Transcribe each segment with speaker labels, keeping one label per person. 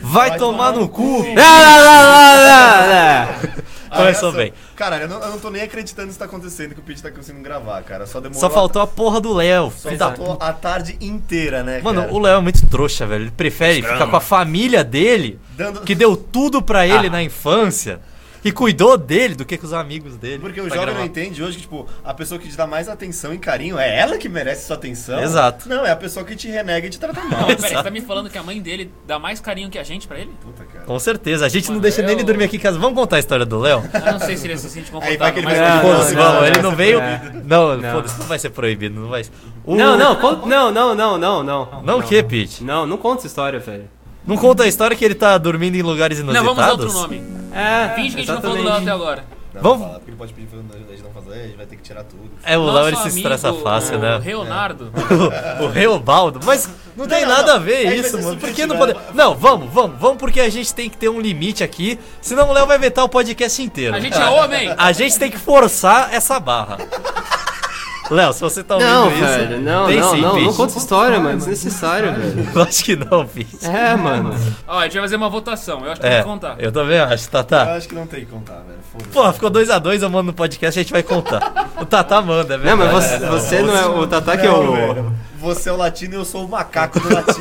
Speaker 1: Vai, tomar, no cu. Ah, Começou
Speaker 2: Aliás,
Speaker 1: Então é bem.
Speaker 2: Cara, Ah, eu não, eu não tô nem acreditando que isso tá acontecendo, que o Pete tá conseguindo gravar, cara. Só demorou.
Speaker 1: Só faltou a porra do Léo.
Speaker 2: a, só
Speaker 1: filho da
Speaker 2: faltou a tarde inteira, né?
Speaker 1: Mano,
Speaker 2: cara?
Speaker 1: o Léo é muito trouxa, velho. Ele prefere ficar com a família dele,
Speaker 2: Dando-
Speaker 1: que deu tudo pra ele na infância, que cuidou dele, do que com os amigos dele.
Speaker 2: Porque o
Speaker 1: pra
Speaker 2: jovem
Speaker 1: gravar.
Speaker 2: não entende hoje que, tipo, a pessoa que te dá mais atenção e carinho é ela que merece sua atenção.
Speaker 1: Exato.
Speaker 2: Não, é a pessoa que te renega e te trata mal.
Speaker 3: Não, peraí, você tá me falando que a mãe dele dá mais carinho que a gente pra ele?
Speaker 2: Puta, cara.
Speaker 1: Com certeza. A gente não
Speaker 3: Mano,
Speaker 1: deixa nem ele
Speaker 3: eu-
Speaker 1: dormir aqui em casa. Vamos contar a história do Léo?
Speaker 3: Eu não sei se ele se sente
Speaker 2: Aí vai que
Speaker 3: confortável,
Speaker 2: ele
Speaker 3: mas...
Speaker 1: Não,
Speaker 2: vai- Foda-se,
Speaker 1: não,
Speaker 2: vai,
Speaker 1: ele
Speaker 2: vai
Speaker 1: não
Speaker 2: ser
Speaker 1: veio.
Speaker 4: proibido.
Speaker 1: Não,
Speaker 4: Não.
Speaker 1: foda-se, não vai ser proibido, não vai. O-
Speaker 4: Não, não, con- não, não, não, não, não.
Speaker 1: Não o quê, Pete?
Speaker 4: Não, não conta essa história, velho.
Speaker 1: Não conta a história que ele tá dormindo em lugares
Speaker 3: Não,
Speaker 1: inusitados?
Speaker 3: vamos usar outro nome.
Speaker 4: É,
Speaker 3: Finge que a gente não falou do
Speaker 4: exatamente.
Speaker 3: Léo até agora.
Speaker 2: Não,
Speaker 1: Vamos-
Speaker 2: fala, porque ele pode pedir pra gente não fazer, a gente vai ter que tirar tudo.
Speaker 1: É, o Léo ele
Speaker 3: Nosso
Speaker 1: se estressa
Speaker 3: amigo,
Speaker 1: fácil,
Speaker 3: O
Speaker 1: né?
Speaker 3: Leonardo.
Speaker 1: o Reobaldo. Mas não tem
Speaker 2: Não,
Speaker 1: nada
Speaker 2: não. É
Speaker 1: a ver
Speaker 2: A gente
Speaker 1: isso,
Speaker 2: vai ser
Speaker 1: mano. Por que não
Speaker 2: subjetivado.
Speaker 1: pode... Não, vamos, vamos, vamos, porque a gente tem que ter um limite aqui. Senão o Léo vai vetar o podcast inteiro.
Speaker 3: A gente é homem.
Speaker 1: A gente tem que forçar essa barra. Léo, se você tá ouvindo
Speaker 4: Não,
Speaker 1: isso.
Speaker 4: velho, não,
Speaker 1: tem
Speaker 4: não,
Speaker 1: sim,
Speaker 4: não, não
Speaker 1: Pete.
Speaker 4: conta essa história, mano, desnecessário, velho.
Speaker 1: Acho que não, Pete.
Speaker 4: É, mano.
Speaker 3: Ó, a gente vai fazer uma votação. Eu acho que
Speaker 1: É,
Speaker 3: tem que contar.
Speaker 1: eu também acho,
Speaker 2: Eu
Speaker 1: Tatá.
Speaker 2: acho que não tem que contar, velho. Foda-se.
Speaker 1: Pô, ficou 2x2, eu mando no podcast, a gente vai contar. O Tatá manda, é
Speaker 4: Não, mas
Speaker 1: verdade.
Speaker 4: você, você não é o
Speaker 1: tá
Speaker 4: Tatá que é
Speaker 2: Não,
Speaker 4: o...
Speaker 2: velho. Você é o latino e eu sou o macaco do latino.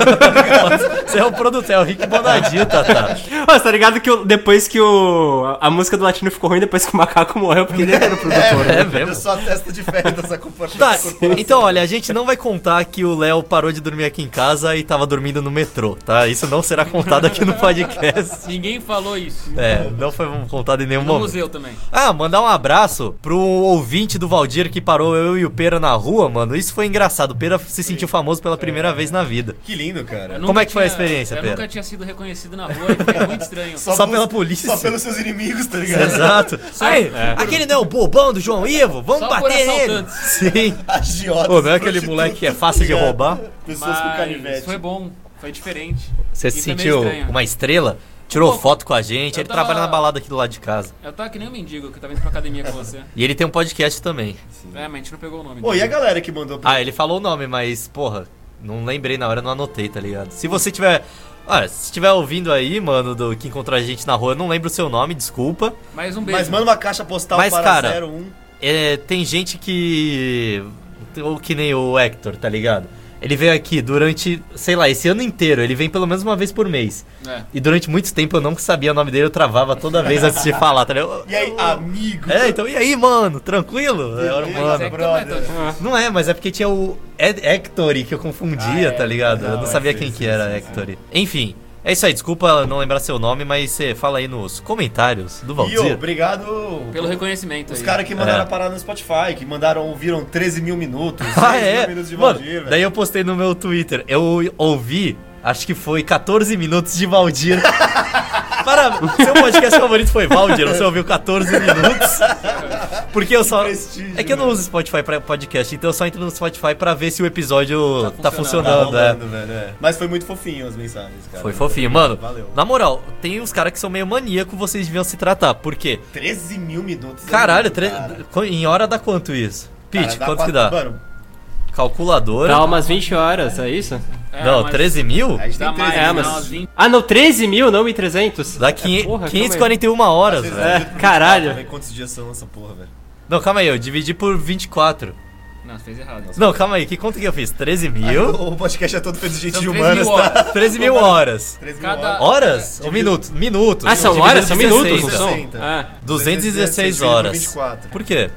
Speaker 1: Você é o produtor, é o Rick Bonadinho, Tatá.
Speaker 4: Ô, você tá ligado que o- depois que o... a- A música do Latino ficou ruim, depois que o Macaco morreu, porque ele era o produtor.
Speaker 1: É
Speaker 2: Eu
Speaker 1: mesmo?
Speaker 2: sou a testa de ferro dessa
Speaker 1: Tá,
Speaker 2: comportamento.
Speaker 1: então olha, a gente não vai contar que o Léo parou de dormir aqui em casa e tava dormindo no metrô, tá? Isso não será contado aqui no podcast.
Speaker 3: Ninguém falou isso.
Speaker 1: É, não foi contado em nenhum
Speaker 3: No
Speaker 1: Um momento.
Speaker 3: museu também.
Speaker 1: Ah, mandar um abraço pro ouvinte do Valdir que parou eu e o Pera na rua, mano. Isso foi engraçado. O Pera se sentiu famoso pela primeira vez na vida.
Speaker 2: Que lindo, cara.
Speaker 3: Eu
Speaker 1: Como
Speaker 3: nunca
Speaker 1: é que foi a
Speaker 3: tinha-
Speaker 1: experiência,
Speaker 3: Eu
Speaker 1: Pedro?
Speaker 3: nunca tinha sido reconhecido na rua e foi muito estranho.
Speaker 1: Só
Speaker 2: por-
Speaker 1: pela polícia.
Speaker 2: Só pelos seus inimigos, tá ligado?
Speaker 1: Exato.
Speaker 3: Só-
Speaker 1: Aí,
Speaker 3: é.
Speaker 1: aquele não é o bobão do João Ivo? Vamos
Speaker 3: Só por
Speaker 1: bater nele.
Speaker 3: assaltantes.
Speaker 1: Sim.
Speaker 2: Agiotas,
Speaker 1: Pô, não é aquele
Speaker 2: prostitutas,
Speaker 1: moleque que é fácil de
Speaker 2: tá ligado?
Speaker 1: roubar?
Speaker 2: Pessoas com
Speaker 3: Mas
Speaker 2: canivete.
Speaker 3: foi bom. Foi diferente.
Speaker 1: Você se
Speaker 3: Isso é meio
Speaker 1: sentiu
Speaker 3: estranho.
Speaker 1: uma estrela? Tirou
Speaker 3: Um pouco.
Speaker 1: foto com a gente,
Speaker 3: Eu
Speaker 1: ele
Speaker 3: tava-
Speaker 1: trabalha na balada aqui do lado de casa.
Speaker 3: Eu tava que nem um mendigo que tava indo pra academia com você.
Speaker 1: E ele tem um podcast também.
Speaker 3: É, mas a gente não pegou o nome.
Speaker 2: Pô, e a
Speaker 3: dele.
Speaker 2: galera que mandou pra
Speaker 1: Ah, ele falou o nome, mas, porra, não lembrei na hora, não anotei, tá ligado? Se você tiver. Olha, se estiver ouvindo aí, mano, do que encontrou a gente na rua, eu não lembro o seu nome, desculpa.
Speaker 3: Mais um beijo.
Speaker 2: Mas manda uma caixa postal
Speaker 1: Mas,
Speaker 2: para
Speaker 1: cara,
Speaker 2: 01.
Speaker 1: É, tem gente que. Ou que nem o Hector, tá ligado? Ele veio aqui durante, sei lá, esse ano inteiro. Ele vem pelo menos uma vez por mês.
Speaker 3: É.
Speaker 1: E durante muito tempo eu não sabia o nome dele, eu travava toda vez antes de falar, tá ligado?
Speaker 2: E aí, ah, amigo?
Speaker 1: É, então, e aí, mano? Tranquilo?
Speaker 2: Beleza,
Speaker 1: Era um
Speaker 3: Mas
Speaker 1: humano.
Speaker 3: é que não é tão
Speaker 2: brother. Ah.
Speaker 3: difícil.
Speaker 1: Não é, mas é porque tinha o Ed Hectory que eu confundia,
Speaker 2: Ah, é.
Speaker 1: tá ligado? eu
Speaker 2: Não,
Speaker 1: não
Speaker 2: é,
Speaker 1: sabia
Speaker 2: sim,
Speaker 1: quem que
Speaker 2: sim,
Speaker 1: era
Speaker 2: sim,
Speaker 1: Hectory. Enfim, é isso aí. Desculpa não lembrar seu nome, mas você fala aí nos comentários do
Speaker 2: E ô,
Speaker 1: Valdir.
Speaker 2: obrigado
Speaker 3: Pelo reconhecimento.
Speaker 2: Os
Speaker 3: aí.
Speaker 2: caras que mandaram
Speaker 1: então, É.
Speaker 2: a parada no Spotify, que mandaram, ouviram 13 mil minutos, 6
Speaker 1: Ah,
Speaker 2: mil
Speaker 1: é?
Speaker 2: minutos de
Speaker 1: Mano,
Speaker 2: Valdir, velho.
Speaker 1: daí eu postei no meu Twitter. Eu ouvi, acho que foi 14 minutos de Valdir. Para, seu podcast favorito foi Valdir, você ouviu 14 minutos. Porque eu só.
Speaker 2: prestígio,
Speaker 1: É que eu não
Speaker 2: velho.
Speaker 1: uso Spotify pra podcast, então eu só entro no Spotify pra ver se o episódio tá
Speaker 3: Tá
Speaker 2: Tá
Speaker 3: funcionando.
Speaker 1: funcionando, é.
Speaker 2: rolando, velho, é. Mas foi muito fofinho as mensagens, cara.
Speaker 1: Foi fofinho, mano.
Speaker 2: Valeu.
Speaker 1: Na moral, tem uns caras que são meio maníaco, vocês deviam se tratar. Por quê?
Speaker 2: 13 mil minutos. é
Speaker 1: Caralho,
Speaker 2: muito,
Speaker 1: tre-
Speaker 2: cara.
Speaker 1: qu- em hora dá quanto isso? Pete,
Speaker 2: Cara,
Speaker 1: quanto
Speaker 2: quatro-
Speaker 1: que dá?
Speaker 2: Mano,
Speaker 1: Calculadora.
Speaker 4: É. Dá umas 20 horas, é isso?
Speaker 3: É,
Speaker 1: não,
Speaker 3: mas
Speaker 1: 13 mil?
Speaker 2: a gente
Speaker 3: Dá
Speaker 2: tem 13
Speaker 3: mais,
Speaker 4: É,
Speaker 3: dá
Speaker 4: mas-
Speaker 3: umas 20.
Speaker 4: Ah, não, 13 mil, não 1.300.
Speaker 1: Dá quinhe-
Speaker 4: É porra, calma aí.
Speaker 1: 541 horas,
Speaker 2: Vocês-
Speaker 1: velho.
Speaker 4: É, caralho.
Speaker 2: Vê Quantos dias são essa porra, velho?
Speaker 1: Não, calma aí, eu dividi por 24.
Speaker 3: Não, fez errado.
Speaker 1: Não, calma aí, que conta que eu fiz? 13 mil?
Speaker 2: O podcast é todo feito de gente
Speaker 3: São 13
Speaker 2: humana,
Speaker 3: mil
Speaker 2: tá?
Speaker 3: horas.
Speaker 1: 13 mil horas.
Speaker 2: 13 mil
Speaker 3: Cada-
Speaker 2: horas.
Speaker 1: Horas? Ou minutos? Minutos. então.
Speaker 4: Ah, são
Speaker 1: Dividido
Speaker 4: horas? São
Speaker 1: por
Speaker 4: minutos, não
Speaker 1: 16.
Speaker 4: são?
Speaker 2: 60.
Speaker 1: É.
Speaker 4: Ah,
Speaker 1: 216
Speaker 2: dividido por
Speaker 1: horas.
Speaker 2: 24.
Speaker 1: Por quê?
Speaker 2: É,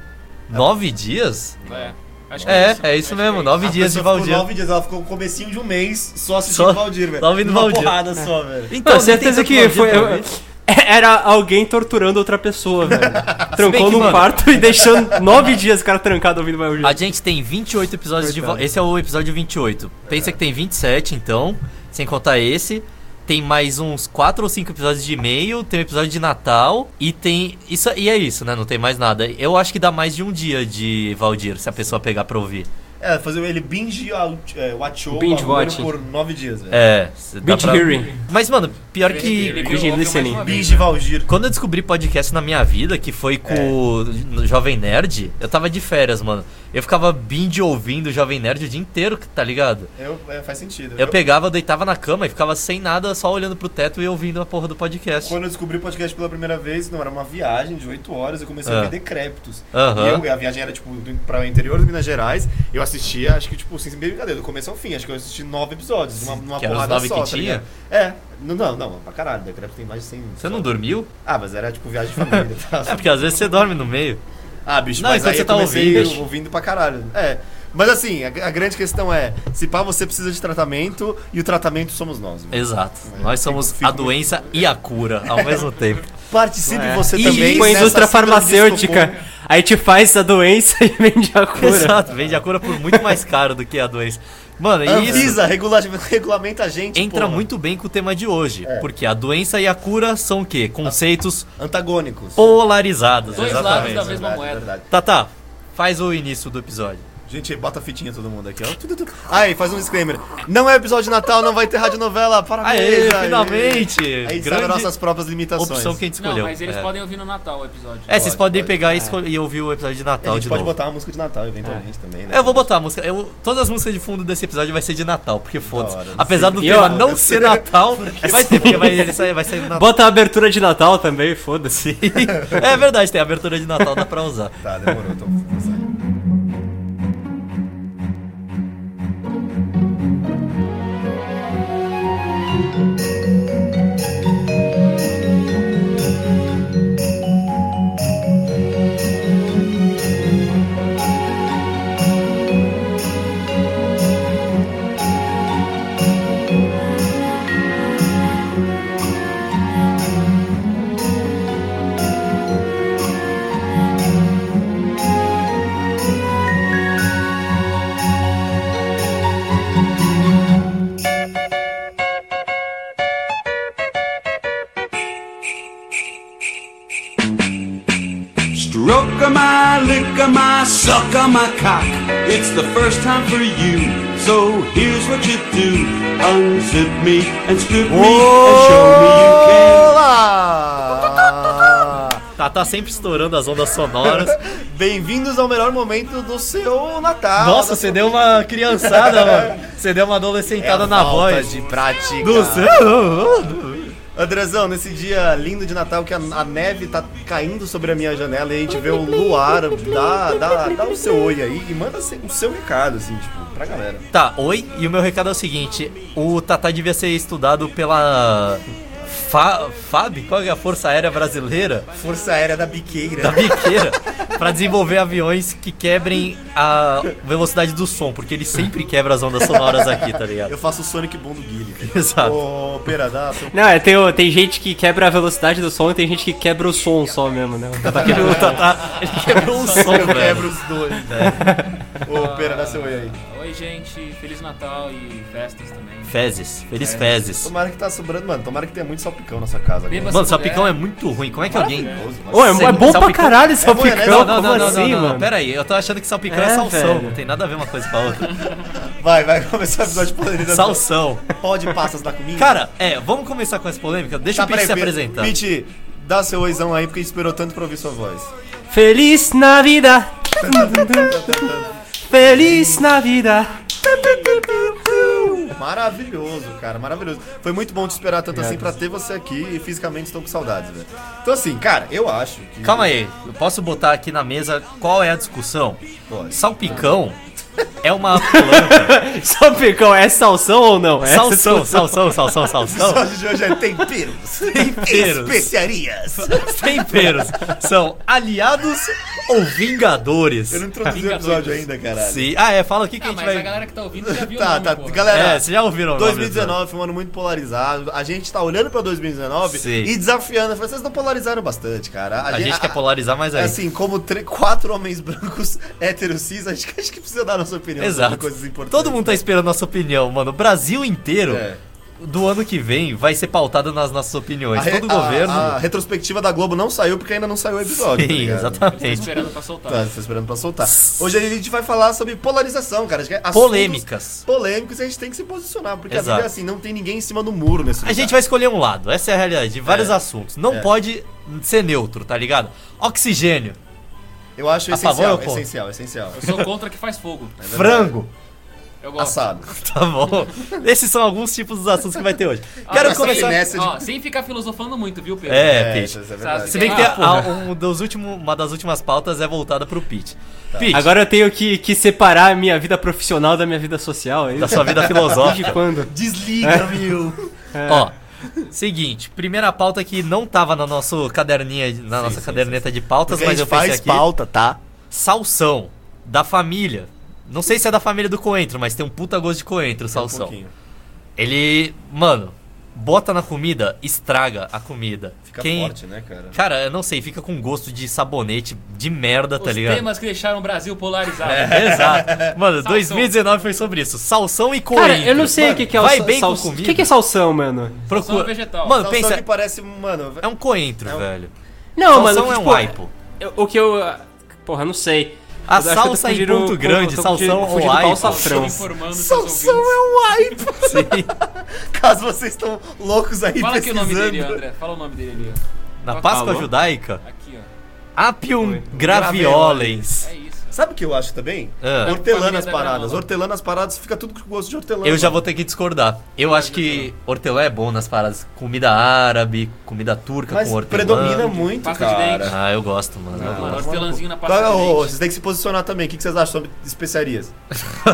Speaker 1: 9 dias?
Speaker 3: É, acho que
Speaker 1: É, é isso mesmo, 9
Speaker 2: A
Speaker 1: dias de
Speaker 2: pessoa ficou
Speaker 1: Valdir.
Speaker 2: Nove dias, ela ficou o comecinho de um mês só assistindo
Speaker 1: Só-
Speaker 2: o Valdir, velho.
Speaker 1: só ouvindo
Speaker 2: Uma
Speaker 1: Valdir.
Speaker 2: porrada só, velho.
Speaker 1: Então,
Speaker 4: Não,
Speaker 1: você
Speaker 4: certeza
Speaker 1: tem
Speaker 4: que
Speaker 1: tanto
Speaker 4: foi. é,
Speaker 1: Valdir pra ver?
Speaker 4: Era alguém torturando outra pessoa, velho.
Speaker 1: bem
Speaker 4: Trancou
Speaker 1: que,
Speaker 4: num
Speaker 1: mano- Ah,
Speaker 4: quarto e deixando nove dias o cara trancado ouvindo mais
Speaker 1: A gente tem 28 episódios de Valdir.
Speaker 4: Coitado.
Speaker 1: Esse é o episódio 28. Pensa que tem 27, então, sem contar esse. Tem mais uns 4 ou 5 episódios de e-mail, tem um episódio de Natal e tem. Isso, e é isso, né? Não tem mais nada. Eu acho que dá mais de um dia de Valdir, se a pessoa pegar pra ouvir.
Speaker 2: É, fazer ele binge out- é, watchou
Speaker 4: Binge
Speaker 2: o bagulho
Speaker 4: watching.
Speaker 2: por nove dias, velho.
Speaker 1: É. se dá
Speaker 4: Beat
Speaker 1: pra-
Speaker 4: Hearing.
Speaker 1: Mas, mano, pior que.
Speaker 3: Ele
Speaker 4: Virgin
Speaker 3: ouviu é
Speaker 1: É.
Speaker 3: mais
Speaker 4: Listening.
Speaker 3: uma vez,
Speaker 2: Binge
Speaker 3: né?
Speaker 2: Valdir.
Speaker 1: Quando eu É. descobri podcast na minha vida, que foi com o Jovem Nerd, eu tava de férias, mano. Eu ficava binge ouvindo Jovem Nerd o dia inteiro, tá ligado?
Speaker 2: Eu, é, faz sentido.
Speaker 1: Eu pegava, deitava na cama e ficava sem nada, só olhando pro teto e ouvindo a porra do podcast.
Speaker 2: Quando eu descobri o podcast pela primeira vez, não, era uma viagem de 8 horas, eu comecei
Speaker 1: Ah.
Speaker 2: a ver decrépitos.
Speaker 1: Aham.
Speaker 2: E eu- a viagem era, tipo, do- pra o interior de Minas Gerais, eu assistia, acho que, tipo, sem brincadeira, do começo ao fim, acho que eu assisti nove episódios, uma, uma
Speaker 1: Que era os
Speaker 2: porrada
Speaker 1: nove
Speaker 2: só,
Speaker 1: que
Speaker 2: tá
Speaker 1: tinha?
Speaker 2: ligado? É, não, não, não, pra caralho, decrépito tem mais de 100
Speaker 1: Você não
Speaker 2: episódios.
Speaker 1: dormiu?
Speaker 2: Ah, mas era, tipo, viagem de família,
Speaker 1: É
Speaker 2: tá?
Speaker 1: porque às vezes você dorme no meio.
Speaker 2: Ah, bicho,
Speaker 1: Não,
Speaker 2: mas
Speaker 1: enquanto
Speaker 2: aí
Speaker 1: você
Speaker 2: eu
Speaker 1: tá
Speaker 2: comecei
Speaker 1: ouvindo.
Speaker 2: ouvindo pra caralho. É. Mas assim, a, a grande questão é, se pá, você precisa de tratamento e o tratamento somos nós. mano.
Speaker 1: Exato.
Speaker 2: É,
Speaker 1: Nós
Speaker 2: fico-
Speaker 1: somos
Speaker 2: fico
Speaker 1: a
Speaker 2: muito-
Speaker 1: doença e a cura ao mesmo tempo.
Speaker 2: Participe
Speaker 4: É.
Speaker 2: você
Speaker 1: E
Speaker 2: também.
Speaker 4: Tipo, a
Speaker 2: nessa
Speaker 4: indústria
Speaker 2: síndrome
Speaker 4: farmacêutica,
Speaker 2: de Estocolmo.
Speaker 4: aí te faz a doença e vende a cura.
Speaker 1: Exato, vende a cura por muito mais caro do que a doença. Mano, é isso.
Speaker 2: Anvisa, regula- regulamenta a gente.
Speaker 1: Entra
Speaker 2: porra.
Speaker 1: muito bem com o tema de hoje,
Speaker 2: É. Tá.
Speaker 1: porque a doença e a cura são o quê? Conceitos
Speaker 2: Antagônicos.
Speaker 1: polarizados.
Speaker 3: Dois lados
Speaker 1: exatamente.
Speaker 3: da mesma moeda.
Speaker 1: Tata, faz o início do episódio.
Speaker 2: Gente, bota a fitinha todo mundo aqui, ó. Tu, tu, tu. Aí, faz um disclaimer. Não é episódio de Natal, não vai ter radionovela. Parabéns.
Speaker 1: Aê, finalmente!
Speaker 2: Aí sabe
Speaker 1: Grande
Speaker 2: nossas próprias limitações.
Speaker 1: opção que a gente
Speaker 3: Não,
Speaker 1: escolheu.
Speaker 3: mas eles
Speaker 1: é.
Speaker 3: podem ouvir no Natal o episódio.
Speaker 1: É, vocês
Speaker 2: Pode,
Speaker 1: podem
Speaker 2: pode.
Speaker 1: pegar e escol- e ouvir o episódio de
Speaker 2: Então, A
Speaker 1: Natal
Speaker 2: gente
Speaker 1: de
Speaker 2: pode
Speaker 1: novo. É.
Speaker 2: botar uma música de Natal, eventualmente, também, né?
Speaker 1: Eu vou botar a música. Eu, todas as músicas de fundo desse episódio vai ser de Natal, porque foda-se.
Speaker 2: Da hora, não
Speaker 1: Apesar do
Speaker 4: E, ó,
Speaker 1: tema não ser Natal, é, vai ter, porque vai, sair- vai sair no Natal.
Speaker 4: Bota a abertura de Natal também, foda-se.
Speaker 1: é verdade, tem a abertura de Natal, dá pra usar.
Speaker 2: Tá, demorou, então vou começar.
Speaker 5: Stroke of my, lick of my, suck of my cock. It's the first time for you, so here's what you do: unzip me and strip me and show me you can.
Speaker 2: Olá!
Speaker 1: Tá, tá sempre estourando as ondas sonoras.
Speaker 2: Bem-vindos ao melhor momento do seu Natal.
Speaker 1: Nossa,
Speaker 2: Da
Speaker 1: você deu uma criançada, mano. Você deu uma adolescentada
Speaker 2: É
Speaker 1: na
Speaker 2: falta
Speaker 1: voz.
Speaker 2: de prática.
Speaker 1: Do céu.
Speaker 2: Andrezão, nesse dia lindo de Natal que a, a neve tá caindo sobre a minha janela e a gente vê o luar, dá, dá, dá o seu oi aí e manda se- o seu recado, assim, tipo, pra galera.
Speaker 1: Tá, oi. E o meu recado é o seguinte: o Tatá devia ser estudado pela. Fa... FAB? Qual é a Força Aérea Brasileira?
Speaker 2: Força Aérea da Biqueira.
Speaker 1: da biqueira pra desenvolver aviões que quebrem a velocidade do som, porque ele sempre quebra as ondas sonoras aqui, tá ligado?
Speaker 2: Eu faço o Sonic Bom do Guilherme.
Speaker 1: Exato.
Speaker 2: Ô, pera, dá seu...
Speaker 4: Não, é, tem, o- tem gente que quebra a velocidade do som e tem gente que quebra o som só mesmo, né?
Speaker 1: Quebrou o tatá, ele quebrou o É. som,
Speaker 2: Eu quebro
Speaker 1: velho.
Speaker 2: os dois. Ô, pera, dá seu oi aí.
Speaker 1: É.
Speaker 3: Oi, gente. Feliz Natal e festas também.
Speaker 1: Fezes, feliz fezes.
Speaker 2: Tomara que tá sobrando, mano. Tomara que tenha muito salpicão na sua casa.
Speaker 3: Beba
Speaker 1: Mano,
Speaker 3: Ah,
Speaker 1: salpicão é muito ruim, como é que alguém...
Speaker 2: assim?
Speaker 4: Ô, é, é bom pra
Speaker 1: Salpicão.
Speaker 4: caralho esse
Speaker 2: É bom, né?
Speaker 4: salpicão,
Speaker 1: Não,
Speaker 2: Não,
Speaker 4: como
Speaker 1: não, não,
Speaker 4: assim,
Speaker 1: não, não,
Speaker 4: mano?
Speaker 1: pera aí, eu tô achando que salpicão é,
Speaker 4: É,
Speaker 1: salsão,
Speaker 4: velho.
Speaker 1: não tem nada a ver uma coisa com a outra.
Speaker 2: Vai, vai começar o episódio de polarização.
Speaker 1: salsão.
Speaker 2: Pó de passas da comida. Tá,
Speaker 1: Cara, é, vamos começar com essa polêmica, deixa o Pete se apresentar.
Speaker 2: Pete, dá seu oizão aí, porque a gente esperou tanto pra ouvir sua voz.
Speaker 4: Feliz Navidad! Feliz Navidad!
Speaker 2: Maravilhoso, cara, maravilhoso. Foi muito bom te esperar tanto assim pra ter você aqui e fisicamente estou com saudades, velho. Então assim, cara, eu acho que...
Speaker 1: Calma aí, eu posso botar aqui na mesa qual é a discussão?
Speaker 2: Pode.
Speaker 1: Salpicão é uma planta.
Speaker 4: Salpicão é salsão ou não? Essa
Speaker 1: Salsão,
Speaker 4: discussão.
Speaker 1: salsão, salsão, salsão.
Speaker 2: O episódio de hoje é temperos,
Speaker 1: Temperos.
Speaker 2: especiarias.
Speaker 1: Temperos são aliados ou vingadores?
Speaker 2: Eu não introduzi o episódio ainda, caralho.
Speaker 1: Sim. Ah, é, fala o que, que a
Speaker 3: Ah,
Speaker 1: gente
Speaker 3: mas a
Speaker 1: vai.
Speaker 3: galera que tá ouvindo já viu
Speaker 2: Tá,
Speaker 3: o nome,
Speaker 2: tá,
Speaker 3: pô.
Speaker 2: galera...
Speaker 1: É, vocês já ouviram o nome do episódio?
Speaker 2: 2019 foi um ano muito polarizado. A gente tá olhando pra 2019
Speaker 1: Sim.
Speaker 2: e desafiando. Eu falei, Vocês não polarizaram bastante, cara.
Speaker 1: A gente quer polarizar mais
Speaker 2: É
Speaker 1: ainda.
Speaker 2: assim, como tre- quatro homens brancos héteros cis, a gente acho que precisa dar nossa opinião sobre
Speaker 1: Exato.
Speaker 2: coisas importantes.
Speaker 1: Todo mundo tá esperando nossa opinião, mano. O Brasil inteiro
Speaker 2: É.
Speaker 1: do ano que vem vai ser pautado nas nossas
Speaker 2: A,
Speaker 1: opiniões.
Speaker 2: re-
Speaker 1: Todo
Speaker 2: a-
Speaker 1: governo.
Speaker 2: a retrospectiva da Globo não saiu porque ainda não saiu o episódio. ah, tá
Speaker 1: Sim,
Speaker 2: ligado?
Speaker 3: Tô
Speaker 1: exatamente.
Speaker 3: esperando pra soltar.
Speaker 2: Tá, tá esperando pra soltar. Hoje a gente vai falar sobre polarização, cara. Acho que é assuntos
Speaker 1: Polêmicas.
Speaker 2: Polêmicos e a gente tem que se posicionar, porque a
Speaker 1: Exato.
Speaker 2: vida é assim, não tem ninguém em cima do muro nesse
Speaker 1: A gente vai escolher um lado, essa é a realidade, de vários assuntos. Não
Speaker 2: É.
Speaker 1: pode ser neutro, tá ligado? Oxigênio.
Speaker 2: Eu acho
Speaker 1: A favor ou
Speaker 2: essencial,
Speaker 1: contra?
Speaker 2: essencial, essencial. É
Speaker 3: Eu sou contra que faz fogo.
Speaker 2: Frango
Speaker 3: Eu gosto.
Speaker 2: assado.
Speaker 1: Tá bom. Esses são alguns tipos dos assuntos que vai ter hoje.
Speaker 3: Ah,
Speaker 1: Quero
Speaker 2: Ah, mas né?
Speaker 1: começar.
Speaker 2: sem nessa de-
Speaker 3: Ó, sem ficar filosofando muito, viu, Pedro?
Speaker 1: É, Pete.
Speaker 2: isso é
Speaker 1: Se
Speaker 2: verdade.
Speaker 1: bem que tem
Speaker 3: Ah,
Speaker 1: a-
Speaker 3: porra.
Speaker 1: um dos últimos, uma das últimas pautas é voltada pro Pete.
Speaker 2: Tá.
Speaker 1: Pete,
Speaker 4: Agora eu tenho que, que separar a minha vida profissional da minha vida social, é
Speaker 1: da
Speaker 4: isso?
Speaker 1: sua vida
Speaker 4: Desde
Speaker 1: filosófica.
Speaker 4: quando?
Speaker 2: Desliga, meu.
Speaker 1: Ó, seguinte, primeira pauta que não tava na nosso caderninha, na nossa caderneta de pautas,
Speaker 2: Porque a
Speaker 1: mas eu
Speaker 2: gente
Speaker 1: pensei
Speaker 2: faz
Speaker 1: aqui.
Speaker 2: pauta, tá?
Speaker 1: Salsão da família. Não sei se é da família do coentro, mas tem um puta gosto de coentro, salsão.
Speaker 2: um pouquinho.
Speaker 1: Ele, mano, bota na comida, estraga a comida.
Speaker 2: Fica forte, né, cara?
Speaker 1: Cara, eu não sei, fica com gosto de sabonete de merda, tá
Speaker 3: Os
Speaker 1: ligado? É.
Speaker 3: temas que deixaram o Brasil polarizado.
Speaker 1: Exato. Mano,
Speaker 3: Salsão.
Speaker 1: 2019 foi sobre isso. Salsão e coentro.
Speaker 4: Cara, eu não sei o que, que é o
Speaker 1: vai
Speaker 4: sa-
Speaker 1: bem com
Speaker 4: salsa-
Speaker 1: comida.
Speaker 4: O que, que é salsão, mano?
Speaker 1: Procura.
Speaker 3: Salsão é vegetal.
Speaker 1: Mano,
Speaker 2: Só
Speaker 1: pensa,
Speaker 2: que parece, mano...
Speaker 1: é um coentro,
Speaker 2: É um-
Speaker 1: velho.
Speaker 4: Não, mano,
Speaker 1: salsão é um
Speaker 4: tipo,
Speaker 1: aipo.
Speaker 4: eu- o que eu. ah, Porra, eu não sei.
Speaker 1: A
Speaker 4: Eu acho que eu tô
Speaker 1: salsa é em
Speaker 4: fugindo-
Speaker 1: Ponto
Speaker 4: eu tô
Speaker 1: Grande,
Speaker 4: fugindo-
Speaker 1: salsão ou
Speaker 4: fugindo do
Speaker 1: aipo.
Speaker 4: alçafrão.
Speaker 3: informando seus
Speaker 2: Salsão
Speaker 3: ouvintes.
Speaker 2: é um hype.
Speaker 1: Sim.
Speaker 2: Caso vocês estão loucos aí
Speaker 3: Fala aqui o
Speaker 2: pesquisando.
Speaker 3: nome dele, André. Fala o nome dele ali.
Speaker 1: Na Páscoa
Speaker 4: Alô?
Speaker 1: judaica,
Speaker 3: ó. Aqui, ó.
Speaker 1: Appium
Speaker 4: Foi.
Speaker 1: graviolens.
Speaker 3: É isso.
Speaker 2: Sabe o que eu acho também?
Speaker 1: Ah.
Speaker 2: Hortelã
Speaker 3: Família
Speaker 2: as
Speaker 3: da
Speaker 2: paradas.
Speaker 3: granola.
Speaker 2: Hortelã nas paradas fica tudo com gosto de hortelã.
Speaker 1: Eu já
Speaker 2: mano.
Speaker 1: vou ter que discordar. Eu acho que hortelã é bom nas paradas. Comida árabe, comida turca
Speaker 2: Mas
Speaker 1: com hortelã.
Speaker 2: predomina muito,
Speaker 3: Pasta de
Speaker 2: cara.
Speaker 3: dente.
Speaker 1: Ah, eu gosto, mano. Eu
Speaker 3: Mano,
Speaker 1: gosto.
Speaker 3: hortelãzinho na pasta
Speaker 2: Cara,
Speaker 3: de
Speaker 2: ô,
Speaker 3: dente.
Speaker 2: vocês têm que se posicionar também. O que que vocês acham sobre especiarias?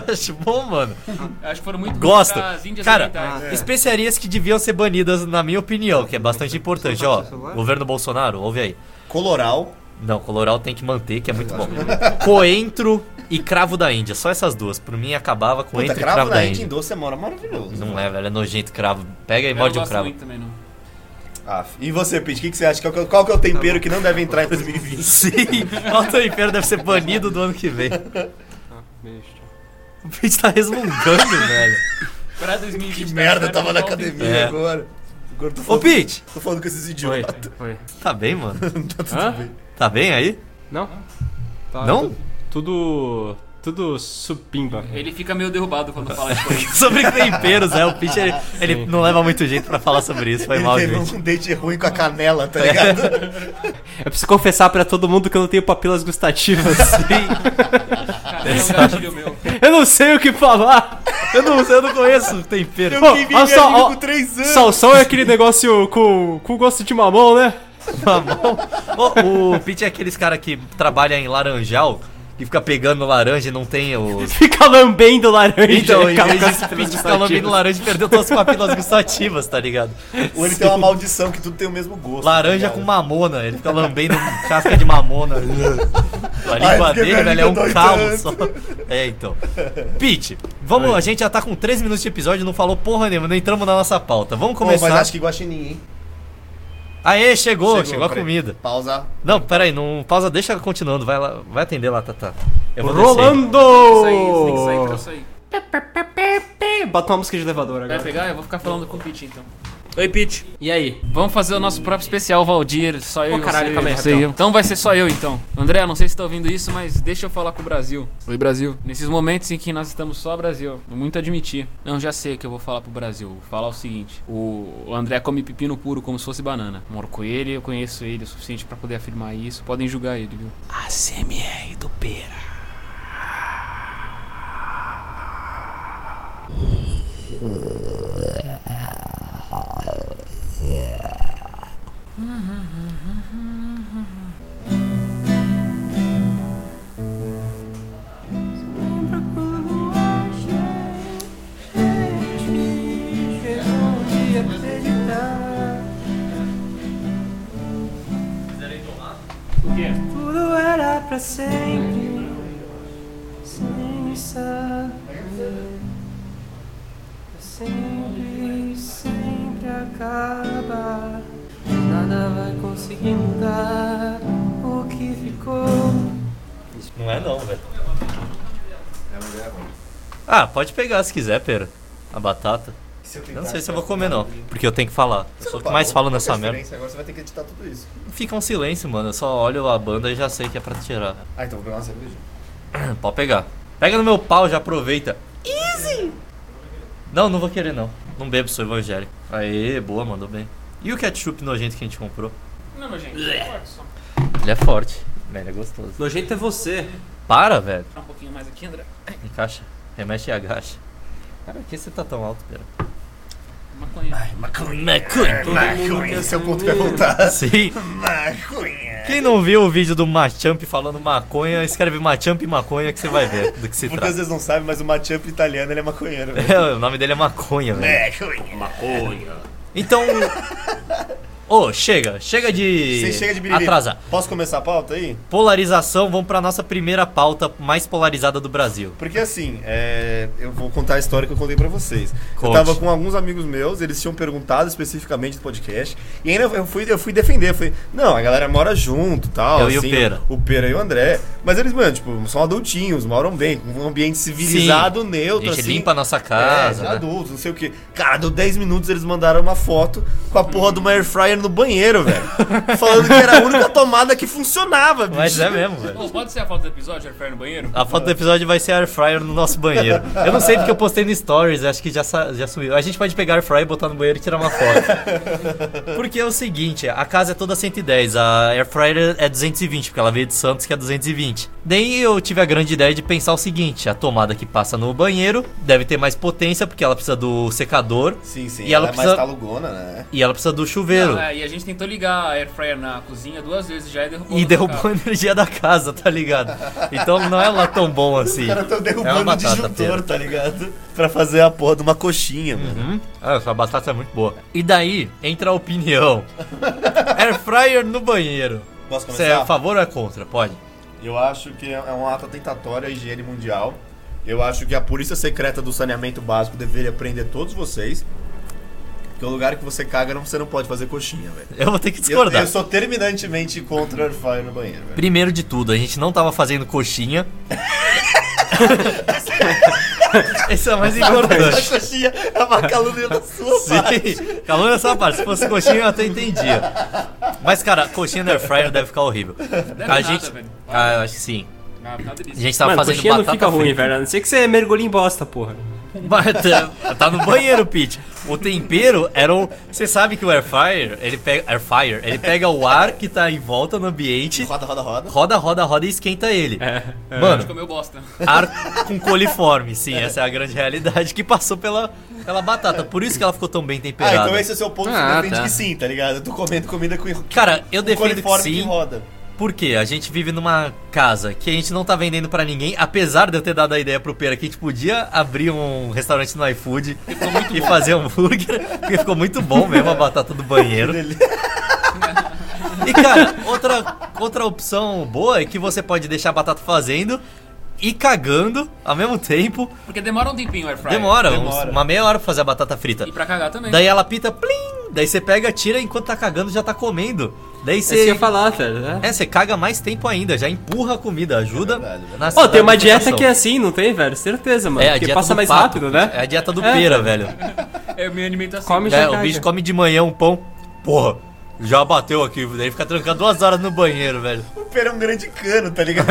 Speaker 1: Acho bom, mano.
Speaker 3: Acho que foram muito
Speaker 1: Gosto.
Speaker 3: as Índias
Speaker 1: Cara,
Speaker 3: Orientais.
Speaker 2: É.
Speaker 1: Especiarias que deviam ser banidas, na minha opinião, que é bastante importante. Ó, governo Bolsonaro, ouve aí.
Speaker 2: Coloral.
Speaker 1: Não, coloral tem que manter, que é muito bom. Coentro e cravo da Índia. Só essas duas. Por mim, acabava coentro
Speaker 2: Puta,
Speaker 1: e cravo
Speaker 2: cravo
Speaker 1: da
Speaker 2: na Índia
Speaker 1: Índia.
Speaker 2: em doce é mora maravilhoso.
Speaker 1: Não é, velho. É nojento cravo. Pega e
Speaker 3: Eu não
Speaker 1: morde um
Speaker 3: gosto
Speaker 1: cravo.
Speaker 3: muito também, não.
Speaker 2: Ah, e você, Pete, o que, que você acha? Qual, que é- qual que é o tempero que não deve entrar em 2020?
Speaker 1: Sim, Alto Império deve ser banido do ano que vem. O Pete tá resmungando, velho.
Speaker 3: Pra 2020.
Speaker 2: Que
Speaker 3: tá
Speaker 2: merda, eu
Speaker 3: certo,
Speaker 2: tava na
Speaker 3: volta e
Speaker 2: academia
Speaker 1: É.
Speaker 2: agora. Agora tô
Speaker 1: Ô,
Speaker 2: falando,
Speaker 1: Pete!
Speaker 2: tô falando com esses
Speaker 4: Foi,
Speaker 2: idiotas.
Speaker 4: foi.
Speaker 1: Tá bem, mano?
Speaker 4: Hã?
Speaker 1: Tá bem aí?
Speaker 4: Não? Tá,
Speaker 1: Não?
Speaker 4: Tudo. Tudo supimba.
Speaker 3: Ele fica meio derrubado quando fala de coisa.
Speaker 1: Sobre temperos, é. O Pete, ele, ele não leva muito jeito pra falar sobre isso. Foi
Speaker 2: Ele
Speaker 1: mal,
Speaker 2: teve
Speaker 1: gente. É.
Speaker 2: um date ruim com a canela, tá ligado?
Speaker 4: Eu preciso confessar pra todo mundo que eu não tenho papilas gustativas.
Speaker 3: Cara, é um gatilho meu.
Speaker 4: eu não sei o que falar.
Speaker 1: Eu não, eu não conheço tempero.
Speaker 4: Pô,
Speaker 2: Quem vive
Speaker 4: olha só,
Speaker 2: anime
Speaker 4: ó,
Speaker 2: com 3 anos.
Speaker 4: salsão é aquele negócio com, com gosto de mamão, né?
Speaker 1: Mamão. Ô, o Pete é aqueles cara que trabalha em laranjal, que fica pegando laranja e não tem o.
Speaker 4: Fica lambendo laranja.
Speaker 1: Então, em
Speaker 4: Fica
Speaker 1: vez
Speaker 4: com
Speaker 1: de
Speaker 4: as papilas
Speaker 1: Pete ficar lambendo
Speaker 4: gustativas.
Speaker 1: laranja, perdeu todas as papilas gustativas, tá ligado?
Speaker 2: Ou ele tem uma maldição que tudo tem o mesmo gosto.
Speaker 1: Laranja
Speaker 2: tá
Speaker 1: com
Speaker 2: ligado?
Speaker 1: mamona, ele fica lambendo casca de mamona. A língua
Speaker 2: Ai, fiquei
Speaker 1: dele,
Speaker 2: né? com a
Speaker 1: velho, é
Speaker 2: língua
Speaker 1: um calo
Speaker 2: doidando.
Speaker 1: só. É, então. Pete, vamos, a gente já tá com 3 minutos de episódio, não falou porra nenhuma, não entramos na nossa pauta. Vamos
Speaker 2: Pô,
Speaker 1: começar.
Speaker 2: mas acho que guaxinim, hein?
Speaker 1: Aê, chegou, chegou, a
Speaker 2: peraí.
Speaker 1: comida.
Speaker 2: Pausa.
Speaker 1: Não, peraí, não pausa, deixa continuando, vai lá, vai atender lá, Tata. Eu vou descer.
Speaker 4: Rolando!
Speaker 3: Isso aí, você tem que sair pra eu sair.
Speaker 4: Bota uma música de elevador
Speaker 3: Vai
Speaker 4: agora.
Speaker 3: pegar? Eu vou ficar falando com o Pete então. Oi, Pete.
Speaker 4: E aí?
Speaker 3: Vamos fazer o nosso próprio especial Valdir, só eu
Speaker 4: Ô,
Speaker 3: e
Speaker 4: caralho,
Speaker 3: você,
Speaker 4: calma aí,
Speaker 3: você e
Speaker 4: rapidão.
Speaker 3: eu. Então vai ser só eu então. André, eu não sei se tá ouvindo isso, mas deixa eu falar com o Brasil. Oi, Brasil. Nesses momentos em que nós estamos só Brasil, muito admitir. Não, já sei o que eu vou falar pro Brasil. Vou falar o seguinte: o o André come pepino puro como se fosse banana. Moro com ele, eu conheço ele o suficiente pra poder afirmar isso. Podem julgar ele, viu? ACMR do Pera.
Speaker 4: Tudo era pra sempre. Sem saber. Sempre, sempre acaba. Nada vai conseguir mudar o que ficou.
Speaker 1: Não é não, velho. Ah, pode pegar se quiser, pera. A batata. Eu não sei se eu vou comer não, porque eu tenho que falar. Eu sou o que mais falo nessa merda.
Speaker 2: Agora você vai ter que editar tudo isso.
Speaker 1: Fica um silêncio, mano. Eu só olho a banda e já sei que é pra tirar.
Speaker 2: Ah, então vou pegar uma cerveja.
Speaker 1: Pode pegar. Pega no meu pau, já aproveita. Easy! Não, não vou querer não. Não bebo, sou evangélico. Aê, boa, mandou bem. E o ketchup nojento que a gente comprou?
Speaker 3: Não, meu gente.
Speaker 1: Ele é forte. Velho, é gostoso.
Speaker 4: Nojento é você.
Speaker 1: Para, velho.
Speaker 3: Um pouquinho mais aqui, André.
Speaker 1: Encaixa. Remexe e agacha. Cara, por que você tá tão alto, Pera?
Speaker 3: Maconha.
Speaker 1: Maconha.
Speaker 2: Maconha, seu é ponto vai
Speaker 1: Tá.
Speaker 2: voltar.
Speaker 1: Sim.
Speaker 2: Maconha.
Speaker 1: Quem não viu o vídeo do Machamp falando maconha, escreve Machamp e maconha que você vai ver do que se
Speaker 2: Muitas
Speaker 1: trata.
Speaker 2: vezes não sabe, mas o Machamp italiano ele é maconheiro. velho.
Speaker 1: É, o nome dele é maconha, velho.
Speaker 2: Maconha.
Speaker 1: Então. Ô, chega, chega de.
Speaker 2: Você chega de biriri.
Speaker 1: atrasar.
Speaker 2: Posso começar a pauta aí?
Speaker 1: Polarização, vamos pra nossa primeira pauta mais polarizada do Brasil.
Speaker 2: Porque assim, é, eu vou contar a história que eu contei pra vocês.
Speaker 1: Conte.
Speaker 2: Eu tava com alguns amigos meus, eles tinham perguntado especificamente do podcast. E ainda eu fui, eu fui defender. Eu falei, não, a galera mora junto tal. assim,
Speaker 1: Eu e É o Pera.
Speaker 2: O Pera e o André. Mas eles, mano, tipo, são adultinhos, moram bem, com um ambiente civilizado,
Speaker 1: A
Speaker 2: neutro.
Speaker 1: gente
Speaker 2: assim.
Speaker 1: limpa a nossa
Speaker 2: é,
Speaker 1: casa.
Speaker 2: já
Speaker 1: né?
Speaker 2: adultos, não sei o que. Cara, deu 10 minutos, eles mandaram uma foto com a porra de uma air fryer no banheiro, velho. Falando que era a única tomada que funcionava, bicho.
Speaker 1: Mas é mesmo, velho.
Speaker 3: Ô, pode ser a foto do episódio, Airfare no banheiro?
Speaker 1: A foto do episódio vai ser air fryer no nosso banheiro. Eu não sei porque eu postei no Stories, acho que já, sa- já subiu. A gente pode pegar air fryer, botar no banheiro e tirar uma foto. Porque é o seguinte, a casa é toda 110, a air fryer é 220, porque ela veio de Santos que é 220. Daí eu tive a grande ideia de pensar o seguinte, a tomada que passa no banheiro deve ter mais potência, porque ela precisa do secador
Speaker 2: Sim, sim. é
Speaker 1: E ela precisa-
Speaker 2: talugona, né?
Speaker 1: e ela precisa do chuveiro.
Speaker 3: Ah, e a gente tentou ligar a Airfryer na cozinha duas vezes já é e derrubou.
Speaker 1: E
Speaker 3: no
Speaker 1: derrubou a
Speaker 3: sacado.
Speaker 1: energia da casa, tá ligado? Então não é lá tão bom assim.
Speaker 2: Os caras tão
Speaker 1: É uma
Speaker 2: derrubando o
Speaker 1: batata, Pedro.
Speaker 2: disjuntor, tá ligado? Pra fazer a porra de uma coxinha, mano.
Speaker 1: Hum? Ah, essa batata é muito boa. E daí entra a opinião: Air fryer no banheiro.
Speaker 2: Posso
Speaker 1: Você é a favor ou é contra? Pode.
Speaker 2: Eu acho que é um ato atentatório à higiene mundial. Eu acho que a Polícia Secreta do Saneamento Básico deveria prender todos vocês. Porque o lugar que você caga, não- você não pode fazer coxinha, velho.
Speaker 1: Eu vou ter que
Speaker 2: Eu,
Speaker 1: discordar.
Speaker 2: eu sou terminantemente contra air fryer no banheiro, velho.
Speaker 1: Primeiro de tudo, a gente não tava fazendo coxinha. Esse é o mais
Speaker 2: A
Speaker 1: importante.
Speaker 2: coxinha é uma calúnia da sua parte.
Speaker 1: Sim, calou essa parte. Se fosse coxinha, eu até entendia. Mas, cara, coxinha no air fryer deve ficar horrível.
Speaker 3: Deve
Speaker 1: a
Speaker 3: nada,
Speaker 1: gente.
Speaker 3: velho.
Speaker 1: Ah, eu acho que sim.
Speaker 3: Ah, tá
Speaker 1: A
Speaker 3: delícia.
Speaker 1: gente tava
Speaker 4: Mano,
Speaker 1: fazendo
Speaker 4: coxinha
Speaker 1: batata
Speaker 4: não fica ruim,
Speaker 1: frita.
Speaker 4: velho. A não ser que você mergulhe em bosta, porra.
Speaker 1: Mas tá- tá no banheiro, Pete. O tempero era o. Você sabe que o air fryer, ele pega air fryer, ele pega o ar que tá em volta no ambiente,
Speaker 2: Roda, roda, roda.
Speaker 1: roda, roda, roda e esquenta ele. Mano,
Speaker 3: comeu bosta.
Speaker 1: ar com coliforme, sim, essa é a grande realidade que passou pela, pela batata. Por isso que ela ficou tão bem
Speaker 2: Ah,
Speaker 1: temperada.
Speaker 2: então esse é o seu ponto. Ah,
Speaker 3: Ah,
Speaker 2: defende
Speaker 3: tá.
Speaker 2: que sim, tá ligado? Eu tô comendo comida com
Speaker 1: Cara, eu
Speaker 2: com
Speaker 1: defendo que
Speaker 2: coliforme
Speaker 1: sim,
Speaker 2: que roda.
Speaker 1: porque a gente vive numa casa que a gente não tá vendendo pra ninguém, apesar de eu ter dado a ideia pro Pera que a gente podia abrir um restaurante no iFood e fazer hambúrguer, porque ficou muito bom mesmo a batata do banheiro.
Speaker 2: Dele-
Speaker 1: E cara, outra, outra opção boa é que você pode deixar a batata fazendo e cagando ao mesmo tempo.
Speaker 3: Porque demora um tempinho o Airfryer.
Speaker 1: Demora, uns-
Speaker 2: demora.
Speaker 1: uma meia hora pra fazer a batata frita.
Speaker 3: E pra cagar também.
Speaker 1: Daí ela pita, plim! Daí você pega, tira enquanto tá cagando já tá comendo. Daí
Speaker 4: É isso que eu
Speaker 1: você.
Speaker 4: ia falar, velho. né?
Speaker 1: É, você caga mais tempo ainda, já empurra a comida, ajuda.
Speaker 2: É verdade, é verdade.
Speaker 1: na
Speaker 4: Ó, tem uma dieta
Speaker 1: alimentação.
Speaker 4: que é assim, não tem, velho? Certeza, mano.
Speaker 1: É, a
Speaker 4: Porque
Speaker 1: dieta
Speaker 4: passa
Speaker 1: do
Speaker 4: mais
Speaker 1: pato.
Speaker 4: rápido, né?
Speaker 1: É a dieta do
Speaker 4: É.
Speaker 1: pera, velho.
Speaker 3: É minha alimentação.
Speaker 4: Come já
Speaker 1: É, o
Speaker 4: caga.
Speaker 1: bicho come de manhã um pão. Porra, já bateu aqui, daí fica trancado duas horas no banheiro, velho.
Speaker 2: O pera é um grande cano, tá ligado?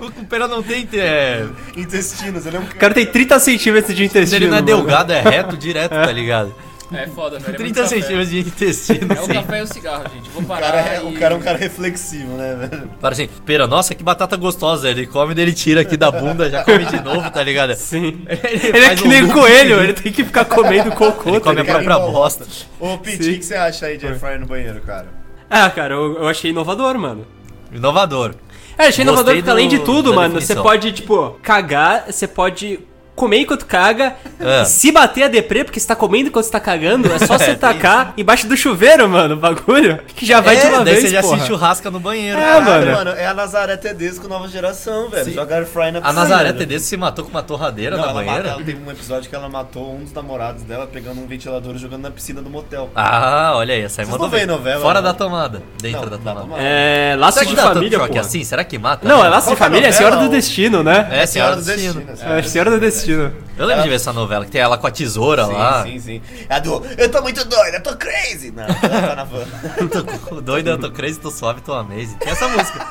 Speaker 1: O o pera não tem. É,
Speaker 2: Intestinos, ele é um
Speaker 4: O cara tem 30 centímetros de intestino.
Speaker 1: Ele não é
Speaker 4: mano.
Speaker 1: delgado, é reto, direto, tá ligado?
Speaker 3: É foda, velho. é muito
Speaker 1: 30
Speaker 3: café.
Speaker 1: centímetros de intestino,
Speaker 3: É o
Speaker 1: sim.
Speaker 3: café e o cigarro, gente. Vou
Speaker 2: O
Speaker 3: parar.
Speaker 2: cara, é, o
Speaker 3: e-
Speaker 2: cara é um cara reflexivo, né, velho?
Speaker 1: Para assim, pera, nossa, que batata gostosa. Ele come, daí ele tira aqui da bunda, já come de novo, tá ligado?
Speaker 4: Sim.
Speaker 1: Ele,
Speaker 4: Ele é
Speaker 1: faz
Speaker 4: que
Speaker 1: um
Speaker 4: nem
Speaker 1: loop
Speaker 4: coelho,
Speaker 1: infinito.
Speaker 4: ele tem que ficar comendo cocô.
Speaker 1: Ele
Speaker 4: tá
Speaker 1: come a
Speaker 4: ligado?
Speaker 1: própria
Speaker 2: Ele
Speaker 1: bosta.
Speaker 2: Ô, Pete, o que que você acha aí de air fryer no banheiro, cara?
Speaker 4: Ah, cara, eu, eu achei inovador, mano.
Speaker 1: Inovador.
Speaker 4: É, achei inovador
Speaker 1: Gostei
Speaker 4: porque além de
Speaker 1: do-
Speaker 4: tudo,
Speaker 1: da
Speaker 4: mano,
Speaker 1: definição.
Speaker 4: você pode, tipo, cagar, você pode comer enquanto caga,
Speaker 1: É.
Speaker 4: se bater a deprê, porque você tá comendo enquanto você tá cagando, é só
Speaker 1: É,
Speaker 4: você
Speaker 1: tem
Speaker 4: tacar embaixo do chuveiro, mano, o bagulho, que já vai
Speaker 1: é,
Speaker 4: de uma
Speaker 1: daí
Speaker 4: vez,
Speaker 1: você já
Speaker 4: porra.
Speaker 1: se churrasca no banheiro.
Speaker 4: É, mano.
Speaker 2: é a Nazaré Tedesco nova geração, velho.
Speaker 1: Ah, Sim.
Speaker 2: Joga air fryer na
Speaker 1: A
Speaker 2: piscina,
Speaker 1: Nazaré
Speaker 2: velho.
Speaker 1: Tedesco se matou com uma torradeira
Speaker 2: Tá Não,
Speaker 1: na
Speaker 2: ela, mata-
Speaker 1: banheira.
Speaker 2: ela teve um episódio que ela matou um dos namorados dela pegando um ventilador e jogando na piscina do motel.
Speaker 1: Ah, olha aí, essa aí
Speaker 2: Vocês
Speaker 1: mandou
Speaker 2: não veem
Speaker 1: bem.
Speaker 2: novela,
Speaker 1: Fora
Speaker 2: não?
Speaker 1: da tomada. Dentro
Speaker 2: Não,
Speaker 1: da
Speaker 2: da
Speaker 1: tomada.
Speaker 2: tomada.
Speaker 4: É, laço
Speaker 1: Será que
Speaker 4: de
Speaker 1: dá tanto
Speaker 4: família,
Speaker 1: choque
Speaker 4: pô.
Speaker 1: assim? Será que mata?
Speaker 4: Não, é
Speaker 1: mesmo?
Speaker 4: laço
Speaker 2: Qual
Speaker 4: de
Speaker 2: que é a
Speaker 4: família, é
Speaker 2: novela,
Speaker 4: Senhora do
Speaker 2: o-
Speaker 4: Destino, né?
Speaker 1: É, Senhora do Destino.
Speaker 4: É, Senhora do Destino.
Speaker 1: Eu lembro de ver essa novela, que tem ela com a tesoura
Speaker 2: né? Sim,
Speaker 1: tá lá.
Speaker 2: sim, sim. A do Eu tô muito doida, eu tô crazy. Não, ela tá na van.
Speaker 1: Tô doido, eu tô crazy, tô suave, tô amazing. Tem essa música,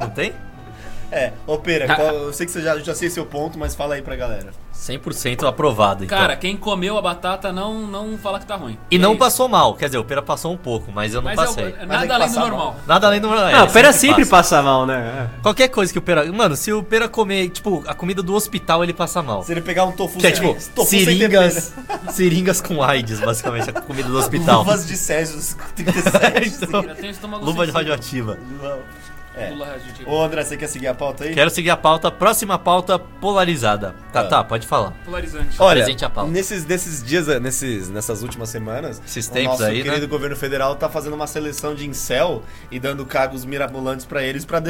Speaker 1: não tem?
Speaker 2: É, ô Pera,
Speaker 1: Ah.
Speaker 3: Tá.
Speaker 2: qual- eu sei que você já, já sei seu ponto, mas fala aí pra galera.
Speaker 1: 100% aprovado, então.
Speaker 3: Cara, quem comeu a batata não, não fala que tá ruim.
Speaker 1: e
Speaker 3: É
Speaker 1: não
Speaker 3: isso.
Speaker 1: passou mal. Quer dizer, o Pera passou um pouco, mas eu não
Speaker 3: Mas é o-
Speaker 1: passei.
Speaker 3: é
Speaker 2: Mas é que
Speaker 3: nada além do
Speaker 2: passar mal.
Speaker 3: normal.
Speaker 1: Nada além do... é,
Speaker 4: Não, o
Speaker 1: sempre
Speaker 4: Pera sempre
Speaker 1: passa.
Speaker 4: passa mal, né?
Speaker 1: Qualquer coisa que o Pera... Mano, se o Pera comer, tipo, a comida do hospital, ele passa mal.
Speaker 2: Se ele pegar um tofu
Speaker 1: Que é
Speaker 2: sem-
Speaker 1: tipo,
Speaker 2: tofu sem
Speaker 1: seringas,
Speaker 2: tempero,
Speaker 1: seringas com AIDS, basicamente, a comida do hospital.
Speaker 2: Luvas de Césio dos 37.
Speaker 1: Então,
Speaker 3: Eu tenho estômago
Speaker 1: Luva de
Speaker 3: sensível.
Speaker 1: radioativa.
Speaker 2: Não. É.
Speaker 3: Lula radioativa.
Speaker 2: Ô André, você quer seguir a pauta aí?
Speaker 1: Quero seguir a pauta. Próxima pauta polarizada. Tá,
Speaker 2: Ah.
Speaker 1: tá, pode falar.
Speaker 3: Polarizante.
Speaker 2: Olha,
Speaker 1: Apresente a pauta.
Speaker 2: nesses, nesses dias, eh, nesses, nessas últimas semanas,
Speaker 1: Esses
Speaker 2: o
Speaker 1: tempos
Speaker 2: nosso
Speaker 1: aí,
Speaker 2: querido
Speaker 1: né?
Speaker 2: governo federal tá fazendo uma seleção de incel e dando cargos mirabolantes pra eles pra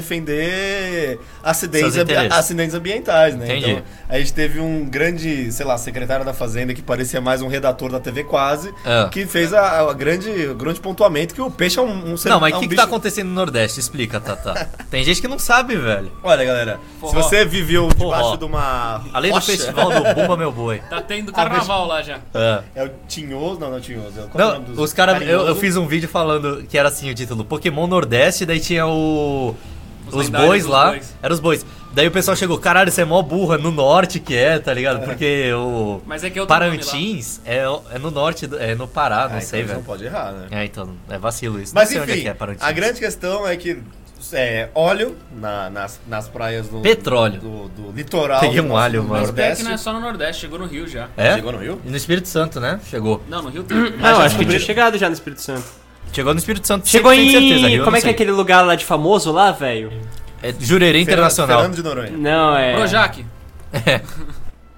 Speaker 2: defender acidentes,
Speaker 1: Seus
Speaker 2: ambi-
Speaker 1: interesses.
Speaker 2: acidentes ambientais, né?
Speaker 1: Entendi.
Speaker 2: Então, a gente teve um grande, sei lá, secretário da Fazenda que parecia mais um redator da TV quase,
Speaker 1: Ah.
Speaker 2: que fez a, a grande, o grande pontuamento que o peixe é um, um ser
Speaker 1: Não, mas
Speaker 2: é
Speaker 1: o
Speaker 2: um
Speaker 1: que, que
Speaker 2: bicho-
Speaker 1: tá acontecendo no Nordeste? Explica, Tata. Tem gente que não sabe, velho.
Speaker 2: Olha, galera, se
Speaker 3: Forró.
Speaker 2: você viveu debaixo
Speaker 1: Forró.
Speaker 2: de uma
Speaker 1: Além do
Speaker 2: rocha-
Speaker 1: festival do Bumba Meu Boi.
Speaker 3: Tá tendo carnaval lá já.
Speaker 1: Ah.
Speaker 2: É o Tinhoso? Não, não é o Tinhoso. é o- qual é o
Speaker 1: Não,
Speaker 2: nome dos-
Speaker 1: os caras. Eu, eu
Speaker 2: Carinhoso?
Speaker 1: fiz um vídeo falando que era assim o título: Pokémon Nordeste, daí tinha o.
Speaker 3: Os
Speaker 1: Os,
Speaker 3: lendários
Speaker 1: bois
Speaker 3: dos
Speaker 1: lá.
Speaker 3: bois.
Speaker 1: Era os bois. Daí o pessoal chegou, caralho, você é mó burra, no norte que é, tá ligado? Porque o.
Speaker 3: Mas é que é outro nome lá.
Speaker 1: Parantins é, é no norte, do- é no Pará, não
Speaker 2: Ah, então
Speaker 1: sei,
Speaker 2: eles
Speaker 1: velho.
Speaker 2: Não pode errar, né?
Speaker 1: É, então, é vacilo isso.
Speaker 2: Mas
Speaker 1: não sei onde é
Speaker 2: enfim,
Speaker 1: que é Parantins.
Speaker 2: a grande questão é que é, óleo na- nas, nas praias do.
Speaker 1: Petróleo.
Speaker 2: Do, do litoral.
Speaker 1: Peguei um
Speaker 2: do nosso
Speaker 1: alho, mano.
Speaker 3: Mas pior que
Speaker 2: Nordeste.
Speaker 3: não é só no Nordeste, chegou no Rio já.
Speaker 1: É?
Speaker 2: Chegou no Rio?
Speaker 1: E no Espírito Santo, né? Chegou.
Speaker 3: Não, no Rio tem.
Speaker 4: Não,
Speaker 2: já
Speaker 4: acho que
Speaker 2: descobriram.
Speaker 4: tinha chegado já no Espírito Santo.
Speaker 1: Chegou no Espírito Santo.
Speaker 4: Chegou
Speaker 1: sem-
Speaker 4: em.
Speaker 1: sem certeza, Rio, eu
Speaker 4: Como
Speaker 1: não
Speaker 4: é que é
Speaker 1: sei.
Speaker 4: aquele lugar lá de famoso lá, velho?
Speaker 1: É Jurerê Internacional.
Speaker 2: Fernando de Noronha.
Speaker 4: Não, é.
Speaker 3: Projac.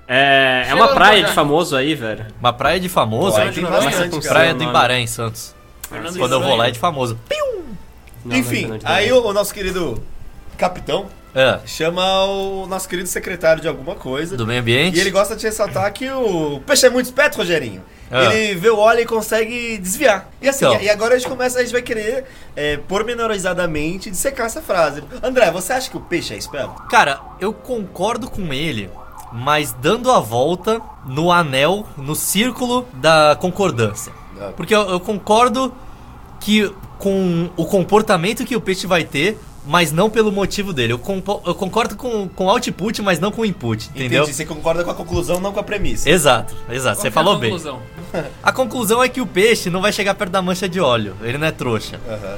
Speaker 4: É, é
Speaker 3: Chega
Speaker 4: uma
Speaker 3: no
Speaker 4: praia
Speaker 3: Projac.
Speaker 4: de famoso aí, velho.
Speaker 1: Uma praia de famoso.
Speaker 2: Pô, aí
Speaker 1: né?
Speaker 2: tem
Speaker 3: Noronha,
Speaker 2: bastante,
Speaker 4: essa
Speaker 2: cara.
Speaker 1: praia do
Speaker 4: mano.
Speaker 1: Ibará, em Santos.
Speaker 3: Fernando
Speaker 1: Quando eu vou
Speaker 3: Noronha.
Speaker 1: lá é de famoso.
Speaker 4: Não,
Speaker 2: Enfim,
Speaker 4: não, não, não, não.
Speaker 2: aí o, o nosso querido capitão
Speaker 1: É,
Speaker 2: chama o nosso querido secretário de alguma coisa.
Speaker 1: do meio ambiente.
Speaker 2: E ele gosta de ressaltar que o peixe é muito esperto, Rogerinho.
Speaker 1: Ah.
Speaker 2: Ele vê o óleo e consegue desviar. E assim,
Speaker 1: Então.
Speaker 2: e agora a gente começa, a gente vai querer é, pormenorizadamente dissecar essa frase. André, você acha que o peixe é esperto?
Speaker 1: Cara, eu concordo com ele, mas dando a volta no anel, no círculo da concordância.
Speaker 2: Ah.
Speaker 1: Porque eu, eu concordo que com o comportamento que o peixe vai ter, mas não pelo motivo dele. Eu, compo- eu concordo com, com output, mas não com input, entendeu? É.
Speaker 2: Entendi, você concorda com a conclusão, não com a premissa.
Speaker 1: Exato, exato.
Speaker 3: Qual
Speaker 1: Você
Speaker 3: que é a
Speaker 1: falou bem.
Speaker 3: conclusão?
Speaker 1: A conclusão é que o peixe não vai chegar perto da mancha de óleo. Ele não é trouxa.
Speaker 2: Aham.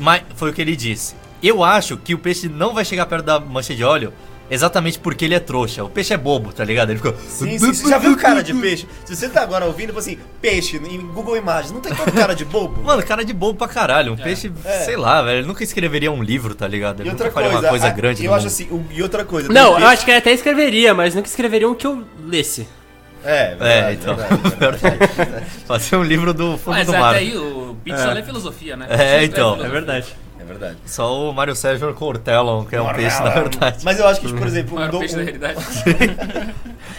Speaker 1: Mas foi o que ele disse. Eu acho que o peixe não vai chegar perto da mancha de óleo exatamente porque ele é trouxa. O peixe é bobo, tá ligado? Ele ficou.
Speaker 2: Sim, sim, você já viu cara de peixe? Se você tá agora ouvindo, tipo assim, peixe em Google Imagens, não tem como cara de bobo?
Speaker 1: Mano, cara de bobo pra caralho. Um
Speaker 3: É.
Speaker 1: peixe,
Speaker 2: É.
Speaker 1: sei lá, velho. Ele nunca escreveria um livro, tá ligado? Ele nunca faria uma coisa
Speaker 2: a-
Speaker 1: grande.
Speaker 2: eu
Speaker 1: no
Speaker 2: acho
Speaker 1: mundo.
Speaker 2: assim, o- e outra coisa. tem
Speaker 4: Não,
Speaker 2: peixe-
Speaker 4: eu acho que eu até escreveria, mas nunca escreveria um que eu lesse.
Speaker 1: É,
Speaker 2: É, verdade,
Speaker 1: então.
Speaker 2: verdade, verdade.
Speaker 1: Fazer um livro do fundo
Speaker 3: Mas
Speaker 1: do
Speaker 3: até
Speaker 1: mar.
Speaker 3: aí o pizza lê filosofia, né?
Speaker 1: É,
Speaker 3: Pizza
Speaker 1: então,
Speaker 3: filosofia.
Speaker 1: é
Speaker 4: verdade.
Speaker 2: É verdade.
Speaker 1: Só o Mário Sérgio Cortellon, que é um peixe, na verdade. Uhum.
Speaker 2: Mas eu acho que, tipo, por exemplo, um,
Speaker 3: Maior
Speaker 2: do-
Speaker 3: peixe da
Speaker 2: um,
Speaker 3: realidade.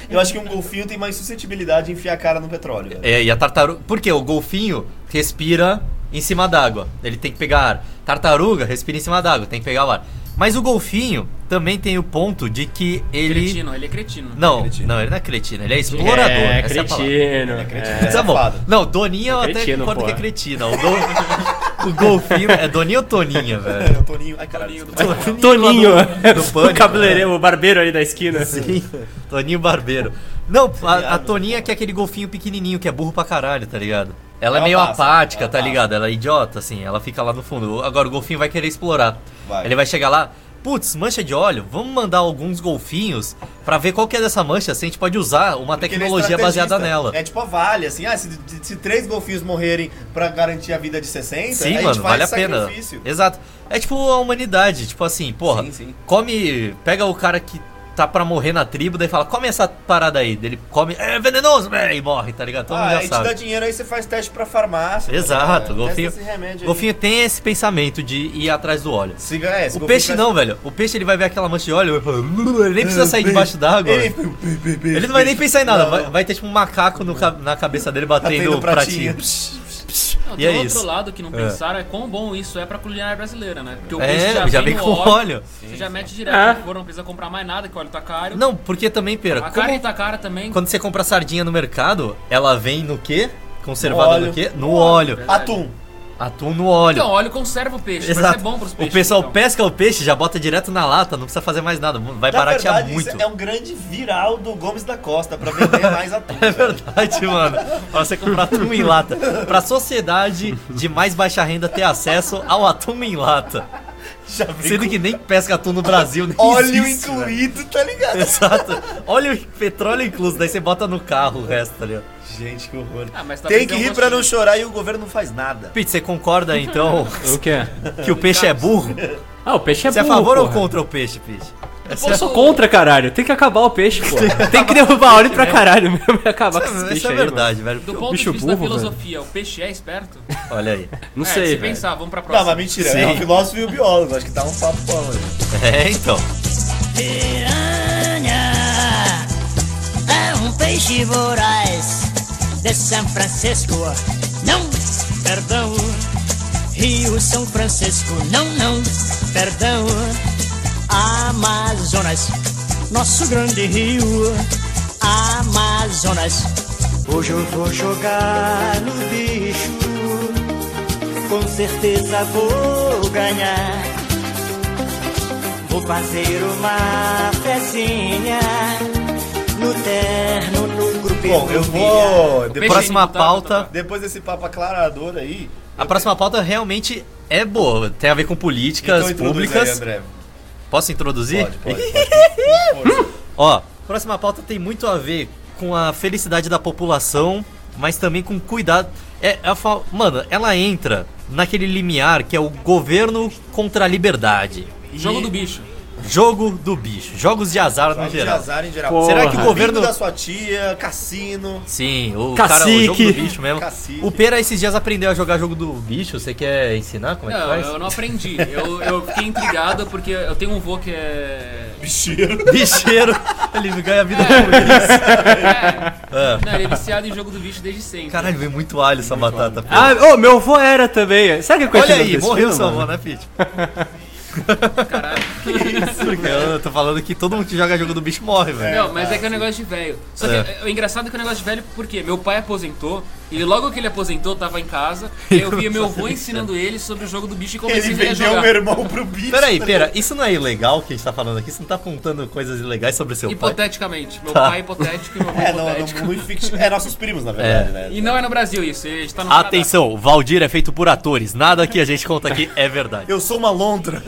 Speaker 2: Eu acho que um golfinho tem mais suscetibilidade de enfiar a cara no petróleo. velho.
Speaker 1: É, e a tartaruga. Porque o golfinho respira em cima d'água. Ele tem que pegar ar. Tartaruga respira em cima d'água, tem que pegar o ar. Mas o golfinho também tem o ponto de que ele.
Speaker 3: Cretino, ele é cretino.
Speaker 1: Não,
Speaker 2: Cretino.
Speaker 1: não, ele não é cretino, ele é explorador.
Speaker 4: é,
Speaker 1: essa é a palavra.
Speaker 4: cretino.
Speaker 2: É cretino.
Speaker 4: é.
Speaker 1: Tá bom.
Speaker 2: safado.
Speaker 1: Não, Doninha eu até
Speaker 4: Cretino,
Speaker 1: concordo
Speaker 4: pô.
Speaker 1: que é cretina. O, do- o golfinho. É Doninha ou Toninha,
Speaker 2: É,
Speaker 1: velho?
Speaker 2: o Toninho. Ai, caralho.
Speaker 3: Toninho do
Speaker 2: desculpa.
Speaker 4: Toninho, é,
Speaker 1: do pânico, né?
Speaker 4: o cabeleireiro, o barbeiro ali da esquina.
Speaker 1: Sim, Assim, Toninho Barbeiro. Não, a, a Toninha que é aquele golfinho pequenininho que é burro pra caralho, tá ligado? Ela é
Speaker 2: Ela
Speaker 1: meio
Speaker 2: passa,
Speaker 1: apática,
Speaker 2: ela
Speaker 1: tá
Speaker 2: passa.
Speaker 1: ligado? Ela é idiota, assim, ela fica lá no fundo. Agora o golfinho vai querer explorar.
Speaker 2: Vai.
Speaker 1: Ele vai chegar lá, putz, mancha de óleo, vamos mandar alguns golfinhos pra ver qual que é dessa mancha, se a gente pode usar uma
Speaker 2: Porque ele é
Speaker 1: tecnologia baseada
Speaker 2: estrategista.
Speaker 1: nela.
Speaker 2: É tipo a Vale, assim, ah, se, se três golfinhos morrerem pra garantir a vida de 60,
Speaker 1: Sim,
Speaker 2: aí a gente
Speaker 1: mano,
Speaker 2: faz
Speaker 1: vale a pena.
Speaker 2: sacrifício.
Speaker 1: Exato. É tipo a humanidade, tipo assim, porra,
Speaker 2: Sim, sim.
Speaker 1: come, pega o cara que tá pra morrer na tribo, daí fala, come essa parada aí. Daí Ele come, é venenoso, né? e morre, tá ligado? Todo mundo
Speaker 2: Ah,
Speaker 1: já
Speaker 2: aí te dá
Speaker 1: sabe.
Speaker 2: dinheiro, aí você faz teste pra farmácia. tá
Speaker 1: Exato,
Speaker 2: ligado?
Speaker 1: golfinho-
Speaker 2: Testa esse remédio aí.
Speaker 1: golfinho tem esse pensamento de ir atrás do óleo.
Speaker 2: Siga é, esse
Speaker 1: O
Speaker 2: golfinho
Speaker 1: peixe
Speaker 2: faz-
Speaker 1: não, velho. O peixe ele vai ver aquela mancha de óleo e vai falar, ele nem precisa sair debaixo d'água.
Speaker 2: Ele,
Speaker 1: velho. Ele não vai nem pensar em nada, vai, vai ter tipo um macaco no ca- na cabeça dele batendo
Speaker 2: Batendo
Speaker 1: o pratinho.
Speaker 2: Tá pratinho.
Speaker 3: Não,
Speaker 1: E
Speaker 3: tem
Speaker 1: é
Speaker 3: outro
Speaker 1: isso.
Speaker 3: lado que não pensaram é quão bom isso é pra culinária brasileira, né? Porque o peixe
Speaker 1: É, já vem
Speaker 3: no
Speaker 1: com óleo.
Speaker 3: Você já mete direto
Speaker 4: É.
Speaker 3: no forno, não precisa comprar mais nada, que o óleo tá caro.
Speaker 1: Não, porque também, pera,
Speaker 3: a
Speaker 1: como
Speaker 3: carne tá cara também.
Speaker 1: Quando você compra sardinha no mercado, ela vem no quê? Conservada
Speaker 2: No
Speaker 1: no quê? No
Speaker 2: óleo.
Speaker 1: óleo.
Speaker 3: Verdade.
Speaker 2: Atum.
Speaker 1: Atum no óleo.
Speaker 3: Então, óleo conserva o peixe, mas é bom pros peixes.
Speaker 1: o pessoal
Speaker 3: então.
Speaker 1: pesca o peixe, já bota direto na lata, não precisa fazer mais nada. Vai
Speaker 2: Na
Speaker 1: baratear
Speaker 2: verdade,
Speaker 1: muito.
Speaker 2: isso é um grande viral do Gomes da Costa pra vender mais atum.
Speaker 1: É verdade, mano. Pra você comprar atum em lata. Pra sociedade de mais baixa renda ter acesso ao atum em lata.
Speaker 2: Já vem
Speaker 1: Sendo que nem pesca atum no Brasil, nem
Speaker 2: óleo
Speaker 1: existe, né?
Speaker 2: incluído, tá ligado?
Speaker 1: Exato. Óleo e petróleo incluso, daí você bota no carro o resto ali, ó.
Speaker 2: Gente, que horror.
Speaker 3: Ah, mas tá
Speaker 2: Tem
Speaker 3: bem,
Speaker 2: que
Speaker 3: então
Speaker 2: rir
Speaker 3: eu
Speaker 2: pra não
Speaker 3: gosto.
Speaker 2: chorar e o governo não faz nada.
Speaker 1: Pete, você concorda então
Speaker 4: O que é?
Speaker 1: que o peixe é burro?
Speaker 4: Ah, o peixe é
Speaker 1: Você é a
Speaker 4: burro,
Speaker 1: favor ou
Speaker 4: porra.
Speaker 1: contra o peixe, é- Pete?
Speaker 2: É
Speaker 4: Eu sou contra, caralho. Tem que acabar o peixe, pô. Tem que derrubar óleo pra caralho mesmo e acabar com esse
Speaker 1: né? Isso,
Speaker 4: peixe
Speaker 1: é
Speaker 4: aí,
Speaker 1: verdade, velho.
Speaker 3: Do
Speaker 1: porque
Speaker 3: ponto
Speaker 4: bicho
Speaker 3: de vista da
Speaker 4: burro,
Speaker 3: filosofia, o peixe é esperto?
Speaker 1: eu- Olha aí.
Speaker 4: mano. Não
Speaker 3: é,
Speaker 4: sei,
Speaker 3: se
Speaker 4: velho.
Speaker 3: pensar, vamos pra
Speaker 2: Não,
Speaker 3: próxima.
Speaker 2: mas mentira, é o
Speaker 1: Sim.
Speaker 2: filósofo e o biólogo. Acho que tá um papo bom, né?
Speaker 1: É, então.
Speaker 6: Piranha é um peixe voraz de São Francisco. Não, perdão. Rio São Francisco. Não, não, perdão. Amazonas, nosso grande rio. Amazonas. Hoje eu vou jogar no bicho. Com certeza vou ganhar. Vou fazer uma fezinha no terno, no grupo.
Speaker 2: Bom, eu vou.
Speaker 3: Peixe
Speaker 2: Depois,
Speaker 1: Próxima
Speaker 3: não tá, não
Speaker 1: pauta.
Speaker 3: tá.
Speaker 2: depois desse papo aclarador aí.
Speaker 1: A próxima pauta realmente é boa. Tem a ver com políticas
Speaker 2: então introduz aí,
Speaker 1: públicas.
Speaker 2: André.
Speaker 1: Posso introduzir?
Speaker 2: Pode, pode. pode. Força.
Speaker 1: Ó, próxima pauta tem muito a ver com a felicidade da população, mas também com cuidado. É, é a fa- Mano, ela entra naquele limiar que é o governo contra a liberdade.
Speaker 3: Jogo do bicho.
Speaker 1: Jogo do bicho. Jogos de azar no
Speaker 2: Vai de
Speaker 1: geral.
Speaker 2: azar em geral.
Speaker 4: Porra.
Speaker 1: Será que o
Speaker 2: Amigo
Speaker 1: governo.
Speaker 2: da sua tia, cassino.
Speaker 1: Sim, o
Speaker 4: Cacique.
Speaker 1: cara, o jogo do bicho mesmo.
Speaker 2: Cacique.
Speaker 1: O Pera esses dias aprendeu a jogar jogo do bicho. Você quer ensinar como é que
Speaker 3: Não,
Speaker 1: faz?
Speaker 3: eu não aprendi. Eu, eu fiquei intrigado porque eu tenho um vô que é.
Speaker 2: Bicheiro.
Speaker 1: Bicheiro, ele ganha vida com isso.
Speaker 3: é.
Speaker 1: Ah.
Speaker 3: Não, ele é viciado em jogo do bicho desde sempre.
Speaker 1: Caralho, veio muito alho essa batata. pô.
Speaker 4: Ah, ô, meu avô era também. Sabe que coisa
Speaker 1: Olha aí, morreu sua avó, né, Pete? Porque eu tô falando que todo mundo que joga jogo do bicho morre, velho.
Speaker 3: Não, mas é que é um negócio de velho. Só que
Speaker 1: É.
Speaker 3: é. o engraçado é que é um negócio de velho porque meu pai aposentou e logo que ele aposentou eu tava em casa e eu via meu avô ensinando ele sobre o jogo do bicho e
Speaker 2: Ele
Speaker 3: comecei a
Speaker 2: vendeu
Speaker 3: jogar.
Speaker 2: meu irmão pro bicho.
Speaker 1: Peraí, pera, isso não é ilegal que a gente tá falando aqui? Você não tá apontando coisas ilegais sobre seu pai?
Speaker 3: Hipoteticamente. Meu
Speaker 1: Tá.
Speaker 3: pai é hipotético e meu avô
Speaker 2: É,
Speaker 3: é,
Speaker 2: não,
Speaker 3: hipotético.
Speaker 2: não, muito fictício. É nossos primos, na verdade,
Speaker 1: É.
Speaker 2: né?
Speaker 3: E não é no Brasil isso, ele está no
Speaker 1: Ah,
Speaker 3: Canadá.
Speaker 1: Atenção, o Valdir é feito por atores. Nada que a gente conta aqui é verdade.
Speaker 2: Eu sou uma lontra.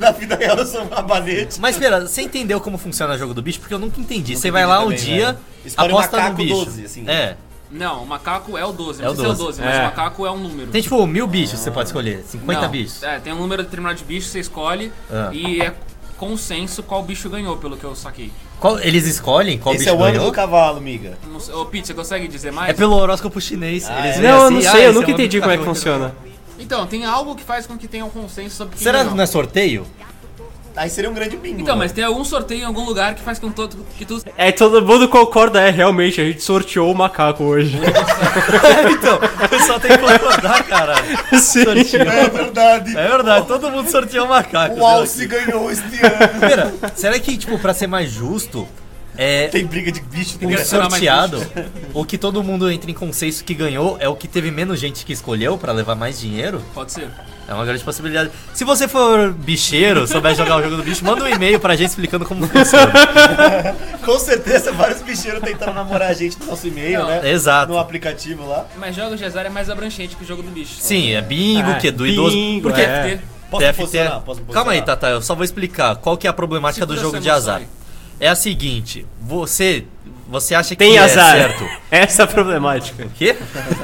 Speaker 2: Na vida real, eu sou um uma banete.
Speaker 1: Mas pera, você entendeu como funciona o jogo do bicho? Porque eu nunca entendi. você vai lá um
Speaker 2: também,
Speaker 1: dia,
Speaker 2: velho. Escolhe um
Speaker 1: aposta no
Speaker 2: macaco
Speaker 1: bicho.
Speaker 2: 12, assim.
Speaker 1: É.
Speaker 3: Não, o macaco é o 12. Não
Speaker 1: É o
Speaker 3: sei se é o
Speaker 1: 12,
Speaker 3: 12, mas
Speaker 4: é.
Speaker 3: o macaco é um número.
Speaker 1: Tem tipo mil bichos que você pode escolher, 50
Speaker 3: Não,
Speaker 1: bichos.
Speaker 3: É, tem um número determinado de bichos, você escolhe
Speaker 1: Ah.
Speaker 3: e é consenso qual bicho ganhou, pelo que eu saquei.
Speaker 1: Qual- eles escolhem qual
Speaker 2: Esse é
Speaker 1: bicho
Speaker 2: o ano
Speaker 1: ganhou?
Speaker 2: do cavalo, miga.
Speaker 3: Não sei- Ô, Pete, você consegue dizer mais?
Speaker 1: É pelo horóscopo chinês. eles veem
Speaker 4: Não, eu
Speaker 1: assim,
Speaker 4: não
Speaker 1: "Ah,
Speaker 4: sei, eu
Speaker 1: esse é
Speaker 4: nunca
Speaker 1: o ano
Speaker 4: entendi
Speaker 1: do
Speaker 4: como é que
Speaker 1: cavalo".
Speaker 4: funciona.
Speaker 3: Então, tem algo que faz com que tenha um consenso sobre quem
Speaker 1: Será que
Speaker 3: ganhou.
Speaker 1: não é sorteio?
Speaker 2: Aí seria um grande bingo.
Speaker 3: Então,
Speaker 2: né?
Speaker 3: mas tem algum sorteio em algum lugar que faz com todo, que tudo
Speaker 4: É, todo mundo concorda, é, realmente, a gente sorteou o macaco hoje.
Speaker 1: então, o pessoal tem que concordar, caralho.
Speaker 4: Sim.
Speaker 2: É verdade.
Speaker 1: É verdade, todo mundo sorteou o macaco. né?
Speaker 2: O Alce ganhou este ano.
Speaker 1: Pera, será que, tipo, pra ser mais justo, é
Speaker 2: Tem briga de bicho. tem
Speaker 1: um
Speaker 2: graça.
Speaker 4: é
Speaker 3: adicionar mais
Speaker 1: sorteado, o que todo mundo entra em consenso que ganhou é o que teve menos gente que escolheu pra levar mais dinheiro?
Speaker 3: pode ser.
Speaker 1: É uma grande possibilidade. Se você for bicheiro, souber jogar o jogo do bicho, manda um e-mail pra gente explicando como funciona.
Speaker 2: Com certeza, vários bicheiros tentaram namorar a gente no nosso e-mail,
Speaker 3: Não.
Speaker 1: é.
Speaker 2: né? No
Speaker 1: Exato.
Speaker 2: aplicativo lá.
Speaker 3: Mas jogos de azar é mais abrangente que o jogo do bicho.
Speaker 1: Sim, é bingo,
Speaker 4: Ah,
Speaker 1: que é do idoso.
Speaker 4: bingo,
Speaker 1: porque
Speaker 4: é.
Speaker 3: Deve ter.
Speaker 2: Posso
Speaker 1: TFT.
Speaker 2: me posicionar? Posso me
Speaker 1: Calma aí, tá.
Speaker 2: posicionar?
Speaker 1: Tata, eu só vou explicar qual que é a problemática do
Speaker 3: Segura
Speaker 1: jogo
Speaker 3: essa
Speaker 1: de
Speaker 3: emoção
Speaker 1: azar.
Speaker 3: aí.
Speaker 1: É a seguinte, você você acha
Speaker 4: Tem
Speaker 1: que
Speaker 4: azar.
Speaker 1: é certo.
Speaker 4: Essa é a problemática.
Speaker 1: O quê?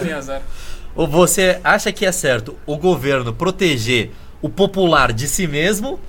Speaker 3: Tem azar.
Speaker 1: Ou você acha que é certo o governo proteger o popular de si mesmo?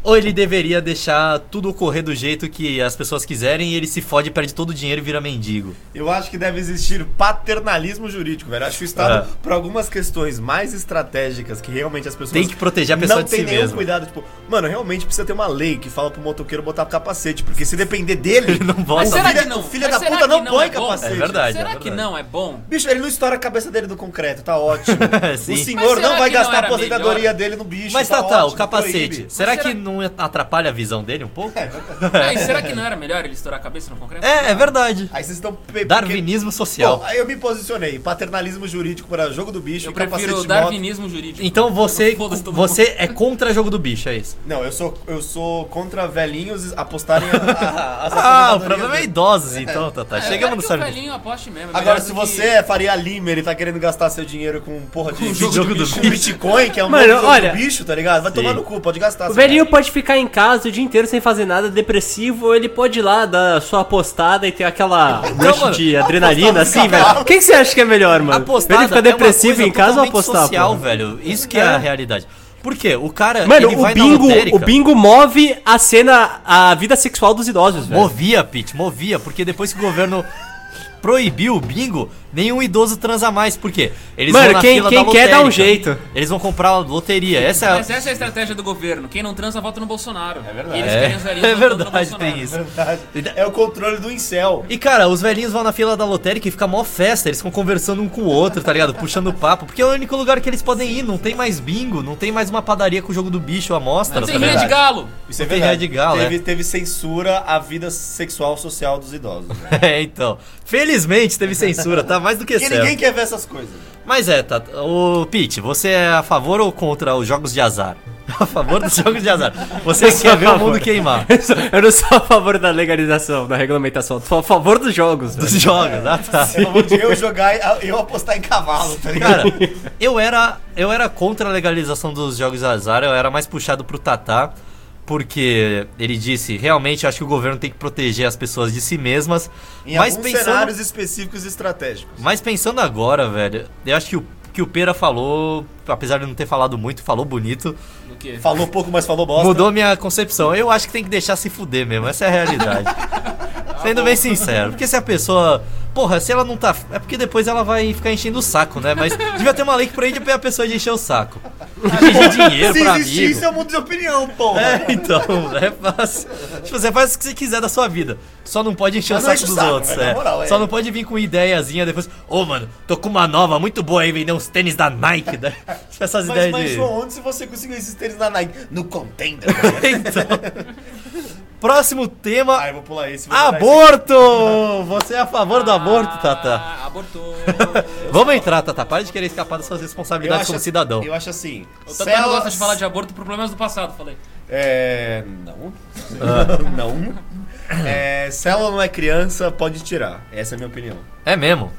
Speaker 1: Ou ele deveria deixar tudo ocorrer do jeito que as pessoas quiserem e ele se fode, perde todo o dinheiro e vira mendigo?
Speaker 2: Eu acho que deve existir paternalismo jurídico, velho. Acho que o Estado,
Speaker 1: É.
Speaker 2: por algumas questões mais estratégicas que realmente as pessoas.
Speaker 1: Tem que proteger a pessoa
Speaker 2: não
Speaker 1: de
Speaker 2: tem
Speaker 1: si
Speaker 2: nenhum
Speaker 1: mesmo.
Speaker 2: cuidado. Tipo, mano, realmente precisa ter uma lei que fala pro motoqueiro botar capacete, porque se depender dele.
Speaker 1: Ele não
Speaker 3: Mas
Speaker 1: bota.
Speaker 3: será
Speaker 2: filha-
Speaker 3: que não?
Speaker 2: filha
Speaker 3: Mas
Speaker 2: da
Speaker 3: será
Speaker 2: puta não
Speaker 3: que
Speaker 2: põe
Speaker 3: é bom?
Speaker 2: capacete.
Speaker 1: É verdade.
Speaker 3: Será que
Speaker 1: verdade.
Speaker 3: não é bom?
Speaker 2: Bicho, ele não estoura a cabeça dele no concreto, tá ótimo.
Speaker 1: Sim.
Speaker 2: O senhor
Speaker 3: Mas será
Speaker 2: não vai
Speaker 3: que não
Speaker 2: gastar a
Speaker 3: era
Speaker 2: aposentadoria
Speaker 3: melhor?
Speaker 2: dele no bicho.
Speaker 1: Mas
Speaker 2: tá
Speaker 1: Tata, o
Speaker 2: ótimo,
Speaker 1: capacete.
Speaker 2: proíbe.
Speaker 1: Será,
Speaker 3: Mas
Speaker 1: que
Speaker 3: será-
Speaker 1: não atrapalha a visão dele um pouco? É,
Speaker 3: Ah, e será que não era melhor ele estourar a cabeça no concreto?
Speaker 1: é verdade.
Speaker 2: Aí vocês estão. pe-
Speaker 1: Darwinismo
Speaker 2: porque- Bom,
Speaker 1: social.
Speaker 2: aí eu me posicionei. Paternalismo jurídico para jogo do bicho
Speaker 3: Eu
Speaker 2: e
Speaker 3: prefiro
Speaker 2: capacete
Speaker 3: o
Speaker 2: de moto.
Speaker 3: darwinismo jurídico.
Speaker 1: Então você,
Speaker 3: Foda-se todo mundo.
Speaker 1: você é contra jogo do bicho, é isso?
Speaker 2: Não, eu sou, eu sou contra velhinhos apostarem a, a-
Speaker 1: Ah,
Speaker 2: as
Speaker 1: o
Speaker 2: aposentadorias
Speaker 1: problema é
Speaker 2: dele.
Speaker 1: idosos, então, Tata.
Speaker 3: Ah, eu
Speaker 1: Chegamos
Speaker 3: quero
Speaker 1: no
Speaker 3: que o
Speaker 1: serviço.
Speaker 3: velhinho aposte mesmo. é
Speaker 2: Agora,
Speaker 3: melhor
Speaker 2: se
Speaker 3: do
Speaker 2: você
Speaker 3: que-
Speaker 2: é Faria Limer e tá querendo gastar seu dinheiro com porra de
Speaker 3: Com jogo do bicho.
Speaker 2: com Bitcoin, que é um
Speaker 4: Mano,
Speaker 2: novo jogo
Speaker 4: olha-
Speaker 2: do bicho, tá ligado? Vai tomar no cu, pode gastar.
Speaker 4: O
Speaker 2: seu
Speaker 4: velhinho
Speaker 2: cara.
Speaker 4: pode ficar em casa o dia inteiro sem fazer nada, depressivo, ou ele pode ir lá dar sua apostada e ter aquela rush
Speaker 1: mano,
Speaker 4: de adrenalina, assim,
Speaker 2: cavalo.
Speaker 4: velho. O que, que você acha que é melhor, mano?
Speaker 1: Apostada
Speaker 4: ele ficar
Speaker 1: é uma
Speaker 4: depressivo
Speaker 1: coisa
Speaker 4: em casa ou
Speaker 1: totalmente
Speaker 4: apostar,
Speaker 1: social,
Speaker 4: pô?
Speaker 1: velho. Isso que é, a realidade. Por quê? O cara,
Speaker 4: Mano,
Speaker 1: ele vai
Speaker 4: o
Speaker 1: na
Speaker 4: bingo,
Speaker 1: lotérica...
Speaker 4: o bingo move a cena, a vida sexual dos idosos, velho.
Speaker 1: Movia, Pete, movia, porque depois que o governo proibiu o bingo, nenhum idoso transa mais. Por quê? Eles
Speaker 4: Mano, quem- quem quer dá um
Speaker 1: lotérica.
Speaker 4: jeito.
Speaker 1: Eles vão comprar a loteria. Essa é a...
Speaker 3: Mas essa é a estratégia do governo. Quem não transa, vota no Bolsonaro. É
Speaker 2: verdade.
Speaker 3: E eles querem os
Speaker 1: É,
Speaker 3: velhinhos
Speaker 1: é
Speaker 3: votando no
Speaker 1: verdade,
Speaker 3: Bolsonaro.
Speaker 1: tem isso.
Speaker 2: É o controle do incel.
Speaker 1: E cara, os velhinhos vão na fila da lotérica e fica mó festa, eles ficam conversando um com o outro, tá ligado? Puxando papo, porque é o único lugar que eles podem ir, não tem mais bingo, não tem mais uma padaria com o jogo do bicho, a mostra,
Speaker 3: Não
Speaker 1: tá
Speaker 3: tem rinha
Speaker 1: ligado?
Speaker 3: de galo.
Speaker 2: Isso é
Speaker 1: Não tem
Speaker 2: verdade.
Speaker 1: Red Galo,
Speaker 2: teve,
Speaker 1: é.
Speaker 2: teve censura à vida sexual social dos idosos. Né?
Speaker 1: É, então. Felizmente teve censura, tá mais do que
Speaker 2: Porque
Speaker 1: certo.
Speaker 2: ninguém quer ver essas coisas.
Speaker 1: Mas é, tá, o Pete, você é a favor ou contra os jogos de azar? A favor dos jogos de azar. Você
Speaker 4: sou
Speaker 1: quer
Speaker 4: a
Speaker 1: ver o
Speaker 4: favor.
Speaker 1: mundo queimar.
Speaker 4: Eu não sou a favor da legalização, da regulamentação, eu sou a favor dos jogos, velho.
Speaker 1: Dos jogos, ah tá.
Speaker 2: É como de eu jogar, e- eu apostar em cavalo, tá ligado?
Speaker 1: Cara, eu era, eu era contra a legalização dos jogos de azar, eu era mais puxado pro Tatá, porque ele disse, realmente, eu acho que o governo tem que proteger as pessoas de si mesmas.
Speaker 2: Em
Speaker 1: mas,
Speaker 2: alguns
Speaker 1: pensando,
Speaker 2: cenários específicos e estratégicos.
Speaker 1: mas pensando agora, velho, eu acho que o, que o Pera falou, apesar de não ter falado muito, falou bonito,
Speaker 3: Do quê?
Speaker 2: Falou pouco, mas falou bosta.
Speaker 1: mudou minha concepção. Eu acho que tem que deixar se fuder mesmo, essa é a realidade. Sendo bem sincero, porque se a pessoa. Porra, se ela não tá. É porque depois ela vai ficar enchendo o saco, né? Mas devia ter uma lei que proíbe a pessoa de encher o saco. Pedir dinheiro
Speaker 2: Se
Speaker 1: pra
Speaker 2: existir,
Speaker 1: amigo.
Speaker 2: isso é mundo de opinião, porra.
Speaker 1: É, então, é fácil. Tipo, você faz o que você quiser da sua vida. Só não pode encher
Speaker 2: Mas
Speaker 1: o saco
Speaker 2: não enche o
Speaker 1: dos
Speaker 2: saco,
Speaker 1: outros.
Speaker 2: velho, na
Speaker 1: é.
Speaker 2: moral, é.
Speaker 1: Só não pode vir com ideiazinha depois. Ô, mano, tô com uma nova muito boa aí, vender uns tênis da Nike. Né? Tipo, essas
Speaker 2: Mas,
Speaker 1: ideias
Speaker 2: mas
Speaker 1: de.
Speaker 2: João, onde se você conseguiu esses tênis na Nike? No contender.
Speaker 1: Então. Próximo tema.
Speaker 2: ah, eu vou pular esse. vou pular esse.
Speaker 1: Aborto! Você é a favor do aborto, Tata?
Speaker 3: Ah, abortou.
Speaker 1: Vamos entrar, Tata. Para de querer escapar das suas
Speaker 2: Eu
Speaker 1: responsabilidades
Speaker 2: acho,
Speaker 1: como cidadão.
Speaker 2: eu acho assim.
Speaker 3: O Tatá não
Speaker 2: células-
Speaker 3: gosta de falar de aborto por problemas do passado, falei.
Speaker 2: É. Não. não. É, se ela não é criança, pode tirar. Essa é a minha opinião.
Speaker 1: É mesmo?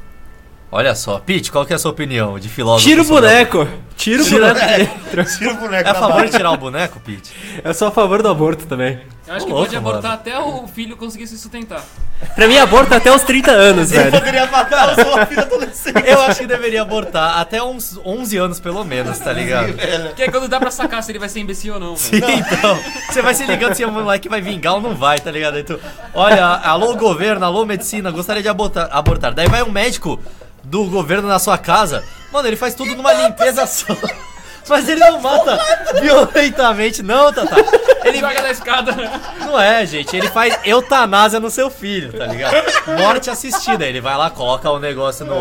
Speaker 1: Olha só, Pete, qual que é a sua opinião de filósofo?
Speaker 4: Tira o
Speaker 1: sobre
Speaker 4: boneco, tira o boneco.
Speaker 2: É, Tira o boneco
Speaker 1: É a
Speaker 2: da
Speaker 1: favor de
Speaker 2: barra.
Speaker 1: tirar o boneco, Pete?
Speaker 4: Eu sou a favor do aborto também.
Speaker 3: Eu acho
Speaker 1: Ô,
Speaker 3: que
Speaker 1: louco,
Speaker 3: pode abortar
Speaker 1: mano.
Speaker 3: até o filho conseguir se sustentar.
Speaker 4: Pra mim, aborto é até os 30 anos,
Speaker 2: Ele
Speaker 4: velho.
Speaker 2: poderia matar a sua filha adolescente.
Speaker 1: Eu acho que deveria abortar até uns 11 anos, pelo menos, tá ligado?
Speaker 3: Porque aí quando dá pra sacar se ele vai ser imbecil ou não. velho.
Speaker 1: Então, você vai se ligando se o moleque vai vingar ou não vai, tá ligado? Então, olha, alô governo, alô medicina, gostaria de abortar. abortar. Daí vai um médico do governo na sua casa, mano, ele faz tudo numa limpeza só. Mas ele não mata violentamente, não, Tata.
Speaker 3: Ele joga da escada.
Speaker 1: Não é, gente. Ele faz eutanásia no seu filho, tá ligado? Morte assistida. Ele vai lá, coloca o negócio no.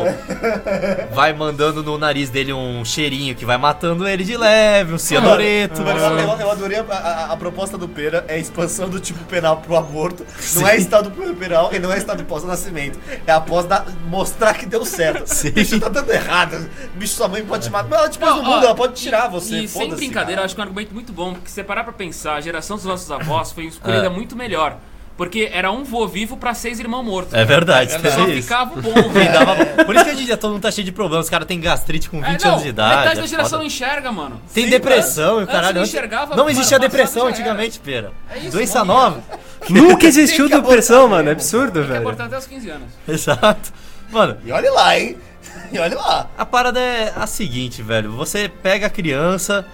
Speaker 1: Vai mandando no nariz dele um cheirinho que vai matando ele de leve, um cianureto.
Speaker 3: Ah.
Speaker 2: Mano, eu, eu- eu adorei a, a- a proposta do Pera, é a expansão do tipo penal pro aborto. Não é estado penal e não é estado pós-nascimento. É após da- mostrar que deu certo. Bicho, tá dando errado. Bicho, sua mãe pode te matar. Mas ela te pôs no
Speaker 3: Não, ó,
Speaker 2: mundo, ela pode tirar você.
Speaker 3: E sem
Speaker 2: foda-se,
Speaker 3: brincadeira, eu
Speaker 2: cara.
Speaker 3: acho que é um argumento muito bom, porque se você parar pra pensar, a geração dos nossos avós foi escolhida
Speaker 1: É.
Speaker 3: muito melhor. Porque era um vô vivo pra seis irmãos mortos.
Speaker 1: É verdade, é
Speaker 3: Só
Speaker 1: isso.
Speaker 3: ficava o bom,
Speaker 1: Quem
Speaker 3: velho.
Speaker 1: dava- Por isso que hoje em dia todo mundo tá cheio de problemas. Os caras têm gastrite com 20
Speaker 3: É, não,
Speaker 1: anos de idade.
Speaker 3: Metade
Speaker 1: é
Speaker 3: da geração
Speaker 1: foda.
Speaker 3: não enxerga, mano.
Speaker 1: Tem
Speaker 2: Sim,
Speaker 1: depressão e o
Speaker 3: antes
Speaker 1: caralho.
Speaker 3: não
Speaker 1: antes-
Speaker 3: enxergava,
Speaker 1: não
Speaker 3: mano,
Speaker 1: existia
Speaker 3: passado
Speaker 1: depressão
Speaker 3: já era.
Speaker 1: antigamente, pera.
Speaker 3: É isso,
Speaker 1: Doença
Speaker 3: morria.
Speaker 1: nova.
Speaker 4: Nunca existiu depressão, mano. É absurdo,
Speaker 3: Tem que
Speaker 4: velho.
Speaker 3: abortar até os 15 anos.
Speaker 1: Exato. Mano,
Speaker 2: E olha lá, hein? E olha lá.
Speaker 1: A parada é a seguinte, velho. Você pega a criança.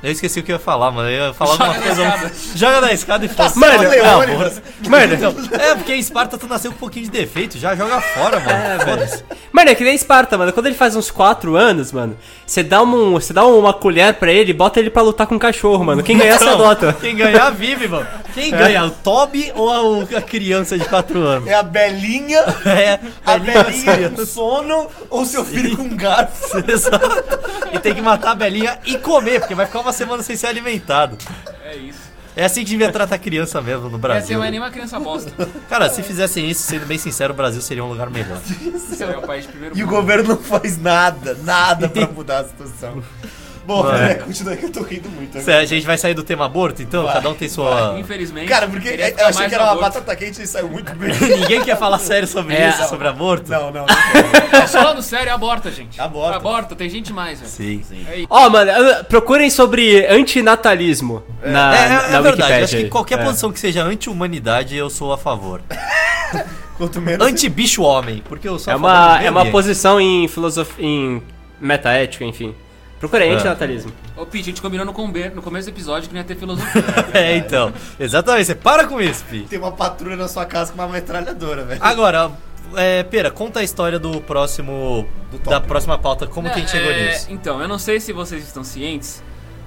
Speaker 1: Eu esqueci o que eu ia falar, mano. Eu ia falar alguma coisa. Joga na escada e faz.
Speaker 4: Mano,
Speaker 2: Leônidas.
Speaker 4: Mano,
Speaker 1: É, porque em Esparta tu nasceu com um pouquinho de defeito, já joga fora, mano. Foda-se.
Speaker 4: Mano, é que nem Esparta, mano. Quando ele faz uns 4 anos, mano, você dá, um, você dá uma colher pra ele e bota ele pra lutar com um cachorro, mano. Quem ganhar, você
Speaker 1: Então,
Speaker 4: adota.
Speaker 1: Quem ganhar, vive, mano. Quem
Speaker 4: É.
Speaker 1: ganha, o Toby ou a, o- a criança de 4 anos?
Speaker 2: É a Belinha,
Speaker 1: É,
Speaker 2: a
Speaker 1: velhinha das
Speaker 2: Belinha com
Speaker 1: crianças.
Speaker 2: sono ou seu filho com garfo.
Speaker 1: Exato. E tem que matar a Belinha e comer, porque vai ficar uma semana sem ser alimentado.
Speaker 3: É isso.
Speaker 1: É assim que devia tratar criança mesmo no
Speaker 3: Essa
Speaker 1: Brasil.
Speaker 3: não é nem uma criança bosta.
Speaker 1: Cara, se fizessem isso, sendo bem sincero, o Brasil seria um lugar melhor.
Speaker 3: Isso é o país de primeiro
Speaker 2: E o
Speaker 3: mundo.
Speaker 2: governo não faz nada, nada pra mudar a situação. Bom,
Speaker 1: Não é.
Speaker 2: né, continua que eu tô rindo muito.
Speaker 1: Cê- a gente vai sair do tema aborto, então?
Speaker 2: Vai,
Speaker 1: Cada um tem sua.
Speaker 3: Infelizmente.
Speaker 2: Cara, porque
Speaker 3: queria
Speaker 2: eu
Speaker 3: ficar
Speaker 2: achei
Speaker 3: mais
Speaker 2: que era uma
Speaker 3: na boca.
Speaker 2: batata quente e saiu muito bem.
Speaker 1: Ninguém quer falar sério sobre
Speaker 3: É,
Speaker 1: isso,
Speaker 3: não.
Speaker 1: sobre aborto?
Speaker 2: Não, não, não. quero.
Speaker 3: Falando sério, aborta, gente.
Speaker 2: Aborta.
Speaker 3: Aborta, tem gente mais, velho.
Speaker 1: Sim, sim.
Speaker 3: É isso.
Speaker 4: Ó, mano, ah, procurem sobre antinatalismo na,
Speaker 1: É, é-
Speaker 4: Ah, na
Speaker 1: é verdade,
Speaker 4: Wikipédia.
Speaker 1: acho que qualquer
Speaker 4: É.
Speaker 1: posição que seja anti-humanidade, eu sou a favor.
Speaker 2: Quanto menos.
Speaker 1: Anti-bicho homem, porque eu sou a
Speaker 4: É
Speaker 1: favor do
Speaker 4: uma,
Speaker 1: meio
Speaker 4: é uma
Speaker 1: ambiente.
Speaker 4: posição em filosofia, em metaética, enfim. Procurem
Speaker 1: É.
Speaker 4: antinatalismo.
Speaker 3: Ô, Pete, a gente combinou no, combe- no começo do episódio que não ia ter filosofia.
Speaker 1: É, então. Exatamente, você para com isso, Pi.
Speaker 2: Tem uma patrulha na sua casa com uma metralhadora,
Speaker 3: Ah,
Speaker 2: velho.
Speaker 1: Agora, é, Pera, conta a história do próximo.
Speaker 2: Do
Speaker 1: da
Speaker 2: tópico.
Speaker 1: próxima pauta, como que a gente
Speaker 3: É,
Speaker 1: chegou nisso?
Speaker 3: Então, eu não sei se vocês estão cientes,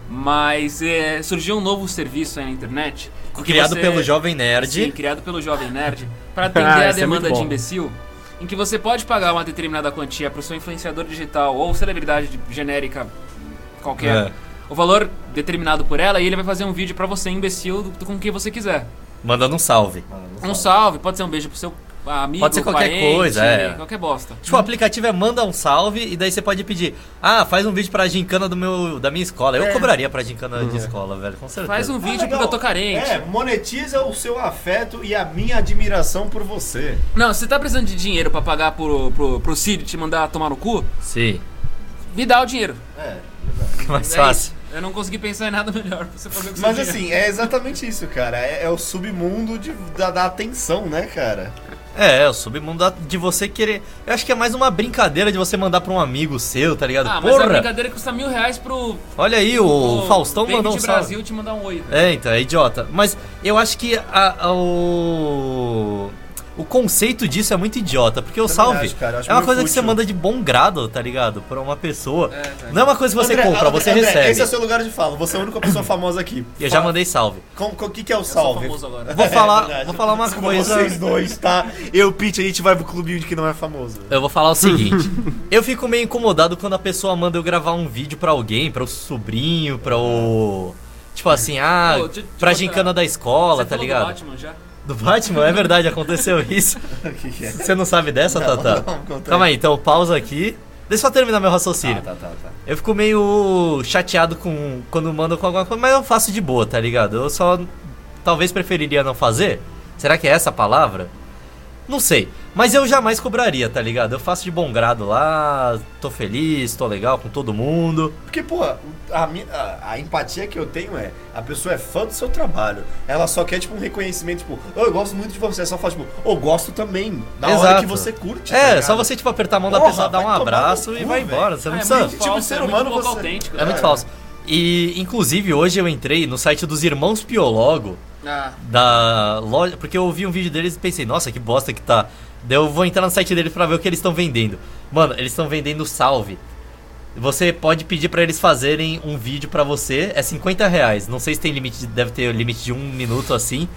Speaker 3: mas é, surgiu um novo serviço aí na internet. que
Speaker 1: Criado
Speaker 3: você-
Speaker 1: pelo Jovem Nerd. Ah,
Speaker 3: Sim, criado pelo Jovem Nerd, para atender a
Speaker 4: esse é muito
Speaker 3: demanda de
Speaker 4: bom.
Speaker 3: imbecil, em que você pode pagar uma determinada quantia para o seu influenciador digital ou celebridade de- genérica qualquer.
Speaker 1: É.
Speaker 3: O valor determinado por ela e ele vai fazer um vídeo para você, imbecil, do- do- com quem você quiser.
Speaker 1: Mandando um salve.
Speaker 3: Um salve, pode ser um beijo pro seu amigo,
Speaker 1: Pode ser qualquer
Speaker 3: parente,
Speaker 1: coisa, é.
Speaker 3: qualquer bosta.
Speaker 1: Tipo, o aplicativo é manda um salve e daí você pode pedir, ah, faz um vídeo pra gincana do meu, da minha escola. Eu cobraria pra gincana de escola, velho, com certeza.
Speaker 3: É. Faz um
Speaker 2: Ah,
Speaker 3: vídeo
Speaker 2: legal.
Speaker 3: porque eu tô carente.
Speaker 2: É, monetiza o seu afeto e a minha admiração por você.
Speaker 3: Não, se você tá precisando de dinheiro pra pagar pro, pro, pro Cid te mandar tomar no cu,
Speaker 1: Sim,
Speaker 3: me dá o dinheiro.
Speaker 2: É.
Speaker 1: mais
Speaker 3: É
Speaker 1: fácil.
Speaker 3: isso. Eu não consegui pensar em nada melhor pra você fazer o que
Speaker 2: Mas assim, é exatamente isso, cara. É, é o submundo de- da, da atenção, né, cara?
Speaker 1: É, é, o submundo da- de você querer. Eu acho que é mais uma brincadeira de você mandar pra um amigo seu, tá ligado?
Speaker 3: Ah, mas a
Speaker 1: Porra!
Speaker 3: brincadeira custa mil reais pro.
Speaker 1: Olha aí, o Faustão
Speaker 3: David
Speaker 1: mandou um salve.
Speaker 3: Brasil te mandar um oi.
Speaker 1: É, então, é idiota. Mas eu acho que a- a- o. O conceito disso é muito idiota, porque o
Speaker 2: Também
Speaker 1: salve
Speaker 2: acho, cara, eu acho
Speaker 1: é uma
Speaker 2: meio
Speaker 1: coisa que
Speaker 2: fútil.
Speaker 1: você manda de bom grado, tá ligado? Pra uma pessoa. Não é uma coisa que você
Speaker 2: André,
Speaker 1: compra,
Speaker 2: André,
Speaker 1: você
Speaker 2: André,
Speaker 1: recebe.
Speaker 2: Esse é o seu lugar de fala. Você é a única pessoa famosa aqui.
Speaker 1: E eu já mandei salve.
Speaker 2: O que, que é o
Speaker 3: Eu sou
Speaker 2: salve?
Speaker 3: famoso agora.
Speaker 1: Vou falar,
Speaker 2: verdade.
Speaker 1: vou falar uma
Speaker 2: Desculpa
Speaker 1: coisa.
Speaker 2: vocês dois, tá? Eu, Pete, a gente vai pro clubinho de que não é famoso.
Speaker 1: Eu vou falar o seguinte. eu fico meio incomodado quando a pessoa manda eu gravar um vídeo pra alguém, pra o sobrinho, pra o. Tipo assim, ah,
Speaker 3: Ô, deixa eu te
Speaker 1: pra
Speaker 3: contar.
Speaker 1: gincana da escola,
Speaker 3: Você
Speaker 1: tá
Speaker 3: falou Do
Speaker 1: ligado?
Speaker 3: Batman já?
Speaker 1: Do Batman, é verdade, aconteceu isso.
Speaker 2: O que, que é?
Speaker 1: Você não sabe dessa, Tata?
Speaker 2: não, conta
Speaker 1: Calma aí, então pausa aqui. Deixa eu só terminar meu raciocínio.
Speaker 2: Tá, tá, tá.
Speaker 1: Eu fico meio chateado com quando mandam com alguma coisa, mas eu faço de boa, tá ligado? Eu só talvez preferiria não fazer. Será que é essa a palavra? Não sei. Mas eu jamais cobraria, tá ligado? Eu faço de bom grado lá, tô feliz, tô legal com todo mundo.
Speaker 2: Porque, pô, a, mi- a, a empatia que eu tenho é, a pessoa é fã do seu trabalho. Ela só quer, tipo, um reconhecimento, tipo, "Ô, eu gosto muito de você. Só fala, tipo, eu gosto também. Na hora
Speaker 1: Exato.
Speaker 2: que você curte. tá
Speaker 1: É,
Speaker 2: ligado?
Speaker 1: só você tipo apertar a mão da
Speaker 2: Porra,
Speaker 1: pessoa, dar um
Speaker 2: vai tomar no
Speaker 1: abraço e
Speaker 2: cu,
Speaker 1: vai
Speaker 2: velho.
Speaker 1: embora. Você não
Speaker 3: Ah,
Speaker 1: precisa.
Speaker 3: É muito
Speaker 2: Tipo,
Speaker 3: falso,
Speaker 2: ser
Speaker 3: é muito
Speaker 2: humano
Speaker 3: pouco
Speaker 2: você-
Speaker 3: autêntico. né?
Speaker 1: É muito falso. E inclusive hoje eu entrei no site dos irmãos Piologo.
Speaker 3: Ah,
Speaker 1: da loja, porque eu ouvi um vídeo deles e pensei, nossa, que bosta que tá. Daí eu vou entrar no site deles pra ver o que eles estão vendendo. Mano, eles estão vendendo salve. Você pode pedir pra eles fazerem um vídeo pra você, é 50 reais. Não sei se tem limite, de- deve ter limite de um minuto assim.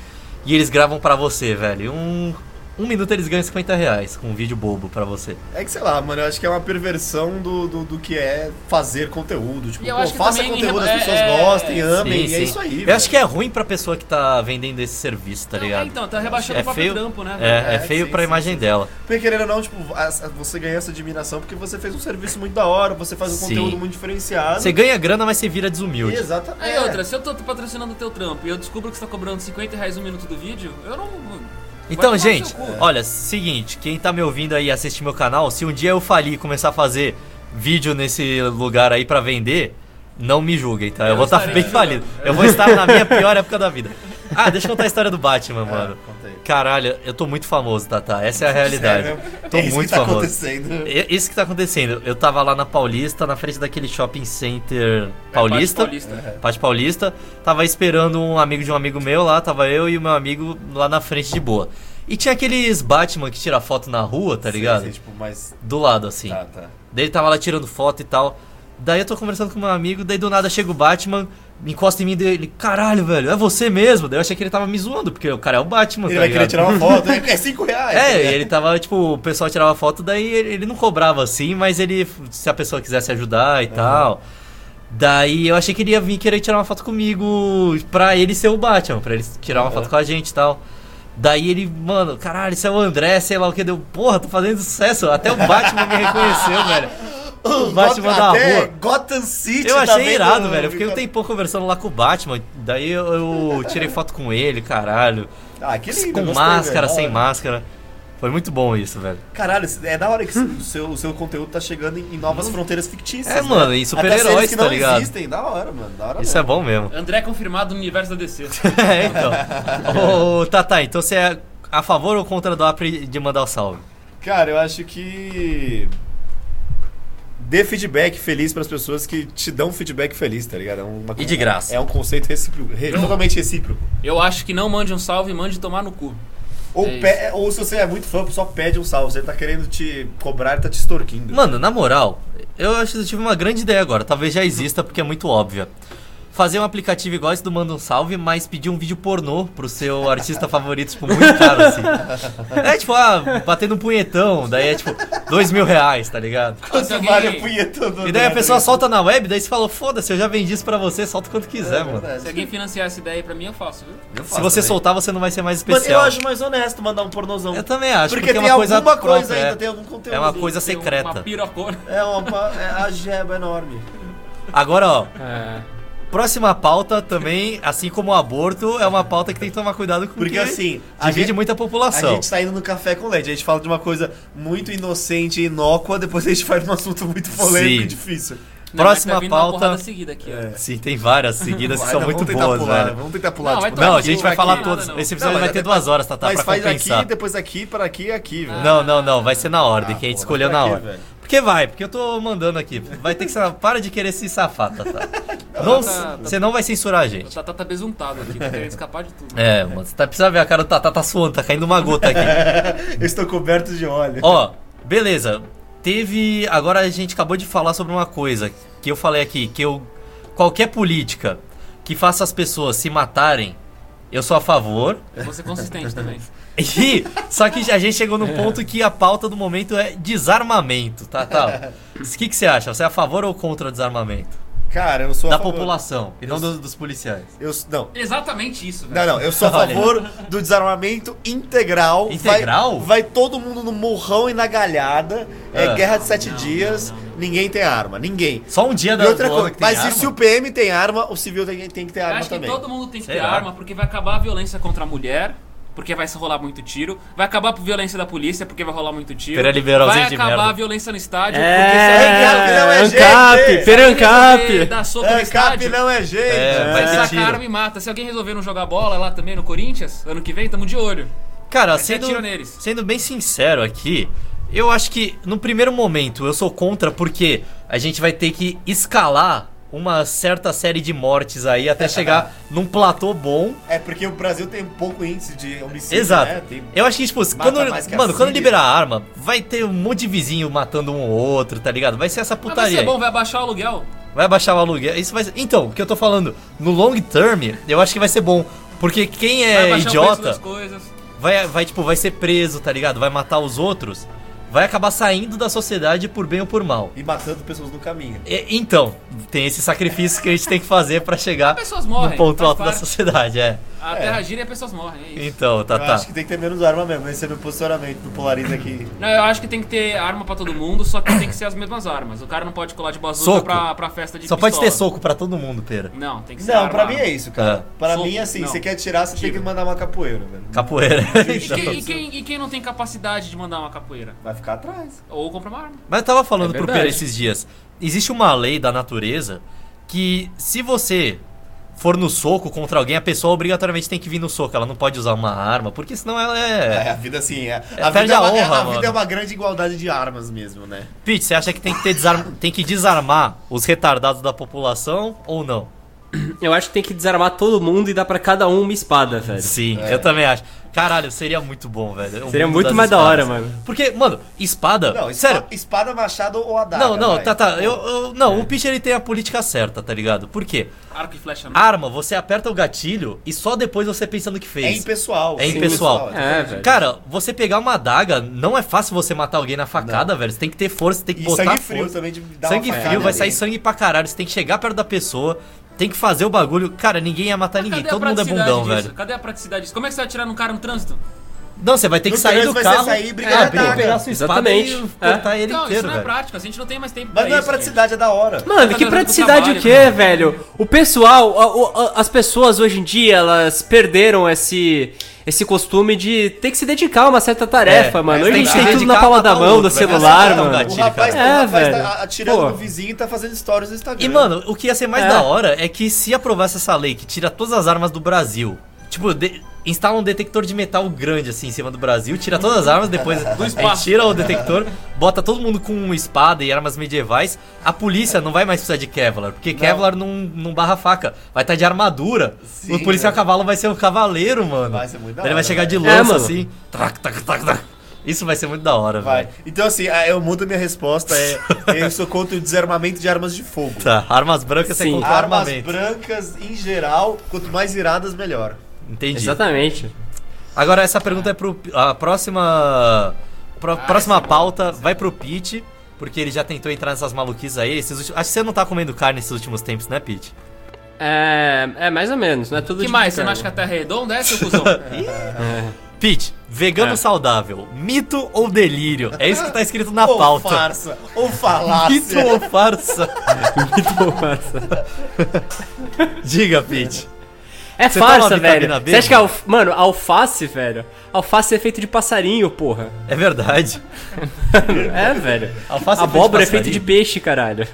Speaker 1: E eles gravam pra você, velho. Um, um minuto eles ganham 50 reais com um vídeo bobo pra você.
Speaker 2: É que sei lá, mano, eu acho que é uma perversão do, do, do que é fazer conteúdo. Tipo,
Speaker 3: E eu
Speaker 2: pô,
Speaker 3: acho que
Speaker 2: faça
Speaker 3: também em
Speaker 2: conteúdo,
Speaker 3: rela-
Speaker 2: as pessoas
Speaker 3: é-
Speaker 2: gostem, amem,
Speaker 1: Sim,
Speaker 2: e é
Speaker 1: sim.
Speaker 2: isso aí.
Speaker 1: Eu
Speaker 2: velho.
Speaker 1: acho que é ruim pra pessoa que tá vendendo esse serviço, tá
Speaker 3: Não, é,
Speaker 1: ligado?
Speaker 3: então, tá
Speaker 1: É
Speaker 3: rebaixando o próprio
Speaker 1: feio.
Speaker 3: trampo, né? velho?
Speaker 1: É, é
Speaker 2: É,
Speaker 1: feio
Speaker 2: sim,
Speaker 1: pra
Speaker 2: sim,
Speaker 1: imagem
Speaker 2: sim.
Speaker 1: dela.
Speaker 2: Porque querendo ou não, tipo, as- as- você ganha essa admiração porque você fez um serviço muito da hora, você faz um
Speaker 1: Sim.
Speaker 2: conteúdo muito diferenciado.
Speaker 1: Você ganha grana, mas você vira desumilde.
Speaker 2: Exatamente.
Speaker 3: Aí outra, se eu tô patrocinando o teu trampo e eu descubro que você tá cobrando 50 reais um minuto do vídeo, eu não. É,
Speaker 1: Então,
Speaker 3: Vai tomar
Speaker 1: gente,
Speaker 3: no seu cu.
Speaker 1: olha, seguinte, quem tá me ouvindo aí e assiste meu canal, se um dia eu falir e começar a fazer vídeo nesse lugar aí pra vender, não me julguem, tá? Eu,
Speaker 3: Eu
Speaker 1: vou estar
Speaker 3: estarei
Speaker 1: bem
Speaker 3: te
Speaker 1: falido.
Speaker 3: julgando.
Speaker 1: Eu vou estar na minha pior época da vida. Ah, deixa eu contar a história do Batman,
Speaker 2: É,
Speaker 1: mano.
Speaker 2: conta aí.
Speaker 1: Caralho, eu tô muito famoso, Tata. Essa é a realidade.
Speaker 2: Sério,
Speaker 1: Tô
Speaker 2: é isso
Speaker 1: muito
Speaker 2: que tá
Speaker 1: famoso.
Speaker 2: acontecendo.
Speaker 1: É Isso que tá acontecendo. Eu tava lá na Paulista, na frente daquele shopping center
Speaker 3: É,
Speaker 1: paulista.
Speaker 3: parte paulista.
Speaker 1: Pátio Paulista, tava esperando um amigo de um amigo meu lá, tava eu e o meu amigo lá na frente de boa. E tinha aqueles Batman que tira foto na rua, tá ligado?
Speaker 2: Sim, sim, tipo, mas.
Speaker 1: Do lado, assim.
Speaker 2: Tá, tá.
Speaker 1: Daí ele tava lá tirando foto e tal. Daí eu tô conversando com meu amigo, daí do nada chega o Batman, encosta em mim daí ele, caralho, velho, é você mesmo? Daí eu achei que ele tava me zoando, porque o cara é o Batman,
Speaker 2: Ele
Speaker 1: tá
Speaker 2: vai
Speaker 1: ligado?
Speaker 2: querer tirar uma foto, é 5 reais.
Speaker 1: É, e ele tava, tipo, o pessoal tirava foto, daí ele, ele não cobrava assim, mas ele, se a pessoa quisesse ajudar e tal. Daí eu achei que ele ia vir querer tirar uma foto comigo pra ele ser o Batman, pra ele tirar uma foto com a gente e tal. Daí ele, mano, caralho, isso é o André, sei lá o que deu. Porra, tô fazendo sucesso. Até o Batman me reconheceu, velho. O Batman da
Speaker 2: Até
Speaker 1: rua.
Speaker 2: Gotham City
Speaker 1: Eu
Speaker 2: tá
Speaker 1: achei
Speaker 2: vendo-
Speaker 1: irado, velho. Eu fiquei um tempão conversando lá com o Batman. Daí eu, eu tirei foto com ele, caralho.
Speaker 2: Ah, que lindo,
Speaker 1: com
Speaker 2: gostei,
Speaker 1: máscara,
Speaker 2: velho.
Speaker 1: sem
Speaker 2: Da hora.
Speaker 1: máscara. Foi muito bom isso, velho.
Speaker 2: Caralho, é da hora que o seu, o seu conteúdo tá chegando em, em novas fronteiras fictícias.
Speaker 1: É,
Speaker 2: né?
Speaker 1: mano, e
Speaker 2: Até séries
Speaker 1: super-heróis,
Speaker 2: que
Speaker 1: tá
Speaker 2: não
Speaker 1: ligado?
Speaker 2: existem, tá da hora, mano. Da hora
Speaker 1: Isso é
Speaker 2: mesmo.
Speaker 1: bom mesmo.
Speaker 3: André confirmado no universo da DC.
Speaker 1: É, então. Ô, Tata, então você é a favor ou contra do Apre de mandar o salve?
Speaker 2: Cara, eu acho que. Dê feedback feliz pras pessoas que te dão feedback feliz, tá ligado? É uma,
Speaker 1: E de graça.
Speaker 2: É um conceito recíproco, re- totalmente recíproco.
Speaker 3: Eu acho que não mande um salve, mande tomar no cu.
Speaker 2: Ou,
Speaker 3: É
Speaker 2: pe- ou se você é muito fã, só pede um salve. Você tá querendo te cobrar, ele tá te extorquindo.
Speaker 1: Mano, na moral, eu acho que eu tive uma grande ideia agora. Talvez já exista, porque é muito óbvia. Fazer um aplicativo igual esse do Manda um Salve, mas pedir um vídeo pornô pro seu artista favorito, tipo, muito caro, assim. É tipo, ah, batendo um punhetão, daí é tipo, dois mil reais, tá ligado?
Speaker 3: Se
Speaker 2: Quanto
Speaker 3: alguém-
Speaker 2: vale a punheta do
Speaker 1: E daí a
Speaker 2: André,
Speaker 1: pessoa
Speaker 2: tá
Speaker 1: solta na web, daí você fala, foda-se, eu já vendi isso pra você, solta quanto quiser,
Speaker 2: ligado?
Speaker 1: mano.
Speaker 2: É
Speaker 3: Se
Speaker 2: verdade.
Speaker 3: alguém financiar essa ideia aí pra mim, eu faço, viu?
Speaker 2: Eu
Speaker 1: Se
Speaker 2: faço
Speaker 1: você
Speaker 2: também.
Speaker 1: soltar, você não vai ser mais
Speaker 2: Mano, eu
Speaker 1: especial.
Speaker 2: acho mais honesto mandar um pornozão.
Speaker 1: Eu também acho,
Speaker 2: porque,
Speaker 1: porque, é
Speaker 2: tem
Speaker 1: uma coisa
Speaker 2: alguma coisa
Speaker 1: própria,
Speaker 2: ainda,
Speaker 1: é.
Speaker 2: tem algum conteúdo.
Speaker 1: É uma coisa
Speaker 3: Tem Uma
Speaker 1: secreta.
Speaker 3: pirocona.
Speaker 2: É uma. É a jeba enorme. um-
Speaker 1: Agora, ó,
Speaker 3: É.
Speaker 1: próxima pauta também, assim como o aborto, é uma pauta que tem que tomar cuidado com
Speaker 2: Porque
Speaker 1: que
Speaker 2: assim, a
Speaker 1: divide
Speaker 2: gente,
Speaker 1: muita
Speaker 2: a
Speaker 1: população.
Speaker 2: gente tá indo no café com leite. A gente fala de uma coisa muito inocente e inócua, depois a gente faz um assunto muito polêmico
Speaker 1: Sim.
Speaker 2: e difícil.
Speaker 3: Não, mas
Speaker 1: Próxima
Speaker 3: tá vindo uma
Speaker 1: pauta.
Speaker 3: porrada seguida aqui, ó.
Speaker 2: É.
Speaker 1: Sim, tem várias seguidas que
Speaker 2: Vai,
Speaker 1: são
Speaker 2: não,
Speaker 1: muito
Speaker 2: vamos tentar
Speaker 1: boas,
Speaker 2: pular,
Speaker 1: velho.
Speaker 2: Vamos tentar pular.
Speaker 3: Não,
Speaker 2: tipo,
Speaker 3: vai
Speaker 1: Não, a
Speaker 3: Mas
Speaker 1: gente
Speaker 3: não
Speaker 1: vai
Speaker 3: vai
Speaker 1: falar
Speaker 3: ter
Speaker 1: todos.
Speaker 3: nada, não.
Speaker 1: Esse episódio
Speaker 2: Não,
Speaker 1: vai
Speaker 2: mas
Speaker 1: ter
Speaker 2: até-
Speaker 1: duas horas, tá? Pra
Speaker 2: mas faz
Speaker 1: compensar.
Speaker 2: aqui, depois aqui, para aqui e aqui, velho.
Speaker 1: Não, não, não. Vai ser na ordem, que a gente
Speaker 2: Ah, porra,
Speaker 1: escolheu
Speaker 2: pra
Speaker 1: na
Speaker 2: quê,
Speaker 1: hora.
Speaker 2: velho?
Speaker 1: Porque vai, porque eu tô mandando aqui. Vai ter que ser. Para de querer se safar, tá? Não,
Speaker 3: tá-
Speaker 1: você não vai censurar a gente.
Speaker 3: O Tatá tá besuntado aqui, tá querendo escapar de tudo.
Speaker 1: É, mano, você tá, precisa ver a cara do Tatá tá suando, tá caindo uma gota aqui.
Speaker 2: Eu estou coberto de óleo.
Speaker 1: Ó, beleza. Teve. Agora a gente acabou de falar sobre uma coisa que eu falei aqui, que eu. Qualquer política que faça as pessoas se matarem, eu sou a favor.
Speaker 3: Eu vou ser consistente também.
Speaker 1: E, só que a gente chegou num ponto que a pauta do momento é desarmamento, tá? tá. O que, que você acha? Você é a favor ou contra o desarmamento?
Speaker 2: Cara, eu sou a
Speaker 1: Da
Speaker 2: favor.
Speaker 1: população e não do- dos policiais.
Speaker 2: Eu, não.
Speaker 3: Exatamente isso, velho.
Speaker 2: Não, não, eu sou a
Speaker 1: Olha.
Speaker 2: favor do desarmamento integral.
Speaker 1: Integral?
Speaker 2: Vai, vai todo mundo no morrão e na galhada. É,
Speaker 1: Ah.
Speaker 2: guerra de sete
Speaker 3: Não,
Speaker 2: dias.
Speaker 3: não, não,
Speaker 2: Ninguém tem arma, ninguém.
Speaker 1: Só um dia
Speaker 2: E
Speaker 1: da
Speaker 2: outra
Speaker 1: do ano
Speaker 2: coisa,
Speaker 1: que tem
Speaker 2: mas e
Speaker 1: arma?
Speaker 2: se o PM tem arma, o civil tem, tem que ter
Speaker 3: Eu
Speaker 2: arma
Speaker 3: acho
Speaker 2: também.
Speaker 3: que todo mundo tem que ter
Speaker 1: Será?
Speaker 3: arma, porque vai acabar a violência contra a mulher, porque vai rolar muito tiro. Vai acabar a violência da polícia, porque vai rolar muito tiro.
Speaker 1: Pera, liberalzinho
Speaker 3: vai
Speaker 1: de
Speaker 3: acabar
Speaker 1: merda.
Speaker 3: a violência no estádio,
Speaker 2: Ancap não é
Speaker 4: É,
Speaker 2: gente.
Speaker 4: Ancap,
Speaker 3: porque se alguém resolver
Speaker 4: Perancap.
Speaker 3: dar soco no
Speaker 2: É, cap
Speaker 3: estádio,
Speaker 2: não é jeito.
Speaker 1: É, vai
Speaker 3: vai
Speaker 1: ter
Speaker 3: sacar
Speaker 1: tiro.
Speaker 3: arma e mata. Se alguém resolver não jogar bola lá também no Corinthians, ano que vem, tamo de olho. Ah,
Speaker 1: Cara,
Speaker 3: Mas
Speaker 1: sendo,
Speaker 3: atira neles.
Speaker 1: sendo bem sincero aqui, eu acho que no primeiro momento eu sou contra porque a gente vai ter que escalar uma certa série de mortes aí até chegar num platô bom.
Speaker 2: É porque o Brasil tem pouco índice de homicídio,
Speaker 1: Exato.
Speaker 2: né? Tem-
Speaker 1: Eu acho que, tipo,
Speaker 2: Mata
Speaker 1: quando,
Speaker 2: mais que a
Speaker 1: mano, quando
Speaker 2: Síria.
Speaker 1: liberar a arma, vai ter um monte de vizinho matando um ou outro, tá ligado? Vai ser essa
Speaker 3: Ah, vai
Speaker 1: putaria.
Speaker 3: ser
Speaker 1: aí.
Speaker 3: bom, vai abaixar o aluguel.
Speaker 1: Vai abaixar o aluguel. Isso vai ser- Então, o que eu tô falando, no long term, eu acho que vai ser bom. Porque quem
Speaker 3: Vai
Speaker 1: é
Speaker 3: abaixar o preço
Speaker 1: idiota
Speaker 3: das coisas.
Speaker 1: vai, vai, tipo, vai ser preso, tá ligado? Vai matar os outros, vai acabar saindo da sociedade por bem ou por mal.
Speaker 2: E matando pessoas no caminho.
Speaker 1: E- então, tem esse sacrifício que a gente tem que fazer pra chegar
Speaker 3: Pessoas morrem,
Speaker 1: no ponto
Speaker 3: faz
Speaker 1: alto da
Speaker 3: parte.
Speaker 1: sociedade, é.
Speaker 3: A terra gira e as pessoas morrem, é isso.
Speaker 1: Então, tá,
Speaker 2: Eu acho
Speaker 1: tá.
Speaker 2: que tem que ter menos arma mesmo. Esse é meu posicionamento do Polariza aqui.
Speaker 3: Não, eu acho que tem que ter arma pra todo mundo, só que tem que ser as mesmas armas. O cara não pode colar de bazuca
Speaker 1: Soco.
Speaker 3: pra, pra festa de
Speaker 1: Só pode ter
Speaker 3: pistola.
Speaker 1: soco pra todo mundo, pera.
Speaker 3: Não, tem que ser
Speaker 2: Não,
Speaker 3: arma.
Speaker 2: pra mim é isso, cara.
Speaker 1: Ah.
Speaker 2: Pra
Speaker 3: Soco,
Speaker 2: mim, assim,
Speaker 3: não.
Speaker 2: você quer tirar, você tem que mandar uma capoeira, velho.
Speaker 1: Capoeira.
Speaker 2: É
Speaker 3: E quem, e, quem, e quem não tem capacidade de mandar uma capoeira?
Speaker 2: Vai ficar atrás.
Speaker 3: Ou compra uma arma.
Speaker 1: Mas eu tava falando
Speaker 4: É
Speaker 1: pro
Speaker 4: verdade.
Speaker 1: Pera esses dias. Existe uma lei da natureza que se você for no soco contra alguém, a pessoa obrigatoriamente tem que vir no soco. Ela não pode usar uma arma, porque senão ela
Speaker 2: É,
Speaker 1: é.
Speaker 2: a vida assim, é. A,
Speaker 1: perde
Speaker 2: vida, é
Speaker 1: a
Speaker 2: uma, é-
Speaker 1: honra,
Speaker 2: a
Speaker 1: mano.
Speaker 2: vida é uma grande igualdade de armas mesmo, né?
Speaker 1: Pete, você acha que tem que, ter desarm... tem que desarmar os retardados da população ou não?
Speaker 4: Eu acho que tem que desarmar todo mundo e dar pra cada um uma espada, velho.
Speaker 1: Sim, eu também acho. Caralho, seria muito bom, velho. O
Speaker 4: Seria
Speaker 1: mundo
Speaker 4: muito
Speaker 1: das
Speaker 4: mais da hora,
Speaker 1: espadas.
Speaker 4: mano.
Speaker 1: Porque, mano, espada.
Speaker 2: Não, espa-
Speaker 1: sério.
Speaker 2: Espada, machado ou adaga.
Speaker 1: Não, não,
Speaker 2: vai.
Speaker 1: tá, tá. Eu, eu-
Speaker 4: É.
Speaker 1: não, o Pitch ele tem a política certa, tá ligado? Por quê?
Speaker 3: Arco e flecha não.
Speaker 1: Arma, você aperta o gatilho e só depois você pensa no que
Speaker 2: É
Speaker 1: fez.
Speaker 2: impessoal.
Speaker 1: É
Speaker 2: sim,
Speaker 1: impessoal.
Speaker 2: pessoal,
Speaker 4: É, velho.
Speaker 1: Cara, você pegar uma adaga, não é fácil você matar alguém na facada, velho. Você tem que ter força, você tem que
Speaker 2: E
Speaker 1: botar
Speaker 2: sangue frio
Speaker 1: força.
Speaker 2: também de dar uma
Speaker 1: tá sangue
Speaker 2: facada
Speaker 1: frio, vai
Speaker 2: nele.
Speaker 1: sair sangue pra caralho. Você tem que chegar perto da pessoa, tem que fazer o bagulho. Cara, ninguém ia matar ninguém.
Speaker 3: Cadê a
Speaker 1: Todo mundo é
Speaker 3: praticidade
Speaker 1: bundão,
Speaker 3: disso?
Speaker 1: velho.
Speaker 3: Cadê a praticidade disso? Como é que você vai atirar num cara no trânsito?
Speaker 1: Não, você vai ter que
Speaker 2: No
Speaker 1: sair
Speaker 2: trânsito
Speaker 1: do
Speaker 2: vai ser
Speaker 1: carro,
Speaker 2: sair e brigar
Speaker 1: abrir,
Speaker 2: de adaga.
Speaker 1: pegar sua espada e
Speaker 4: Exatamente.
Speaker 1: cortar ele
Speaker 3: então, isso
Speaker 1: inteiro,
Speaker 3: não é
Speaker 1: velho.
Speaker 3: prático, a gente não tem mais tempo
Speaker 2: Mas
Speaker 3: pra
Speaker 2: não é
Speaker 3: isso,
Speaker 1: né?
Speaker 2: praticidade, é da hora.
Speaker 4: Mano, que
Speaker 3: Tá dando
Speaker 4: praticidade o
Speaker 3: trabalho,
Speaker 4: quê,
Speaker 3: cara.
Speaker 4: velho? O pessoal, a- o- a- as pessoas hoje em dia, elas perderam esse esse costume de ter que se dedicar a uma certa tarefa,
Speaker 1: É,
Speaker 4: mano.
Speaker 1: é,
Speaker 4: Hoje a
Speaker 1: tem
Speaker 4: gente
Speaker 1: que
Speaker 4: tem
Speaker 1: se
Speaker 4: tudo na
Speaker 1: dedicar
Speaker 4: palma
Speaker 1: a
Speaker 4: da
Speaker 1: cada
Speaker 4: mão,
Speaker 1: luta,
Speaker 4: do
Speaker 1: vai gastar
Speaker 4: celular,
Speaker 1: cada um
Speaker 4: mano.
Speaker 2: tá- O
Speaker 1: gatilho,
Speaker 2: rapaz,
Speaker 1: cara.
Speaker 2: o
Speaker 4: É,
Speaker 2: rapaz
Speaker 4: velho.
Speaker 2: tá atirando
Speaker 4: Pô.
Speaker 2: no vizinho e tá fazendo stories no Instagram.
Speaker 1: E, mano, o que ia ser mais
Speaker 4: É.
Speaker 1: da hora é que se aprovasse essa lei que tira todas as armas do Brasil, tipo, de- instala um detector de metal grande assim em cima do Brasil, tira todas as armas, depois aí
Speaker 3: espaço.
Speaker 1: tira o detector, bota todo mundo com espada e armas medievais, a polícia não vai mais precisar de Kevlar, porque Kevlar não, não barra faca, vai estar de armadura,
Speaker 2: Sim,
Speaker 1: o policial
Speaker 2: né?
Speaker 1: cavalo vai ser o cavaleiro, mano.
Speaker 2: Vai ser muito da
Speaker 1: Ele vai
Speaker 2: hora, né?
Speaker 1: chegar de
Speaker 4: velho. É,
Speaker 1: lança
Speaker 4: mano.
Speaker 1: assim, trac, trac, trac, trac. isso vai ser muito da hora,
Speaker 2: Vai.
Speaker 1: velho.
Speaker 2: Então, assim, ah, eu mudo a minha resposta. É, eu sou contra o desarmamento de armas de fogo.
Speaker 1: Tá, armas brancas você
Speaker 4: Sim.
Speaker 1: contra
Speaker 2: Armas
Speaker 1: armamento.
Speaker 2: brancas, em geral, quanto mais iradas, melhor.
Speaker 1: Entendi.
Speaker 4: Exatamente.
Speaker 1: Agora essa pergunta é pro a próxima
Speaker 2: Ah,
Speaker 1: pro- próxima
Speaker 2: é
Speaker 1: pauta vai pro Pete, porque ele já tentou entrar nessas maluquices aí. Esses últimos, acho que você não tá comendo carne esses últimos tempos, né, Pete?
Speaker 4: É, é mais ou menos, não é tudo
Speaker 3: Que
Speaker 4: de
Speaker 3: mais? Você
Speaker 4: cara.
Speaker 3: não acha que a terra é redonda, é, seu cuzão?
Speaker 1: Pete, vegano saudável, mito ou delírio? É isso que tá escrito na
Speaker 2: ou
Speaker 1: pauta.
Speaker 2: farsa, ou
Speaker 1: Mito
Speaker 2: falácia.
Speaker 1: ou farsa?
Speaker 4: Muito farsa.
Speaker 1: Diga, Pete.
Speaker 4: É
Speaker 1: Você toma
Speaker 4: farsa, velho.
Speaker 1: vitamina B,
Speaker 4: Você acha que,
Speaker 1: mano?
Speaker 4: alf... mano, alface, velho? Alface é feito de passarinho, porra.
Speaker 1: É verdade.
Speaker 4: É, velho.
Speaker 1: Alface é feito de
Speaker 4: Abóbora é feito
Speaker 1: passarinho?
Speaker 4: de peixe, caralho.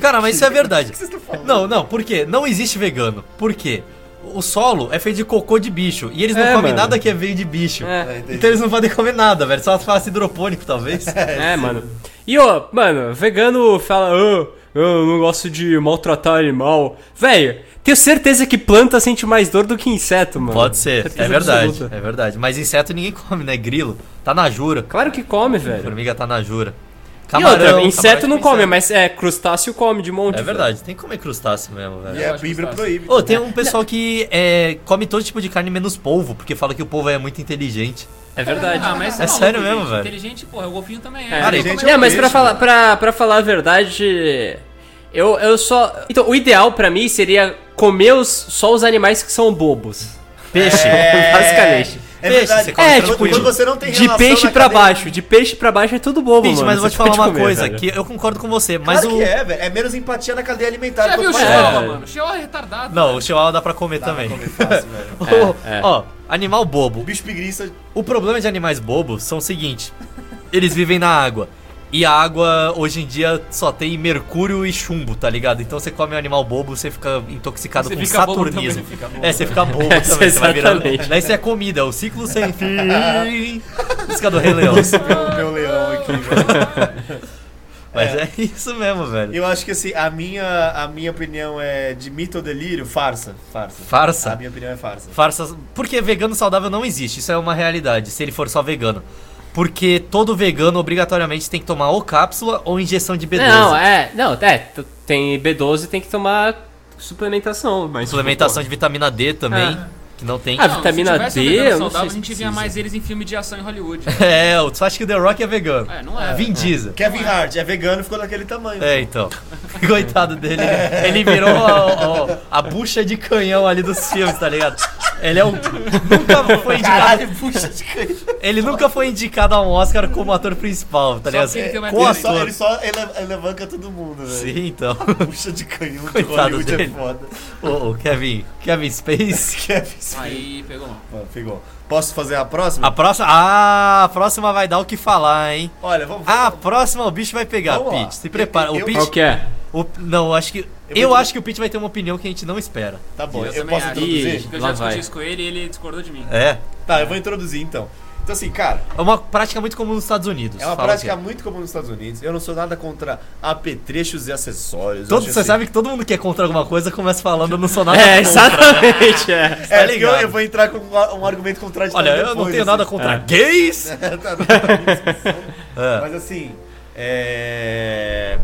Speaker 1: Cara, mas isso é verdade.
Speaker 2: vocês tão falando?
Speaker 1: Não, não, por quê? Não existe vegano. Por quê? O solo é feito de cocô de bicho. E eles não
Speaker 4: É,
Speaker 1: comem
Speaker 4: mano.
Speaker 1: nada que é veio de bicho.
Speaker 4: É.
Speaker 2: Entendi.
Speaker 1: Então eles não podem comer nada, velho. Só fácil hidropônico, talvez.
Speaker 4: É, mano. E ó, mano, vegano fala, "Ah, eu não gosto de maltratar animal. Velho, tenho certeza que planta sente mais dor do que inseto, mano.
Speaker 1: Pode ser, é
Speaker 4: Certeza
Speaker 1: verdade,
Speaker 4: absoluta.
Speaker 1: é verdade. Mas inseto ninguém come, né? Grilo, tá na jura.
Speaker 4: Claro que come, velho.
Speaker 1: Formiga tá na jura.
Speaker 4: E
Speaker 1: Camarão,
Speaker 4: outra,
Speaker 1: camarão
Speaker 4: inseto não
Speaker 1: tem
Speaker 4: come,
Speaker 1: inseto.
Speaker 4: mas é, crustáceo come de monte.
Speaker 1: É
Speaker 4: velho.
Speaker 1: verdade, tem que comer crustáceo mesmo,
Speaker 2: E
Speaker 1: velho.
Speaker 2: a Bíblia proíbe.
Speaker 1: Ô, tem um pessoal que é, come todo tipo de carne menos polvo, porque fala que o polvo é muito inteligente.
Speaker 4: É verdade.
Speaker 3: Ah, mas
Speaker 1: É
Speaker 3: maluco,
Speaker 1: sério
Speaker 3: gente.
Speaker 1: mesmo, velho.
Speaker 3: Inteligente, porra, o golfinho também é.
Speaker 4: É.
Speaker 3: Cara,
Speaker 1: Inteligente
Speaker 3: como
Speaker 2: é
Speaker 3: eu-
Speaker 4: Não, mas
Speaker 2: peixe,
Speaker 4: pra falar, pra, pra falar a verdade, eu, eu só. Então, o ideal pra mim seria comer os, só os animais que são bobos.
Speaker 1: Peixe.
Speaker 4: Basicamente.
Speaker 2: É
Speaker 1: Tipo, Peixe,
Speaker 2: verdade.
Speaker 1: você come
Speaker 4: É,
Speaker 1: tranquilo.
Speaker 4: tipo,
Speaker 2: quando
Speaker 4: de,
Speaker 2: você não tem
Speaker 4: de
Speaker 2: relação
Speaker 4: peixe
Speaker 2: na
Speaker 4: pra
Speaker 2: cadeia-
Speaker 4: baixo. De peixe pra baixo é tudo bobo,
Speaker 1: Peixe,
Speaker 4: mano.
Speaker 1: mas eu vou
Speaker 4: Você
Speaker 1: te falar
Speaker 4: pode
Speaker 1: uma
Speaker 4: comer,
Speaker 1: coisa
Speaker 4: velho.
Speaker 1: que eu concordo com você, mas
Speaker 2: Claro
Speaker 1: o.
Speaker 2: que é, velho. É menos empatia na cadeia alimentar.
Speaker 3: um- Já viu o
Speaker 2: quanto mais-
Speaker 3: Chihuahua,
Speaker 1: É.
Speaker 3: mano? Chihuahua é retardado.
Speaker 1: Não, o chihuahua dá pra comer
Speaker 2: Dá pra
Speaker 1: também.
Speaker 2: comer fácil, velho.
Speaker 4: É, é.
Speaker 1: Ó, animal bobo.
Speaker 2: O bicho preguiça
Speaker 1: O problema de animais bobos são o seguinte: eles vivem na água. E a água hoje em dia só tem mercúrio e chumbo, tá ligado? Então você come um animal bobo, você fica intoxicado
Speaker 3: Você
Speaker 1: com
Speaker 3: fica bobo
Speaker 1: saturnismo.
Speaker 3: também, fica bobo.
Speaker 1: é, você fica bobo
Speaker 4: É,
Speaker 1: também, você vai virando.
Speaker 4: exatamente.
Speaker 1: Daí você é comida, é o ciclo sem fim. Música do Rei Leão.
Speaker 3: É.
Speaker 2: o meu leão aqui, velho.
Speaker 1: Mas é isso mesmo, velho.
Speaker 2: Eu acho que assim, a minha, a minha opinião é de mito ou delírio? Farsa. Farsa. A
Speaker 1: Farsa.
Speaker 2: minha opinião é farsa.
Speaker 1: Farsas. Porque vegano saudável não existe, isso é uma realidade, se ele for só vegano. Porque todo vegano obrigatoriamente tem que tomar ou cápsula ou injeção de B12.
Speaker 4: Não, é. Não, é. t- Tem B12 tem que tomar suplementação. Mas,
Speaker 1: Suplementação de vitamina D também,
Speaker 4: Ah.
Speaker 1: que não tem.
Speaker 4: Ah, vitamina
Speaker 3: se tivesse um
Speaker 4: D,
Speaker 3: vegano
Speaker 4: eu não
Speaker 3: saudável,
Speaker 4: sei
Speaker 3: a
Speaker 4: se
Speaker 3: gente via
Speaker 4: precisa.
Speaker 3: mais eles em filme de ação em Hollywood.
Speaker 1: É, eu só acho que o The Rock é vegano.
Speaker 3: É, não é.
Speaker 1: Vin Diesel.
Speaker 2: Kevin Hart é vegano e ficou daquele tamanho.
Speaker 1: É, então. Coitado dele. Ele virou a, a- a bucha de canhão ali dos filmes, tá ligado? Ele é um. Nunca foi indicado.
Speaker 2: Caralho, puxa de canhão.
Speaker 1: Ele nunca foi indicado a um Oscar como ator principal, tá
Speaker 3: Só
Speaker 1: ligado?
Speaker 3: porque ele tem uma
Speaker 1: Com
Speaker 2: Ele
Speaker 3: Nossa,
Speaker 2: só,
Speaker 1: ator.
Speaker 2: ele só ele- ele levanca todo mundo, velho.
Speaker 1: Sim, então.
Speaker 2: Puxa de canhão de
Speaker 1: Coitado
Speaker 2: Hollywood
Speaker 1: dele.
Speaker 2: é foda.
Speaker 1: Ô, ô, Kevin. Kevin Space.
Speaker 2: Kevin Spacey.
Speaker 3: Aí, pegou um. mal.
Speaker 2: Mano, pegou. Posso fazer a próxima?
Speaker 1: A próxima. Ah, a próxima vai dar o que falar, hein?
Speaker 2: Olha, vamos
Speaker 1: Ah, a próxima o bicho vai pegar,
Speaker 2: Vamos lá.
Speaker 1: Pete. Se prepara.
Speaker 2: Eu-
Speaker 1: O Pete
Speaker 4: O que é?
Speaker 1: O- não, acho que.
Speaker 2: Eu
Speaker 1: Eu,
Speaker 2: vou-
Speaker 1: acho que o Pete vai ter uma opinião que a gente não espera.
Speaker 2: Tá bom, eu,
Speaker 3: Eu também
Speaker 2: posso
Speaker 3: acho.
Speaker 2: introduzir?
Speaker 4: Ih.
Speaker 3: Eu
Speaker 4: Lá
Speaker 3: já discuti
Speaker 4: vai.
Speaker 3: isso com ele e ele discordou de mim.
Speaker 1: É.
Speaker 2: Tá, eu vou introduzir então. Então, assim, cara,
Speaker 1: É uma prática muito comum nos Estados Unidos.
Speaker 2: é uma
Speaker 1: fala
Speaker 2: prática
Speaker 1: que
Speaker 2: muito comum nos Estados Unidos. Eu não sou nada contra apetrechos e acessórios. Eu
Speaker 1: Todo,
Speaker 2: acho
Speaker 1: você
Speaker 2: assim-
Speaker 1: sabe que todo mundo que é contra alguma coisa começa falando, eu não sou nada
Speaker 4: É,
Speaker 1: contra.
Speaker 4: exatamente, é.
Speaker 2: É,
Speaker 1: tá
Speaker 2: porque eu,
Speaker 1: ligado?
Speaker 2: eu vou entrar com um, a- um argumento contraditório.
Speaker 1: Olha, eu não
Speaker 2: depois,
Speaker 1: tenho
Speaker 2: assim.
Speaker 1: nada contra gays.
Speaker 2: Tá, tá, tá, tá, tá. Mas assim, é.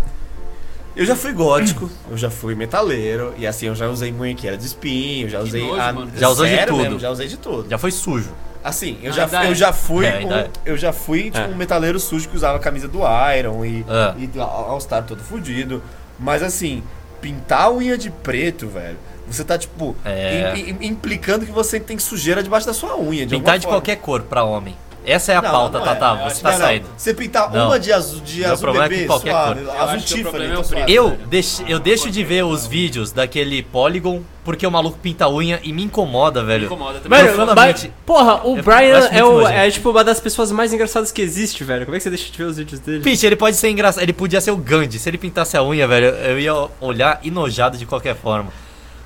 Speaker 2: Eu já fui gótico, eu já fui metaleiro, e assim, eu já usei munhequeira de espinho, já usei.
Speaker 3: nojo,
Speaker 2: a-
Speaker 3: mano.
Speaker 1: Já usou de
Speaker 2: Sério
Speaker 1: tudo.
Speaker 2: mesmo, já usei de tudo.
Speaker 1: Já foi sujo.
Speaker 2: Assim, eu,
Speaker 3: Ah,
Speaker 2: já,
Speaker 3: dá,
Speaker 2: eu
Speaker 3: é.
Speaker 2: já fui.
Speaker 1: É,
Speaker 2: um-
Speaker 1: dá.
Speaker 2: eu já fui tipo,
Speaker 4: É.
Speaker 2: um metaleiro sujo que usava a camisa do Iron e,
Speaker 1: É.
Speaker 2: e do All-Star todo fudido. Mas assim, pintar a unha de preto, velho, você tá, tipo,
Speaker 1: É.
Speaker 2: im- im- implicando que você tem sujeira debaixo da sua unha. De alguma
Speaker 1: Pintar de
Speaker 2: forma.
Speaker 1: qualquer cor pra homem. Essa é a
Speaker 2: Não,
Speaker 1: pauta,
Speaker 2: não é.
Speaker 1: Tata.
Speaker 2: Eu
Speaker 1: você
Speaker 2: acho
Speaker 1: tá
Speaker 2: que não.
Speaker 1: saindo.
Speaker 2: Você pintar
Speaker 1: Não.
Speaker 2: uma de azul, de
Speaker 1: Meu
Speaker 2: azul
Speaker 1: problema é
Speaker 2: bebê,
Speaker 1: que qualquer
Speaker 2: suave,
Speaker 1: cor.
Speaker 3: Eu
Speaker 2: azul
Speaker 3: acho que o
Speaker 2: Tiffany,
Speaker 3: problema é
Speaker 2: tá
Speaker 3: o
Speaker 2: suave.
Speaker 3: preto.
Speaker 1: Eu,
Speaker 3: velho.
Speaker 1: deixo, eu deixo de ver os vídeos daquele Polygon porque o maluco pinta a unha e me incomoda, velho.
Speaker 3: Me incomoda também.
Speaker 4: Mano,
Speaker 1: É Profundamente.
Speaker 4: mas, porra, o
Speaker 1: Eu
Speaker 4: Brian
Speaker 1: acho muito
Speaker 4: é, o-
Speaker 1: nojento.
Speaker 4: é, tipo uma das pessoas mais engraçadas que existe, velho. Como é que você deixa de ver os vídeos dele?
Speaker 1: Pitch, ele pode ser engraçado. Ele podia ser o Gandhi. Se ele pintasse a unha, velho, eu ia olhar enojado de qualquer forma.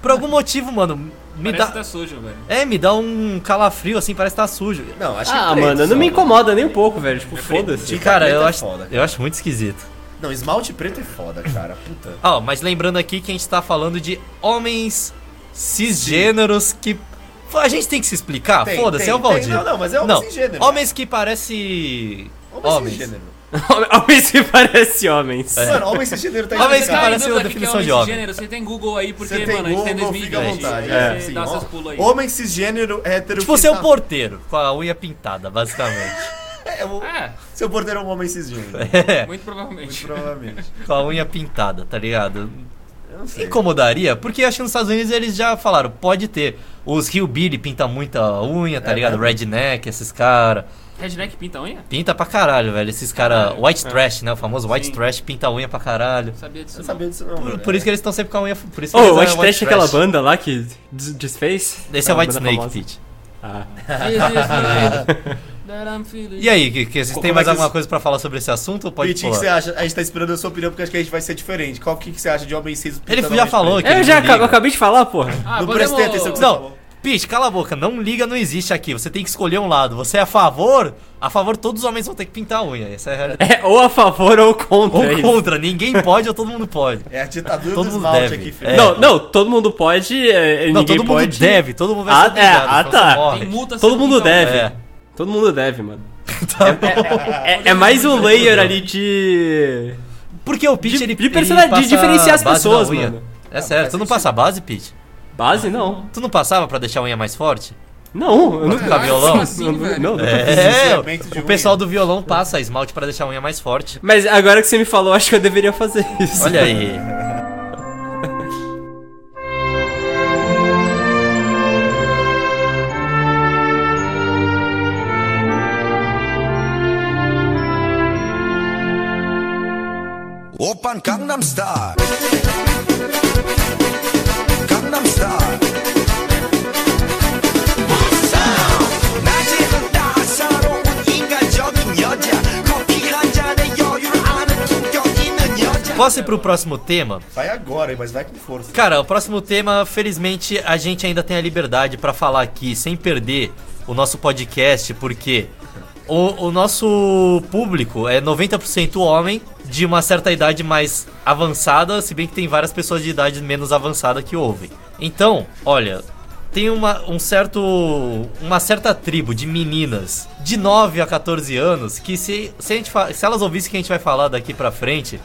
Speaker 1: Por algum motivo, mano, me
Speaker 3: Parece que
Speaker 1: dá.
Speaker 3: tá sujo, velho.
Speaker 1: É, me dá um calafrio assim, parece que tá sujo.
Speaker 2: Não, acho que
Speaker 4: Ah,
Speaker 2: preto,
Speaker 4: mano, não me
Speaker 2: só.
Speaker 4: incomoda nem um pouco, velho.
Speaker 1: É
Speaker 4: Tipo, foda-se.
Speaker 1: E cara, eu
Speaker 2: Preta é
Speaker 1: acho,
Speaker 2: foda, cara.
Speaker 1: eu acho muito esquisito.
Speaker 2: Não, esmalte preto é foda, cara. Puta.
Speaker 1: Ó, mas lembrando aqui que a gente tá falando de homens cisgêneros que. Pô, A gente tem que se explicar?
Speaker 2: Tem,
Speaker 1: Foda-se,
Speaker 2: tem,
Speaker 1: é o Valdir.
Speaker 2: tem. Não, não, mas é homem
Speaker 1: Não,
Speaker 2: cisgênero.
Speaker 1: Homens que parece.
Speaker 2: Homem
Speaker 1: Homens.
Speaker 2: cisgênero.
Speaker 4: homens que parecem homens.
Speaker 1: É,
Speaker 2: Mano, homem cisgênero tá
Speaker 1: Homem
Speaker 2: em
Speaker 1: cisgênero parece
Speaker 4: assim,
Speaker 1: uma
Speaker 2: é
Speaker 1: definição de homem.
Speaker 3: Gênero, você tem Google aí, porque,
Speaker 2: Você um tem
Speaker 3: mano, a gente tem
Speaker 2: Google, fica à
Speaker 3: 2020.
Speaker 2: vontade.
Speaker 3: aí
Speaker 2: É,
Speaker 3: Você
Speaker 2: sim,
Speaker 3: dá
Speaker 2: ó.
Speaker 3: seus pulos aí.
Speaker 2: Homem cisgênero hétero.
Speaker 1: Tipo,
Speaker 2: que
Speaker 1: ser o
Speaker 2: tá-
Speaker 1: porteiro, com a unha pintada, basicamente.
Speaker 2: É, o-
Speaker 3: É,
Speaker 2: Seu porteiro é um homem cisgênero.
Speaker 1: é,
Speaker 3: muito provavelmente.
Speaker 2: Provavelmente.
Speaker 1: com a unha pintada, tá ligado?
Speaker 2: Eu não sei.
Speaker 1: Incomodaria, porque acho que nos Estados Unidos eles já falaram, pode ter. Os Hillbilly pinta muita unha, tá
Speaker 2: É,
Speaker 1: ligado?
Speaker 2: né?
Speaker 1: Redneck, esses caras.
Speaker 3: Redneck pinta a unha?
Speaker 1: Pinta pra caralho, velho. Esses caras.
Speaker 2: É,
Speaker 3: Caralho,
Speaker 1: White trash, né? O famoso white
Speaker 3: Sim.
Speaker 1: trash pinta unha pra caralho.
Speaker 3: Não sabia disso
Speaker 2: Não
Speaker 3: não.
Speaker 2: sabia disso não.
Speaker 1: Por,
Speaker 2: mano.
Speaker 1: por isso que eles estão sempre com a unha. Por isso
Speaker 4: Ô,
Speaker 1: que eles
Speaker 4: o White
Speaker 1: eram
Speaker 4: Trash é aquela banda lá que des- desfez?
Speaker 1: Esse é o
Speaker 4: uma
Speaker 1: White
Speaker 4: banda
Speaker 1: Snake,
Speaker 4: famosa.
Speaker 1: Pete.
Speaker 4: Ah.
Speaker 3: um
Speaker 1: E aí, que, que, vocês
Speaker 2: Como
Speaker 1: têm
Speaker 2: é
Speaker 1: mais
Speaker 2: que
Speaker 1: alguma
Speaker 2: isso-
Speaker 1: coisa pra falar sobre esse assunto? Ou pode
Speaker 2: Pete, o que você
Speaker 1: falar?
Speaker 2: acha? A gente tá esperando a sua opinião porque acho que a gente vai ser diferente. Qual que, que você acha de homem cis?
Speaker 1: Ele
Speaker 2: pintando
Speaker 1: já
Speaker 2: homem
Speaker 1: falou
Speaker 2: preto?
Speaker 1: que-
Speaker 4: Eu já acabei, eu acabei de falar, porra.
Speaker 3: Ah,
Speaker 2: Não
Speaker 3: podemos-
Speaker 2: prestei atenção que você
Speaker 1: Não,
Speaker 2: falou.
Speaker 1: Pete, cala a boca. Não liga, não existe aqui. Você tem que escolher um lado. Você é a favor? A favor, todos os homens vão ter que pintar a unha. Essa é a realidade.
Speaker 4: É ou a favor ou contra.
Speaker 1: Ou
Speaker 4: é isso.
Speaker 1: contra, ninguém pode ou todo mundo pode.
Speaker 2: É a ditadura
Speaker 1: Todo
Speaker 2: do
Speaker 1: mundo
Speaker 2: esmalte
Speaker 1: deve.
Speaker 2: aqui, filho.
Speaker 1: É.
Speaker 4: Não, não, todo mundo pode, é,
Speaker 1: Não,
Speaker 4: ninguém
Speaker 1: todo mundo
Speaker 4: pode.
Speaker 1: deve, todo mundo vai
Speaker 4: Ah,
Speaker 1: ser obrigado.
Speaker 4: é, ah,
Speaker 1: senão
Speaker 4: tá.
Speaker 1: você morre.
Speaker 3: Tem multa se
Speaker 4: Todo
Speaker 3: não
Speaker 4: mundo
Speaker 3: pintar a unha.
Speaker 4: deve.
Speaker 1: É.
Speaker 4: Todo mundo deve, mano.
Speaker 1: Tá
Speaker 4: É, é- é mais um layer ali de.
Speaker 1: Porque o Pete,
Speaker 4: De-
Speaker 1: ele
Speaker 4: de
Speaker 1: ele
Speaker 4: personalidade, de
Speaker 1: passa
Speaker 4: diferenciar as
Speaker 1: base na
Speaker 4: pessoas,
Speaker 1: unha.
Speaker 4: mano.
Speaker 1: É sério, tu não passa a base, Pete?
Speaker 4: Base, não.
Speaker 1: Tu não passava pra deixar a unha mais forte?
Speaker 4: Não, eu nunca.
Speaker 1: Tocar violão?
Speaker 3: Assim, velho.
Speaker 4: Não, nunca fiz.
Speaker 1: É,
Speaker 2: Desenvolvimento
Speaker 1: o
Speaker 2: de unha.
Speaker 1: pessoal do violão passa esmalte pra deixar a unha mais forte.
Speaker 4: Mas agora que você me falou, acho que eu deveria fazer isso.
Speaker 1: Olha aí.
Speaker 7: 오빤 강남스타일 강남스타일 무서워 낮에는 따사로운 인간적인 여자 커피 한 잔에 여유를 아는 품격 있는 여자
Speaker 1: Posso ir pro próximo tema?
Speaker 2: Vai agora, mas vai com força.
Speaker 1: Cara, o próximo tema, felizmente, a gente ainda tem a liberdade pra falar aqui, sem perder o nosso podcast, porque o, o nosso público é 90% homem, de uma certa idade mais avançada, se bem que tem várias pessoas de idade menos avançada que ouvem. Então, olha, tem uma, um certo, uma certa tribo de meninas de 9 a 14 anos que se, se, a gente fa- se elas ouvissem o que a gente vai falar daqui pra frente...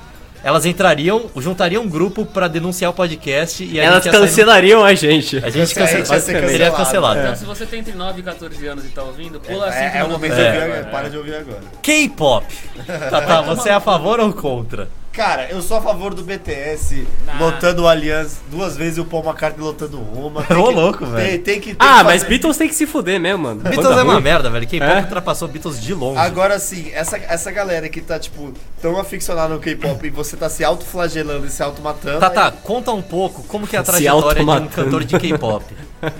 Speaker 1: Elas entrariam, juntariam um grupo pra denunciar o podcast e a
Speaker 4: Elas
Speaker 1: gente ia sair-
Speaker 4: cancelariam a gente.
Speaker 1: a gente
Speaker 2: Cancela-
Speaker 1: cancela,
Speaker 2: vai ser cancelado.
Speaker 1: seria cancelado.
Speaker 3: Então, se você tem entre 9 e 14 anos e tá ouvindo, pula assim.
Speaker 2: É, é o momento de
Speaker 1: É.
Speaker 2: ouvir agora. Para de ouvir agora.
Speaker 1: K-pop. Tata, você é a favor ou contra?
Speaker 2: Cara, eu sou a favor do BTS lotando o Allianz duas vezes e o Paul McCartney lotando uma. Tem
Speaker 1: Ô,
Speaker 2: que-
Speaker 1: louco,
Speaker 2: tem-
Speaker 1: velho.
Speaker 2: Tem que. tem
Speaker 4: Ah,
Speaker 2: que
Speaker 4: mas
Speaker 2: fazer-
Speaker 4: Beatles tem que se fuder mesmo, mano.
Speaker 1: Beatles
Speaker 4: Banda
Speaker 1: é uma
Speaker 4: ruim.
Speaker 1: merda, velho. K-pop
Speaker 4: É?
Speaker 1: ultrapassou Beatles de longe.
Speaker 2: Agora sim, essa, essa galera que tá, tipo, tão aficionada no K-pop e você tá se
Speaker 1: Tá,
Speaker 2: autoflagelando e se automatando.
Speaker 1: Tata, conta um pouco como que é a
Speaker 4: Se
Speaker 1: trajetória de um
Speaker 4: automatando.
Speaker 1: cantor de K-pop.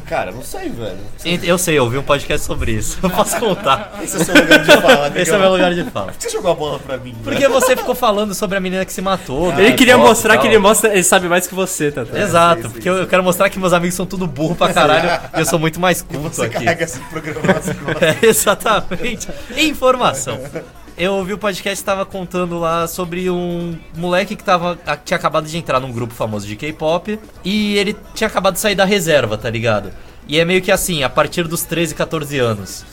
Speaker 2: Cara, não sei, velho.
Speaker 1: Ent- Eu sei, eu ouvi um podcast sobre isso. Eu posso contar.
Speaker 2: Esse é o seu lugar de fala, né?
Speaker 1: Esse é o meu lugar de fala.
Speaker 2: Por que você jogou a bola pra mim? né? velho?
Speaker 1: Porque você ficou falando sobre a menina que se matou.
Speaker 4: Ele
Speaker 1: cara,
Speaker 4: queria
Speaker 1: foto e
Speaker 4: mostrar que
Speaker 1: tal.
Speaker 4: ele, mostra, ele sabe mais que você, tá, Tata.
Speaker 1: Exato,
Speaker 2: Isso,
Speaker 1: porque eu, eu quero mostrar que meus amigos são tudo burro pra caralho e eu sou muito mais culto
Speaker 2: Você
Speaker 1: aqui.
Speaker 2: carrega esse programa assim, nas costas.
Speaker 1: É, exatamente. Informação. Eu ouvi o podcast que tava contando lá sobre um moleque que tava, a- tinha acabado de entrar num grupo famoso de K-pop e ele tinha acabado de sair da reserva, tá ligado? E é meio que assim, a partir dos 13, 14 anos.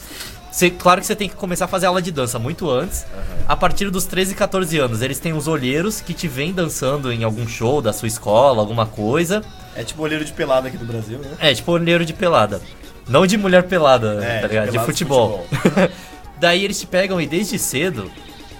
Speaker 1: Você- claro que você tem que começar a fazer aula de dança muito antes. A partir dos 13, 14 anos, eles têm uns olheiros que te vêm dançando em algum show da sua escola, alguma coisa.
Speaker 2: É tipo olheiro de pelada aqui do Brasil, né?
Speaker 1: É, tipo olheiro de pelada. Não de mulher pelada,
Speaker 2: É,
Speaker 1: tá ligado? De,
Speaker 2: de pelada de
Speaker 1: futebol. Daí eles te pegam e desde cedo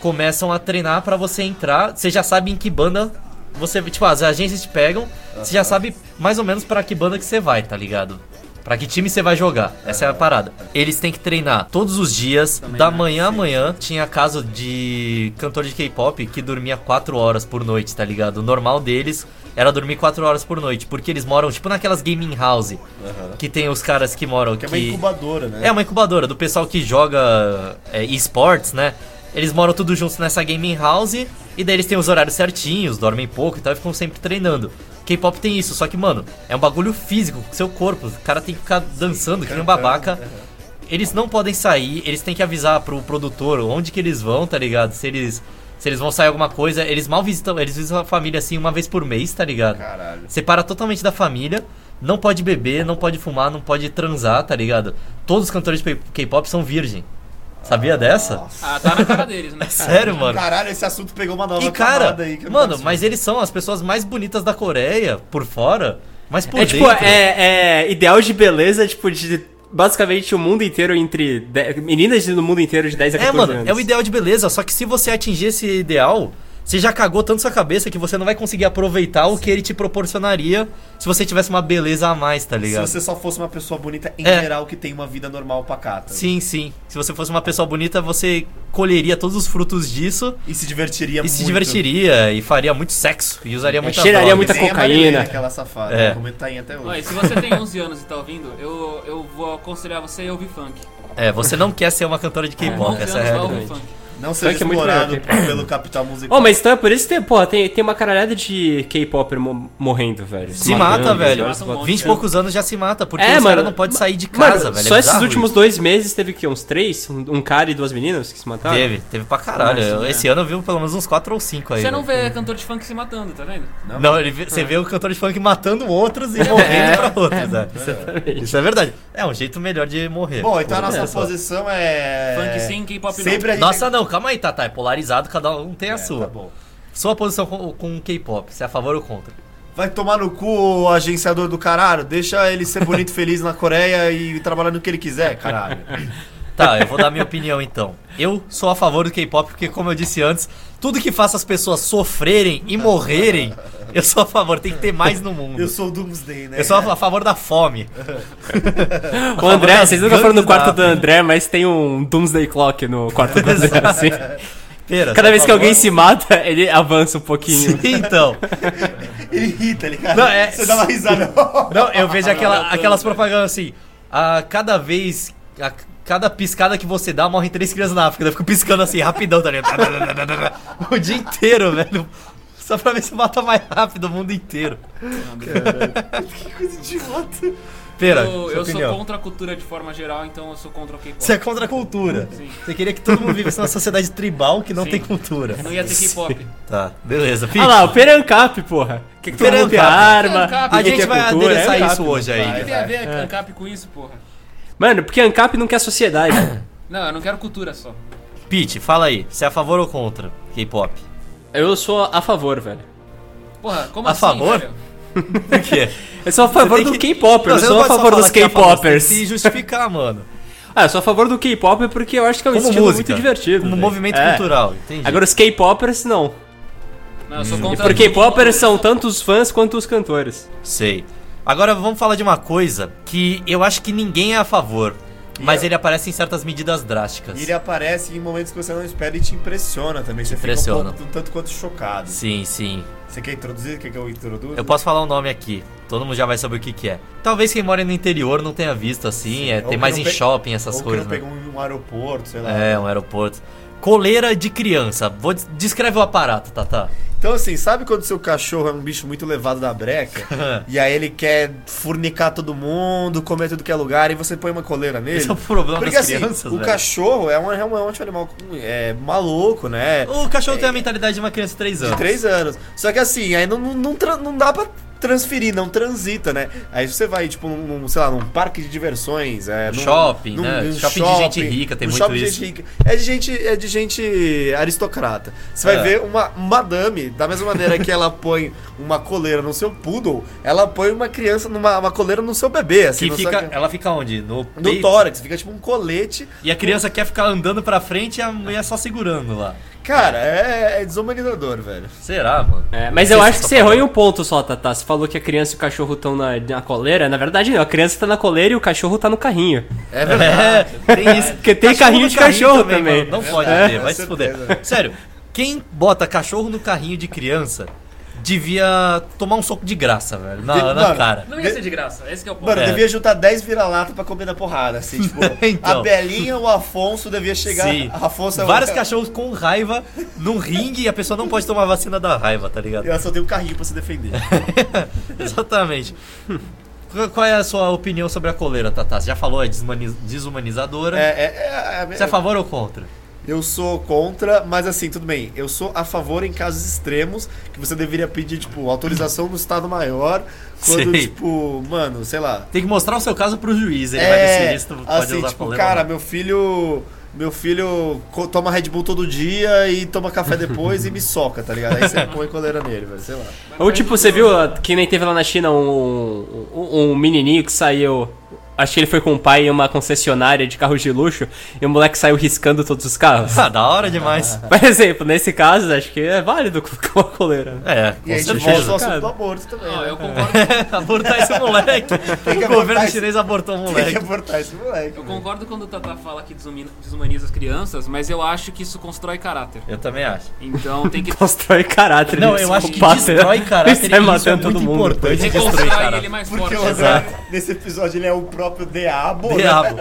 Speaker 1: começam a treinar pra você entrar. Você já sabe em que banda você. Tipo, as agências te pegam, você já sabe mais ou menos pra que banda que você vai, tá ligado? Pra que time você vai jogar? Essa é a parada. Eles têm que treinar todos os dias,
Speaker 2: né?
Speaker 1: da manhã a manhã. Tinha caso de cantor de K-pop que dormia 4 horas por noite, tá ligado? O normal deles era dormir 4 horas por noite, porque eles moram tipo naquelas gaming house que tem os caras que moram
Speaker 2: Que é
Speaker 1: que
Speaker 2: uma incubadora, né?
Speaker 1: é uma incubadora do pessoal que joga é, esportes, né? Eles moram tudo juntos nessa gaming house e daí eles têm os horários certinhos, dormem pouco e tal e ficam sempre treinando. K-pop tem isso, só que, mano, é um bagulho físico com seu corpo. O cara tem que ficar dançando, que nem um babaca. Eles não podem sair, eles têm que avisar pro produtor onde que eles vão, tá ligado? Se eles, se eles vão sair alguma coisa, eles mal visitam, eles visitam a família assim uma vez por mês, tá ligado?
Speaker 2: Caralho.
Speaker 1: Separa totalmente da família. Não pode beber, não pode fumar, não pode transar, tá ligado? Todos os cantores de K-pop são virgem. Sabia dessa?
Speaker 3: Ah, tá na cara deles, né?
Speaker 1: É Sério, mano.
Speaker 2: Caralho, esse assunto pegou uma nova
Speaker 1: E cara,
Speaker 2: camada aí. que eu não
Speaker 1: mano,
Speaker 2: consigo.
Speaker 1: mas tá eles são as pessoas mais bonitas da Coreia, por fora, mas por
Speaker 4: É
Speaker 1: dentro.
Speaker 4: tipo, é, é ideal de beleza, tipo, de basicamente o mundo inteiro entre. de- meninas no mundo inteiro de 10 a
Speaker 1: É,
Speaker 4: 14
Speaker 1: mano,
Speaker 4: anos.
Speaker 1: é o ideal de beleza, só que se você atingir esse ideal, você já cagou tanto sua cabeça que você não vai conseguir aproveitar o que ele te proporcionaria se você tivesse uma beleza a mais, tá
Speaker 2: Se
Speaker 1: ligado?
Speaker 2: você só fosse uma pessoa bonita em
Speaker 1: É.
Speaker 2: geral que tem uma vida normal pacata.
Speaker 1: Sim, sim. Se você fosse uma pessoa bonita, você colheria todos os frutos disso
Speaker 2: E se divertiria
Speaker 1: e
Speaker 2: muito.
Speaker 1: se divertiria e faria muito sexo e usaria muita
Speaker 4: cheiraria
Speaker 1: droga.
Speaker 4: É muita
Speaker 2: Nem a
Speaker 4: cocaína.
Speaker 2: Marilene, aquela safada.
Speaker 1: É.
Speaker 2: Como ele tá aí até hoje.
Speaker 3: Ó, e se você tem 11 anos e tá ouvindo, eu, eu vou aconselhar você a ouvir funk.
Speaker 1: É, você não quer ser uma cantora de K-pop,
Speaker 3: 11
Speaker 1: essa é a
Speaker 3: anos vai ouvir
Speaker 1: realidade.
Speaker 3: funk.
Speaker 2: Não seja
Speaker 4: Funk é muito
Speaker 2: explorado
Speaker 4: melhor, ok.
Speaker 2: pelo capital musical.
Speaker 4: Ó, mas então é por isso que tem, porra, tem, tem uma caralhada de K-Popper mo- morrendo, velho.
Speaker 1: Se mata,
Speaker 4: matando,
Speaker 1: velho.
Speaker 4: se
Speaker 3: mata um monte,
Speaker 1: 20 e
Speaker 3: né?
Speaker 1: poucos anos já se mata, porque
Speaker 4: É,
Speaker 1: esse cara
Speaker 4: mano,
Speaker 1: não pode sair de
Speaker 4: Mano,
Speaker 1: casa, velho.
Speaker 4: só
Speaker 1: é
Speaker 4: esses
Speaker 1: bizarro
Speaker 4: últimos
Speaker 1: isso.
Speaker 4: dois meses teve que uns três? Um, um cara e duas meninas que se mataram?
Speaker 1: Teve, teve pra caralho.
Speaker 3: Nossa,
Speaker 1: Eu-
Speaker 3: né?
Speaker 1: Esse ano eu vi pelo menos uns 4 ou 5 aí. né?
Speaker 3: Você não
Speaker 1: velho.
Speaker 3: vê cantor de funk se matando, tá vendo?
Speaker 1: Não, ele vê- você vê o cantor de funk matando outros e morrendo pra outros, né? Isso é verdade. É um jeito melhor de morrer.
Speaker 2: Bom, então a
Speaker 1: É,
Speaker 2: nossa
Speaker 1: só.
Speaker 2: posição é.
Speaker 3: Funk sim, K-pop não.
Speaker 2: Sempre a gente.
Speaker 1: Nossa, não, calma aí, Tata. É polarizado, cada um tem a
Speaker 2: É,
Speaker 1: sua.
Speaker 2: Tá bom.
Speaker 1: Sua posição com, com o K-pop, se é a favor ou contra?
Speaker 2: Vai tomar no cu o agenciador do caralho. Deixa ele ser bonito e feliz na Coreia e trabalhar no que ele quiser, caralho.
Speaker 1: Tá, eu vou dar minha opinião então. Eu sou a favor do K-pop porque, como eu disse antes, tudo que faça as pessoas sofrerem e morrerem, eu sou a favor. Tem que ter mais no mundo.
Speaker 2: Eu sou o Doomsday, né?
Speaker 1: Eu sou a favor da fome.
Speaker 4: O André,
Speaker 1: das
Speaker 4: vocês nunca foram no
Speaker 1: gangues da
Speaker 4: quarto do
Speaker 1: África.
Speaker 4: André, mas tem um Doomsday Clock no quarto do André, assim.
Speaker 1: Pera,
Speaker 4: Cada
Speaker 1: sou
Speaker 4: vez
Speaker 1: a favor.
Speaker 4: que alguém se mata, ele avança um pouquinho.
Speaker 1: Sim, então.
Speaker 2: Ele irrita, ele cara.
Speaker 1: Não, é-
Speaker 2: Você dá uma risada.
Speaker 1: Não, eu vejo aquela, aquelas propagandas assim. A cada vez. A cada piscada que você dá, morrem três crianças na África. Eu fico piscando assim, rapidão, tá ligado? O dia inteiro, velho. Só pra ver se mata mais rápido o mundo inteiro.
Speaker 2: Coisa idiota.
Speaker 1: Pera,
Speaker 3: eu
Speaker 1: sua
Speaker 3: eu
Speaker 1: opinião.
Speaker 3: sou contra a cultura de forma geral, então eu sou contra o K-pop.
Speaker 1: Você é contra a cultura.
Speaker 3: Sim.
Speaker 1: Você queria que todo mundo vivesse numa sociedade tribal que não
Speaker 3: Sim.
Speaker 1: tem cultura.
Speaker 3: Não ia ter K-pop.
Speaker 1: Tá, beleza. Fique.
Speaker 4: Olha Ah, lá, o Perancap, porra. Que que todo mundo tem
Speaker 1: Perancap.
Speaker 4: arma,
Speaker 3: Perancap.
Speaker 1: a
Speaker 4: ninguém
Speaker 1: gente
Speaker 4: tem
Speaker 1: vai
Speaker 4: cultura,
Speaker 1: adereçar
Speaker 4: é
Speaker 1: isso
Speaker 4: Ancap.
Speaker 1: hoje
Speaker 3: O que
Speaker 1: aí.
Speaker 3: tem a ver ANCAP com isso, porra?
Speaker 4: Mano, porque Ancap não quer sociedade.
Speaker 3: Não, eu não quero cultura só.
Speaker 1: Pete, fala aí. Você é a favor ou contra K-pop?
Speaker 4: Eu sou a favor, velho.
Speaker 3: Porra, como
Speaker 1: A
Speaker 3: assim,
Speaker 1: favor?
Speaker 3: velho?
Speaker 1: Por quê?
Speaker 4: Eu sou a favor
Speaker 1: tem
Speaker 4: do
Speaker 1: que-
Speaker 4: K-Pop, eu
Speaker 1: você
Speaker 4: sou a
Speaker 1: pode só
Speaker 4: favor
Speaker 1: falar
Speaker 4: dos
Speaker 1: que é a favor, você tem que
Speaker 4: K-Popers.
Speaker 1: Se justificar, mano.
Speaker 4: Ah, eu sou a favor do K-Pop porque eu acho que é um
Speaker 1: Como
Speaker 4: estilo
Speaker 1: música.
Speaker 4: muito divertido.
Speaker 1: Como
Speaker 4: velho.
Speaker 1: movimento
Speaker 4: É.
Speaker 1: cultural, entendi.
Speaker 4: Agora os K-Popers não.
Speaker 3: Não, eu sou
Speaker 1: Hum.
Speaker 3: contra
Speaker 4: Porque K-Popers são tanto os fãs quanto os cantores.
Speaker 1: Sei. Agora vamos falar de uma coisa que eu acho que ninguém é a favor. Mas ele aparece em certas medidas drásticas.
Speaker 2: E ele é- aparece em momentos que você não espera e te impressiona também. Você fica
Speaker 1: impressiona.
Speaker 2: um, pouco, um tanto quanto chocado.
Speaker 1: Sim, sim.
Speaker 2: Você quer introduzir? Quer que eu introduza?
Speaker 1: Eu posso falar o nome aqui. Todo mundo já vai saber o que, que é. Talvez quem mora no interior não tenha visto assim. É,
Speaker 2: Ou
Speaker 1: tem
Speaker 2: que
Speaker 1: mais
Speaker 2: não
Speaker 1: em
Speaker 2: pe-
Speaker 1: shopping essas
Speaker 2: Ou
Speaker 1: coisas.
Speaker 2: que
Speaker 1: né?
Speaker 2: não pegou um aeroporto, sei lá.
Speaker 1: É, um aeroporto. Coleira de criança. Vou des- descreve o aparato, Tata.
Speaker 2: Então, assim, sabe quando seu cachorro é um bicho muito levado da breca? e aí ele quer fornicar todo mundo, comer tudo que é lugar, e você põe uma coleira nele?
Speaker 1: Esse é o problema
Speaker 2: Porque
Speaker 1: das
Speaker 2: assim,
Speaker 1: crianças,
Speaker 2: o
Speaker 1: velho.
Speaker 2: cachorro é um, é um, é um animal é, maluco, né?
Speaker 1: O cachorro tem a mentalidade de uma criança de 3
Speaker 2: De
Speaker 1: anos.
Speaker 2: três anos. Só que assim, aí não, não, não, tran- não dá pra transferir, não transita, né? Aí você vai, tipo, num, sei lá, num parque de diversões. É,
Speaker 1: Um
Speaker 2: num-
Speaker 1: shopping, né? Shopping de gente rica, tem
Speaker 2: num
Speaker 1: muito
Speaker 2: shopping de
Speaker 1: isso.
Speaker 2: gente rica. É de gente, é de gente aristocrata. Você vai
Speaker 1: É.
Speaker 2: ver uma madame, da mesma maneira que ela põe uma coleira no seu poodle, ela põe uma criança numa uma coleira no seu bebê, assim.
Speaker 1: Que
Speaker 2: no
Speaker 1: fica,
Speaker 2: seu,
Speaker 1: ela fica onde? No,
Speaker 2: no
Speaker 1: peito?
Speaker 2: tórax, fica tipo um colete.
Speaker 1: E a criança quer ficar andando pra frente e a mulher só segurando lá.
Speaker 2: Cara, é, é desumanizador, velho.
Speaker 1: Será, mano?
Speaker 4: É, mas eu acho que você errou em um ponto só, Tata. Você falou que a criança e o cachorro estão na, na coleira. Na verdade, não. A criança tá na coleira e o cachorro tá no carrinho.
Speaker 2: É
Speaker 1: É, tem isso.
Speaker 4: Porque tem carrinho de cachorro também.
Speaker 1: mano. Não pode
Speaker 2: É,
Speaker 1: ter, vai
Speaker 2: com
Speaker 1: se
Speaker 2: certeza,
Speaker 1: fuder.
Speaker 2: velho.
Speaker 1: Sério, quem bota cachorro no carrinho de criança devia tomar um soco de graça, velho, na,
Speaker 2: De-
Speaker 1: na
Speaker 2: mano,
Speaker 1: cara.
Speaker 3: Não ia ser de graça, esse que é o ponto.
Speaker 2: Mano,
Speaker 1: É.
Speaker 2: devia juntar 10 vira-lata pra comer na porrada, assim, tipo,
Speaker 1: Então.
Speaker 2: a Belinha, o Afonso devia chegar,
Speaker 1: Sim.
Speaker 2: Afonso é o-
Speaker 1: Vários cachorros com raiva num ringue e a pessoa não pode tomar vacina da raiva, tá ligado?
Speaker 2: Ela só tem um carrinho pra se defender.
Speaker 1: Exatamente. Qu- Qual é a sua opinião sobre a coleira, Tatá? Você já falou, é desmani- desumanizadora.
Speaker 2: É, é, é, é,
Speaker 1: Você é a favor ou contra?
Speaker 2: Eu sou contra, mas assim, tudo bem. Eu sou a favor em casos extremos que você deveria pedir, tipo, autorização do Estado Maior. Quando,
Speaker 1: Sei.
Speaker 2: tipo, mano, sei lá.
Speaker 1: Tem que mostrar o seu caso pro juiz, ele vai
Speaker 2: É,
Speaker 1: decidir se tu pode
Speaker 2: assim,
Speaker 1: usar né? a
Speaker 2: tipo,
Speaker 1: coleira. ou
Speaker 2: cara,
Speaker 1: não.
Speaker 2: meu filho. Meu filho co- toma Red Bull todo dia e toma café depois e me soca, tá ligado? Aí você põe coleira nele, velho, sei lá.
Speaker 4: Ou tipo, você viu ah, que nem teve lá na China um, um, um menininho que saiu. Acho que ele foi com o pai em uma concessionária de carros de luxo e o moleque saiu riscando todos os carros.
Speaker 1: Ah, da hora demais.
Speaker 4: Por exemplo, nesse caso, acho que é válido colocar uma coleira. né?
Speaker 1: É,
Speaker 2: E
Speaker 1: com
Speaker 2: aí tipo, a gente volta
Speaker 1: certeza.
Speaker 2: ao assunto do
Speaker 4: cara.
Speaker 2: aborto também.
Speaker 3: Não,
Speaker 2: né?
Speaker 1: É.
Speaker 3: eu concordo,
Speaker 1: Abortar esse moleque.
Speaker 2: que
Speaker 1: o governo
Speaker 2: abortar esse-
Speaker 1: chinês abortou o
Speaker 2: Tem que
Speaker 1: moleque.
Speaker 2: abortar esse moleque.
Speaker 3: eu concordo quando o Tata fala que desumina- desumaniza as crianças, mas eu acho que isso constrói caráter.
Speaker 1: Eu também acho.
Speaker 3: Então tem que
Speaker 4: Constrói caráter.
Speaker 1: Não,
Speaker 4: de
Speaker 1: eu acho que
Speaker 4: psicopata.
Speaker 1: destrói caráter.
Speaker 4: Sai
Speaker 1: e isso é
Speaker 4: matando
Speaker 1: muito
Speaker 4: todo mundo.
Speaker 1: importante. Destrói
Speaker 3: reconstrói ele
Speaker 1: caráter.
Speaker 3: mais
Speaker 2: Porque
Speaker 3: forte.
Speaker 2: o André, nesse episódio, ele é o próprio diabo. né?
Speaker 1: Diabo.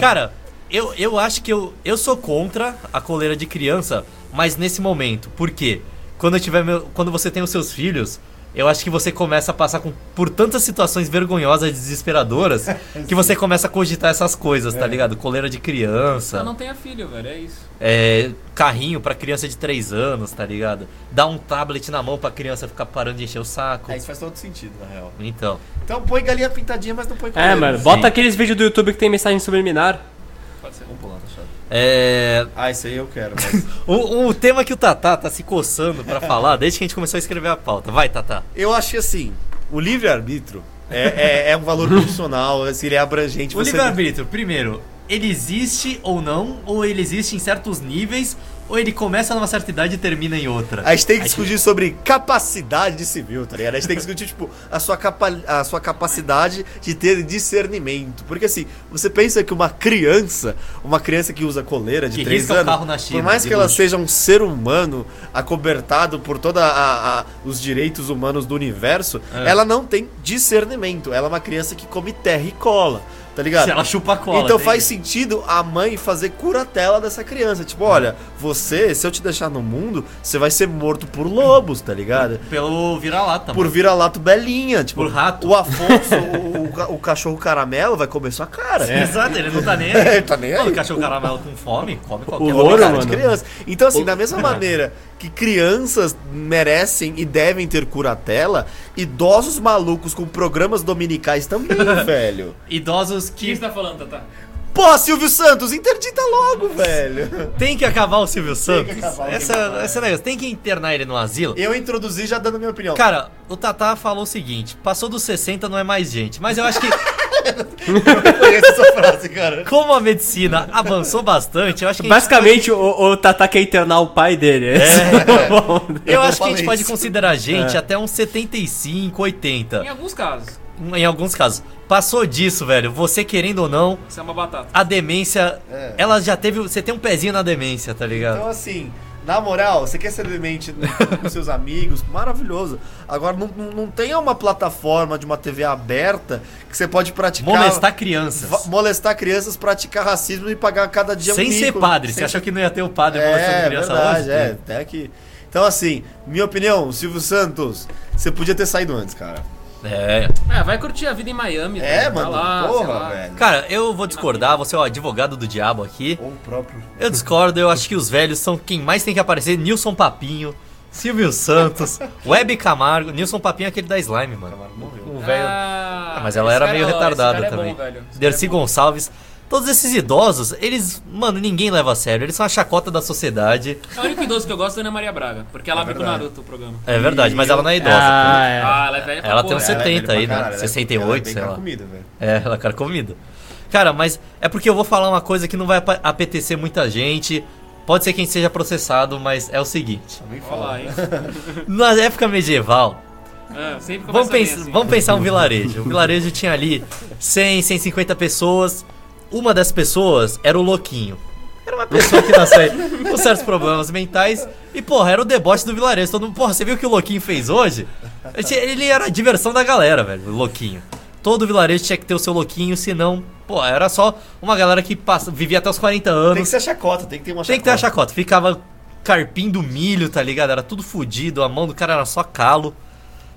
Speaker 1: Cara, eu, eu acho que eu, eu sou contra a coleira de criança, mas nesse momento. Por quê? Quando, eu tiver meu- quando você tem os seus filhos, eu acho que você começa a passar com- por tantas situações vergonhosas e desesperadoras que você começa a cogitar essas coisas, tá ligado? Coleira de criança.
Speaker 3: Eu não tenha filho, velho, é isso.
Speaker 1: É, carrinho pra criança de 3 anos, tá ligado? Dá um tablet na mão pra criança ficar parando de encher o saco.
Speaker 2: É, isso faz todo sentido, na real.
Speaker 1: Então,
Speaker 2: Então põe galinha pintadinha, mas não põe
Speaker 4: É, mano,
Speaker 1: Sim.
Speaker 4: bota aqueles vídeos do YouTube que tem mensagem subliminar.
Speaker 2: tá
Speaker 1: é,
Speaker 2: Ah, isso aí eu quero, mas...
Speaker 1: o, o tema que o Tatá tá se coçando pra falar desde que a gente começou a escrever a pauta. Vai, Tatá.
Speaker 2: eu acho que, assim, o livre-arbítrio é, é- é um valor condicional, assim, ele é abrangente.
Speaker 1: O
Speaker 2: você-
Speaker 1: livre-arbítrio, primeiro, ele existe ou não? Ou ele existe em certos níveis? Ou ele começa numa certa idade e termina em outra?
Speaker 2: A gente tem que discutir sobre capacidade civil, tá ligado? A gente tem que discutir, tipo, a sua, capa- a sua capacidade de ter discernimento. Porque assim, você pensa que uma criança, uma criança que usa coleira de
Speaker 1: Que
Speaker 2: 3
Speaker 1: risca o
Speaker 2: anos,
Speaker 1: carro na China,
Speaker 2: por mais
Speaker 1: de
Speaker 2: que ela
Speaker 1: luxo.
Speaker 2: seja um ser humano acobertado por toda a- a- os direitos humanos do universo,
Speaker 1: É.
Speaker 2: ela não tem discernimento. Ela é uma criança que come terra e cola, tá ligado?
Speaker 1: Se ela chupa cola.
Speaker 2: então
Speaker 1: tem
Speaker 2: faz
Speaker 1: isso.
Speaker 2: sentido a mãe fazer curatela dessa criança. Tipo, olha, você, se eu te deixar no mundo, você vai ser morto por lobos, tá ligado?
Speaker 1: Pelo vira-lata.
Speaker 2: Por
Speaker 1: mano.
Speaker 2: vira-lato belinha. Tipo,
Speaker 1: Por rato.
Speaker 2: O Afonso, o, o ca- o cachorro caramelo, vai comer sua cara.
Speaker 1: Exato, ele não tá nem aí.
Speaker 2: Ele tá nem
Speaker 1: Mano,
Speaker 2: aí.
Speaker 1: cachorro caramelo com fome, come qualquer
Speaker 2: É uma
Speaker 4: louro,
Speaker 2: cara
Speaker 4: mano.
Speaker 2: de criança. Então, assim, da mesma maneira que crianças merecem e devem ter curatela, idosos malucos com programas dominicais também, velho.
Speaker 1: Idosos
Speaker 3: O que
Speaker 1: que
Speaker 3: você tá falando, Tata?
Speaker 2: Pô, Silvio Santos, interdita logo, velho.
Speaker 1: Tem que acabar o Silvio Santos.
Speaker 2: acabar, Então. tem
Speaker 1: essa, é, esse negócio. Tem que internar ele no asilo.
Speaker 2: Eu introduzi já dando minha opinião.
Speaker 1: Cara, o Tatá falou o seguinte: passou dos 60 não é mais gente. Mas eu acho que,
Speaker 2: conheço essa frase, cara.
Speaker 1: como a medicina avançou bastante, eu acho que. a gente-
Speaker 4: Basicamente, o, o Tata quer internar o pai dele. É.
Speaker 1: eu
Speaker 2: Eu
Speaker 1: acho que a
Speaker 2: falei
Speaker 1: gente pode
Speaker 2: isso.
Speaker 1: considerar a gente até uns 75, 80.
Speaker 3: Em alguns casos.
Speaker 1: em alguns casos. Passou disso, velho. Você querendo ou não,
Speaker 3: Isso é uma batata.
Speaker 1: a demência,
Speaker 2: É.
Speaker 1: ela já teve. Você tem um pezinho na demência, tá ligado?
Speaker 2: Então, assim, na moral, você quer ser demente com seus amigos, maravilhoso. Agora, não, não, não tem uma plataforma de uma TV aberta que você pode praticar.
Speaker 1: Molestar crianças.
Speaker 2: Então, va- molestar crianças, praticar racismo e pagar cada dia um
Speaker 1: sem ser
Speaker 2: mico.
Speaker 1: padre. Você
Speaker 2: Sem
Speaker 1: achou que não ia ter o padre molestando
Speaker 2: é,
Speaker 1: criança
Speaker 2: verdade,
Speaker 1: hoje?
Speaker 2: é, até que. Então, assim, minha opinião, Silvio Santos, você podia ter saído antes, cara.
Speaker 1: É.
Speaker 3: É, vai curtir a vida em Miami.
Speaker 2: É,
Speaker 3: tá
Speaker 2: mano,
Speaker 3: lá, sei
Speaker 2: porra,
Speaker 3: lá.
Speaker 2: velho.
Speaker 1: Cara, eu vou discordar, você é o advogado do diabo aqui.
Speaker 2: Ou o próprio.
Speaker 1: Eu discordo, eu acho que os velhos são quem mais tem que aparecer. Nilson Papinho, Silvio Santos, Web Camargo. Nilson Papinho é aquele da Slime, mano.
Speaker 2: Camargo morreu.
Speaker 1: O velho.
Speaker 3: Ah,
Speaker 1: Ah, mas ela
Speaker 3: esse
Speaker 1: era
Speaker 3: cara-
Speaker 1: meio
Speaker 3: esse
Speaker 1: retardada
Speaker 3: cara é
Speaker 1: também.
Speaker 3: bom, velho. Esse cara
Speaker 1: Dercy
Speaker 3: é bom.
Speaker 1: Gonçalves. Todos esses idosos, eles, mano, ninguém leva a sério. Eles são a chacota da sociedade.
Speaker 3: É o único idoso que eu gosto é a Ana Maria Braga, porque ela abre com o
Speaker 2: verdade.
Speaker 3: Naruto o programa.
Speaker 1: É verdade, mas ela não é idosa.
Speaker 4: Ah, é.
Speaker 3: Ah, ela é velha pra
Speaker 1: Ela
Speaker 3: porra.
Speaker 1: tem um
Speaker 2: Ela é
Speaker 1: 70
Speaker 2: velha
Speaker 1: aí,
Speaker 2: pra
Speaker 1: né?
Speaker 2: caralho, ela é-
Speaker 1: 68,
Speaker 2: ela é bem
Speaker 1: sei lá.
Speaker 2: carcomida, velvelho.
Speaker 1: É, ela cara comida. Cara, mas é porque eu vou falar uma coisa que não vai apa- apetecer muita gente. Pode ser quem seja processado, mas é o seguinte.
Speaker 2: Também
Speaker 3: Olha
Speaker 2: fala.
Speaker 3: lá, hein?
Speaker 1: Na época medieval,
Speaker 3: Ah, sempre
Speaker 1: vamos,
Speaker 3: começa bem
Speaker 1: pens-
Speaker 3: assim.
Speaker 1: vamos pensar um vilarejo. O vilarejo tinha ali 100, 150 pessoas. Uma das pessoas era o louquinho. Era uma pessoa que nasceu aí com certos problemas mentais. E, porra, era o deboche do vilarejo. Todo mundo, porra, você viu o que o louquinho fez hoje? Esse- Ele era a diversão da galera, velho, o louquinho. Todo vilarejo tinha que ter o seu louquinho, senão, pô, era só uma galera que passa, vivia até os 40
Speaker 2: Tem que
Speaker 1: anos.
Speaker 2: ser chacota, tem que ter uma
Speaker 1: Tem que ter a chacota. Ficava carpindo milho, tá ligado? Era tudo fudido, a mão do cara era só calo.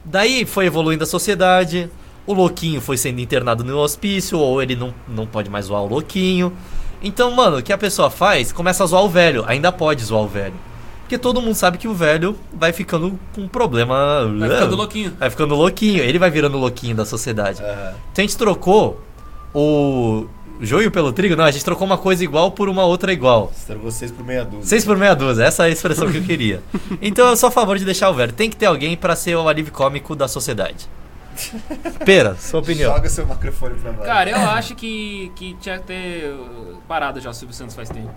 Speaker 1: Daí foi evoluindo a sociedade. O louquinho foi sendo internado no hospício, ou ele não, não pode mais zoar o louquinho. Então, mano, o que a pessoa faz? Começa a zoar o velho. Ainda pode zoar o velho. Porque todo mundo sabe que o velho vai ficando com um problema. né?
Speaker 3: Vai ficando louquinho.
Speaker 1: Vai ficando louquinho. Ele vai virando louquinho da sociedade.
Speaker 2: Aham.
Speaker 1: Então a gente trocou o joio pelo trigo? Não, a gente trocou uma coisa igual por uma outra igual.
Speaker 2: Serão vocês por meia dúzia.
Speaker 1: 6 por meia dúzia, essa é a expressão que eu queria. Então eu sou a favor de deixar o velho. Tem que ter alguém pra ser o alívio cômico da sociedade. Pera, sua opinião.
Speaker 2: Joga seu microfone pra baixo.
Speaker 3: Cara, eu acho que, que tinha que ter uh, parado já o Silvio Santos faz tempo.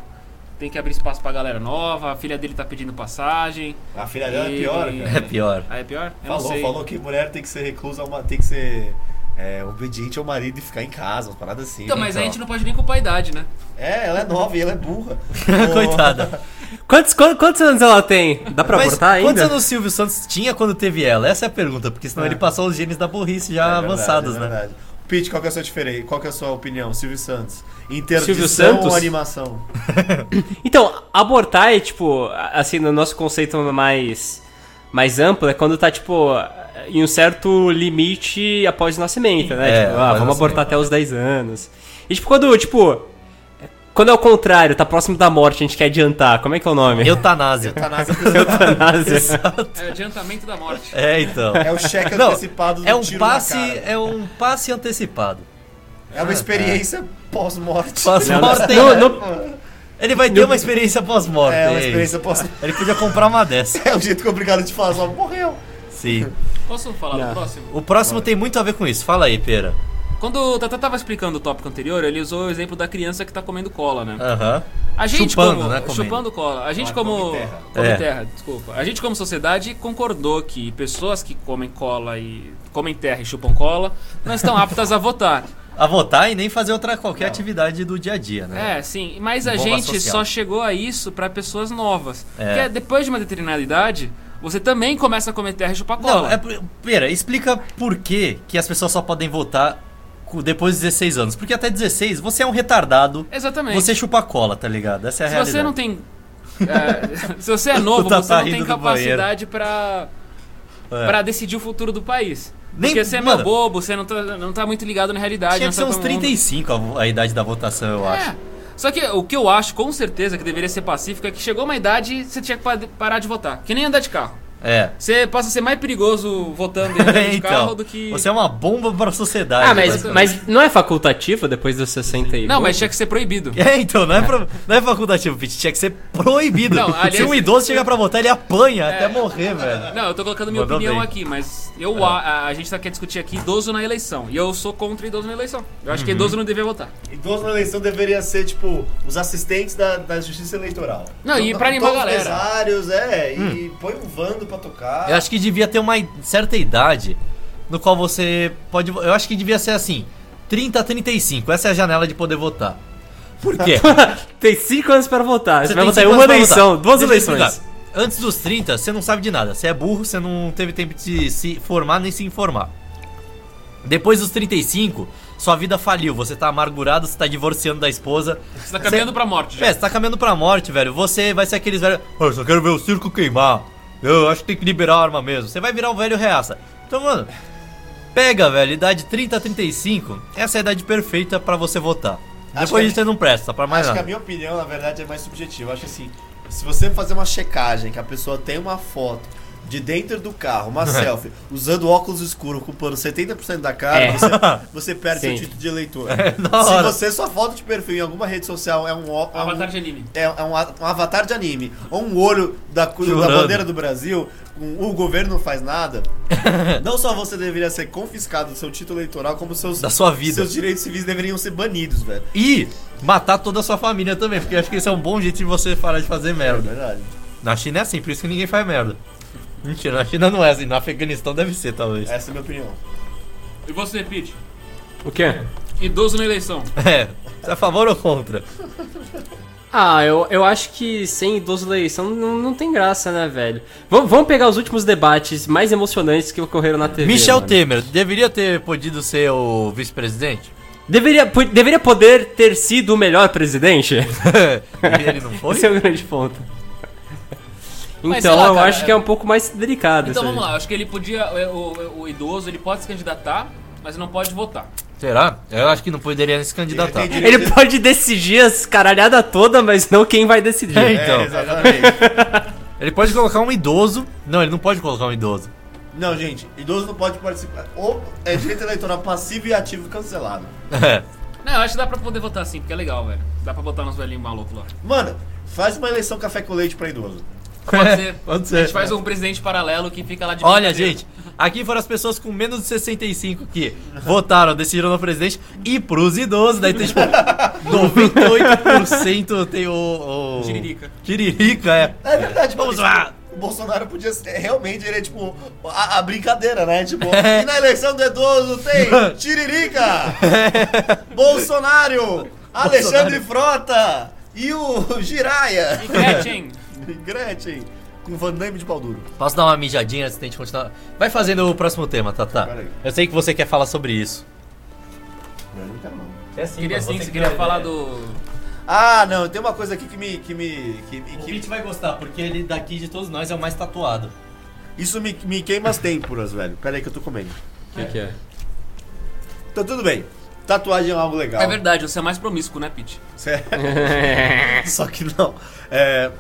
Speaker 3: Tem que abrir espaço pra galera nova, a filha dele tá pedindo passagem.
Speaker 2: a filha dela é pior,
Speaker 3: E-
Speaker 2: cara.
Speaker 1: É pior.
Speaker 3: Ah, é pior? Eu não
Speaker 2: Falou,
Speaker 3: sei.
Speaker 2: falou que mulher tem que ser reclusa, uma, tem que ser é, obediente ao marido e ficar em casa, umas paradas assim.
Speaker 3: Então,
Speaker 2: né?
Speaker 3: mas a gente não pode nem culpar a idade, né?
Speaker 2: É, ela é nova e ela é burra.
Speaker 1: Coitada.
Speaker 4: Quantos, quantos, quantos anos ela tem? Dá pra
Speaker 1: Mas
Speaker 4: abortar ainda?
Speaker 1: quantos anos o Silvio Santos tinha quando teve ela? Essa é a pergunta, porque senão ele passou os genes da burrice
Speaker 2: É
Speaker 1: já avançados, né?
Speaker 2: né? Pete, qual que é a sua diferença? Qual que é a sua opinião? Silvio Santos. Interdição
Speaker 4: Silvio Santos?
Speaker 2: ou animação?
Speaker 4: Então, abortar é tipo, a- assim, no nosso conceito mais, mais amplo, é quando tá, tipo, em um certo limite após o nascimento, né?
Speaker 1: É, após
Speaker 4: tipo, ah,
Speaker 1: o
Speaker 4: vamos
Speaker 1: nascimento.
Speaker 4: abortar até os 10 anos. E tipo, quando, tipo, quando é o contrário, tá próximo da morte, a gente quer adiantar, como é que é o nome?
Speaker 1: Eutanásia.
Speaker 2: Tanasa
Speaker 4: Eutanásia.
Speaker 3: É adiantamento da morte.
Speaker 1: É, então.
Speaker 2: é o cheque
Speaker 1: Não,
Speaker 2: antecipado do
Speaker 1: É um
Speaker 2: tiro
Speaker 1: passe, Ah,
Speaker 2: na cara.
Speaker 1: é um passe antecipado.
Speaker 2: É uma experiência pós-morte.
Speaker 1: Pós-mortem.
Speaker 4: Não, não-
Speaker 1: Ele vai ter uma experiência pós-mortem.
Speaker 2: É
Speaker 1: é
Speaker 2: uma
Speaker 1: isso.
Speaker 2: experiência pós-morte.
Speaker 1: Ele podia comprar uma dessa.
Speaker 2: É o jeito complicado de falar, só morreu.
Speaker 1: Sim.
Speaker 3: Posso falar do
Speaker 4: Não.
Speaker 3: próximo?
Speaker 1: O próximo tem muito a ver com isso. Fala aí, Pera.
Speaker 3: Quando o Tata tava explicando o tópico anterior, ele usou o exemplo da criança que tá comendo cola, né?
Speaker 1: Aham.
Speaker 3: A gente
Speaker 1: Chupando,
Speaker 3: como,
Speaker 1: né, comendo.
Speaker 3: Chupando cola. A gente
Speaker 2: Ela
Speaker 3: como...
Speaker 2: come terra.
Speaker 3: Come
Speaker 1: É.
Speaker 3: terra, desculpa. A gente como sociedade concordou que pessoas que comem cola e... Comem terra e chupam cola não estão aptas a votar.
Speaker 1: A votar e nem fazer outra qualquer atividade do dia a dia, né?
Speaker 3: É, sim. Mas a
Speaker 1: Bomba
Speaker 3: gente
Speaker 1: social.
Speaker 3: só chegou a isso pra pessoas novas.
Speaker 1: É.
Speaker 3: Porque depois de uma determinada idade, você também começa a comer terra e chupar cola.
Speaker 1: Não, é, por- pera, explica por que que as pessoas só podem votar co- depois de 16 anos. Porque até 16 você é um retardado,
Speaker 3: Exatamente.
Speaker 1: você chupa cola, tá ligado? Essa é a
Speaker 3: se
Speaker 1: realidade.
Speaker 3: você não tem... é, se você é novo,
Speaker 1: O Tata
Speaker 3: você não
Speaker 1: rindo
Speaker 3: tem
Speaker 1: do
Speaker 3: capacidade pra...
Speaker 1: É.
Speaker 3: pra decidir o futuro do país.
Speaker 1: Nem-
Speaker 3: Porque você é
Speaker 1: mano.
Speaker 3: meu bobo, você não tá, não tá muito ligado na realidade.
Speaker 1: Tinha
Speaker 3: não
Speaker 1: que ser
Speaker 3: sabe
Speaker 1: uns
Speaker 3: como é o mundo.
Speaker 1: 35 a, vo- a idade da votação, eu acho.
Speaker 3: É. Só que o que eu acho com certeza que deveria ser pacífico é que chegou uma idade e você tinha que pa- parar de votar. Que nem andar de carro.
Speaker 1: É.
Speaker 3: Você passa a ser mais perigoso votando e andando de carro
Speaker 1: então,
Speaker 3: do que.
Speaker 1: você é uma bomba pra sociedade.
Speaker 4: Ah, mas,
Speaker 1: basicamente.
Speaker 4: mas não é facultativo depois dos 60 e um?
Speaker 1: um
Speaker 3: Não, mas
Speaker 4: pouco?
Speaker 3: tinha que ser proibido.
Speaker 1: É, então, não é, pro- não é facultativo, Pete. Tinha que ser proibido.
Speaker 3: Não, aliás- É.
Speaker 1: Se um idoso chegar pra votar, ele apanha até morrer, velho.
Speaker 3: Não, eu tô colocando minha
Speaker 1: Mandou
Speaker 3: opinião
Speaker 1: bem. É.
Speaker 3: aqui, mas eu a, a- a gente tá quer discutir aqui idoso na eleição. E eu sou contra idoso na eleição. Eu
Speaker 1: Uhum.
Speaker 3: acho que idoso não deveria votar.
Speaker 2: Idoso na eleição deveria ser, tipo, os assistentes da, da justiça eleitoral.
Speaker 3: Não, e
Speaker 2: To-
Speaker 3: pra animar a
Speaker 2: todos
Speaker 3: galera.
Speaker 2: Hum. Mesários, é, e põe um vando pra tocar.
Speaker 1: Eu acho que devia ter uma i- certa idade no qual você pode. vo- Eu acho que devia ser assim: 30 a 35. Essa é a janela de poder votar. Por quê?
Speaker 4: Tem 5 anos pra votar. Você, vai
Speaker 1: tem
Speaker 4: votar em
Speaker 1: cinco
Speaker 4: uma
Speaker 1: anos pra
Speaker 4: eleição,
Speaker 1: votar.
Speaker 4: duas
Speaker 1: Deixa eu
Speaker 4: eleições.
Speaker 1: explicar. Antes dos 30, você não sabe de nada. Você é burro, você não teve tempo de se formar nem se informar. Depois dos 35, sua vida faliu. Você tá amargurado, você tá divorciando da esposa.
Speaker 3: Você tá caminhando
Speaker 1: Você-
Speaker 3: pra morte já.
Speaker 1: É, você tá caminhando pra morte, velho. Você vai ser aqueles velhos. "Ah, Eu só quero ver o circo queimar. Eu acho que tem que liberar a arma mesmo. Você vai virar um velho reaça. Então, mano, pega, velho, idade 30 a 35. Essa é a idade perfeita pra você votar.
Speaker 2: Acho
Speaker 1: Depois
Speaker 2: que- é
Speaker 1: disso, você não presta pra mais
Speaker 2: Acho que a
Speaker 1: nada.
Speaker 2: minha opinião, na verdade, é mais subjetiva. Eu Acho assim, se você fazer uma checagem que a pessoa tem uma foto de dentro do carro, uma selfie, usando óculos escuros, ocupando 70% da cara,
Speaker 4: É.
Speaker 2: você, você perde
Speaker 4: Sim.
Speaker 2: seu título de eleitor.
Speaker 1: na
Speaker 2: se
Speaker 1: hora.
Speaker 2: você sua foto de perfil em alguma rede social é um, ó- é um-
Speaker 3: Avatar de anime.
Speaker 2: é um, a- um avatar de anime ou um olho da, cu- da
Speaker 1: Chorando.
Speaker 2: bandeira do Brasil, um, o governo não faz nada. não só você deveria ser confiscado do seu título eleitoral, como seus,
Speaker 1: Da sua vida.
Speaker 2: é seus direitos civis deveriam ser banidos, velho.
Speaker 1: E matar toda a sua família também, porque eu acho que esse é um bom jeito de você parar de fazer
Speaker 2: É
Speaker 1: merda.
Speaker 2: verdade.
Speaker 1: Na China é assim, por isso que ninguém faz merda. Mentira, na China não é assim, no Afeganistão deve ser, talvez.
Speaker 2: Essa é a minha opinião.
Speaker 3: E você, Pete?
Speaker 4: O quê?
Speaker 3: Idoso na eleição.
Speaker 1: É, você é a favor ou contra?
Speaker 4: Ah, eu, eu acho que sem idoso na eleição não, não tem graça, né, velho? Vamos, vamos pegar os últimos debates mais emocionantes que ocorreram na TV.
Speaker 1: Michel
Speaker 4: mano.
Speaker 1: Temer deveria ter podido ser o vice-presidente?
Speaker 4: Deveria, po- deveria poder ter sido o melhor presidente?
Speaker 1: E ele não foi?
Speaker 4: Esse é o grande ponto.
Speaker 3: Mas
Speaker 4: Então,
Speaker 3: sei lá,
Speaker 4: eu
Speaker 3: cara,
Speaker 4: acho que é um pouco mais delicado.
Speaker 3: Então
Speaker 4: isso aí.
Speaker 3: vamos lá, eu acho que ele podia. O, o- o idoso ele pode se candidatar, mas não pode votar.
Speaker 1: Será? Eu acho que não poderia se candidatar.
Speaker 2: Ele tem
Speaker 4: Ele pode decidir as caralhadas toda, mas não quem vai decidir.
Speaker 1: É,
Speaker 2: É,
Speaker 1: então.
Speaker 2: exatamente.
Speaker 1: Ele pode colocar um idoso. Não, ele não pode colocar um idoso.
Speaker 2: não, gente, idoso não pode participar. Ou é direito eleitoral passivo e ativo cancelado.
Speaker 1: É.
Speaker 3: Não, eu acho que dá pra poder votar sim, porque é legal, velho. Dá pra botar uns velhinhos malucos lá.
Speaker 2: Mano, faz uma eleição café com leite pra idoso.
Speaker 3: Pode ser.
Speaker 1: É, Pode
Speaker 3: A
Speaker 1: ser.
Speaker 3: gente faz um presidente paralelo que fica lá de
Speaker 1: Olha,
Speaker 3: brincadeira.
Speaker 1: gente, aqui foram as pessoas com menos de 65 que votaram, decidiram no presidente, e pros idosos, daí tem tipo 98% tem o. o...
Speaker 3: Tiririca.
Speaker 1: Tiririca, é.
Speaker 2: É verdade,
Speaker 1: Vamos
Speaker 2: porque,
Speaker 1: lá.
Speaker 2: tipo, O Bolsonaro podia ser, realmente, ele é tipo a, a brincadeira, né? Tipo,
Speaker 1: É.
Speaker 2: e na eleição do idoso tem Tiririca, Bolsonaro, Alexandre Frota e o Giraia,
Speaker 3: E Gretchen.
Speaker 2: Gretchen, com Van Damme de pau duro.
Speaker 1: Posso dar uma mijadinha antes da gente continuar? Vai fazendo o próximo tema, Tata.
Speaker 2: Pera aí.
Speaker 1: Eu sei que você quer falar sobre isso.
Speaker 2: Eu não quero, não.
Speaker 1: É sim,
Speaker 3: queria sim, você queria falar
Speaker 1: né?
Speaker 3: do.
Speaker 2: Ah, não, tem uma coisa aqui que me. Que me, que, me-
Speaker 1: O
Speaker 2: que-
Speaker 1: Pete vai gostar, porque ele daqui de todos nós é o mais tatuado.
Speaker 2: isso me, me queima as têmporas, velho. Pera aí que eu tô comendo.
Speaker 4: O que, que é?
Speaker 2: Então tudo bem. Tatuagem é algo legal.
Speaker 3: É verdade, você é mais promíscuo, né, Pete?
Speaker 2: Cê- Só que não. É...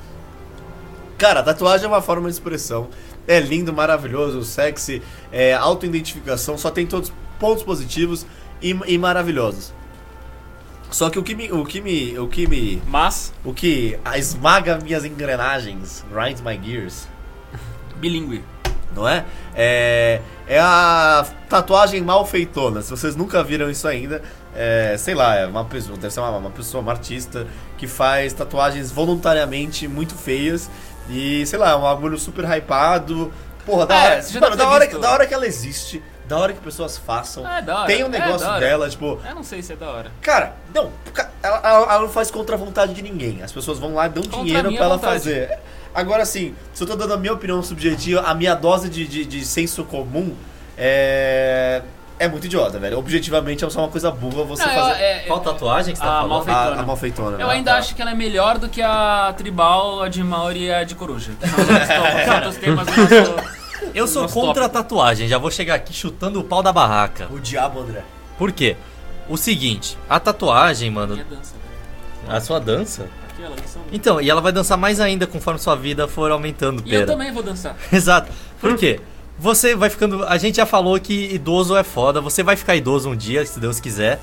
Speaker 2: Cara, tatuagem é uma forma de expressão. É lindo, maravilhoso, sexy, é autoidentificação, só tem todos pontos positivos e, e maravilhosos. Só que o que me. O que me. O que me.
Speaker 3: Mas,
Speaker 2: O que a- esmaga minhas engrenagens, grinds my gears,
Speaker 3: bilíngue.
Speaker 2: não é? é? É a tatuagem mal feitona. Se vocês nunca viram isso ainda, é, sei lá, é uma pessoa, deve ser uma, uma pessoa, uma artista, que faz tatuagens voluntariamente muito feias. E, sei lá, é um bagulho super hypado. Porra, da
Speaker 3: É,
Speaker 2: hora.
Speaker 3: você já
Speaker 2: mano,
Speaker 3: deve
Speaker 2: da,
Speaker 3: ter
Speaker 2: hora
Speaker 3: visto.
Speaker 2: da hora que ela existe, da hora que pessoas façam.
Speaker 3: Ah, é da hora.
Speaker 2: Tem um
Speaker 3: É
Speaker 2: negócio
Speaker 3: da hora.
Speaker 2: dela, tipo,
Speaker 3: Eu não sei se é da hora.
Speaker 2: Cara, não, ca- ela, ela- ela não faz contra a vontade de ninguém. As pessoas vão lá e dão
Speaker 3: Contra a
Speaker 2: dinheiro
Speaker 3: minha
Speaker 2: pra ela
Speaker 3: vontade.
Speaker 2: fazer. Agora sim, se eu tô dando a minha opinião subjetiva, a minha dose de, de, de senso comum é. É muito idiota, velho. Objetivamente é só uma coisa burra você
Speaker 3: Não, eu-
Speaker 2: fazer.
Speaker 3: é-
Speaker 1: Qual tatuagem que você tá
Speaker 3: Ah,
Speaker 1: falando?
Speaker 3: mal
Speaker 2: A,
Speaker 3: feitona.
Speaker 2: a malfeitona.
Speaker 3: Eu
Speaker 2: né?
Speaker 3: ainda
Speaker 2: Tá.
Speaker 3: acho que ela é melhor do que a tribal, a de Maori e a de coruja. Que são os outros to- os outros temas do nosso-
Speaker 1: Eu sou
Speaker 3: Nosso
Speaker 1: contra a
Speaker 3: tópico.
Speaker 1: tatuagem, já vou chegar aqui chutando o pau da barraca.
Speaker 2: O diabo, André.
Speaker 1: Por quê? O seguinte, a tatuagem, mano,
Speaker 3: Minha dança, velho.
Speaker 1: a sua dança.
Speaker 3: Aqui, ela dança muito.
Speaker 1: Então, e ela vai dançar mais ainda conforme sua vida for aumentando,
Speaker 3: E eu
Speaker 1: pera.
Speaker 3: também vou dançar.
Speaker 1: Exato. Por quê? Você vai ficando. A gente já falou que idoso é foda, você vai ficar idoso um dia, se Deus quiser.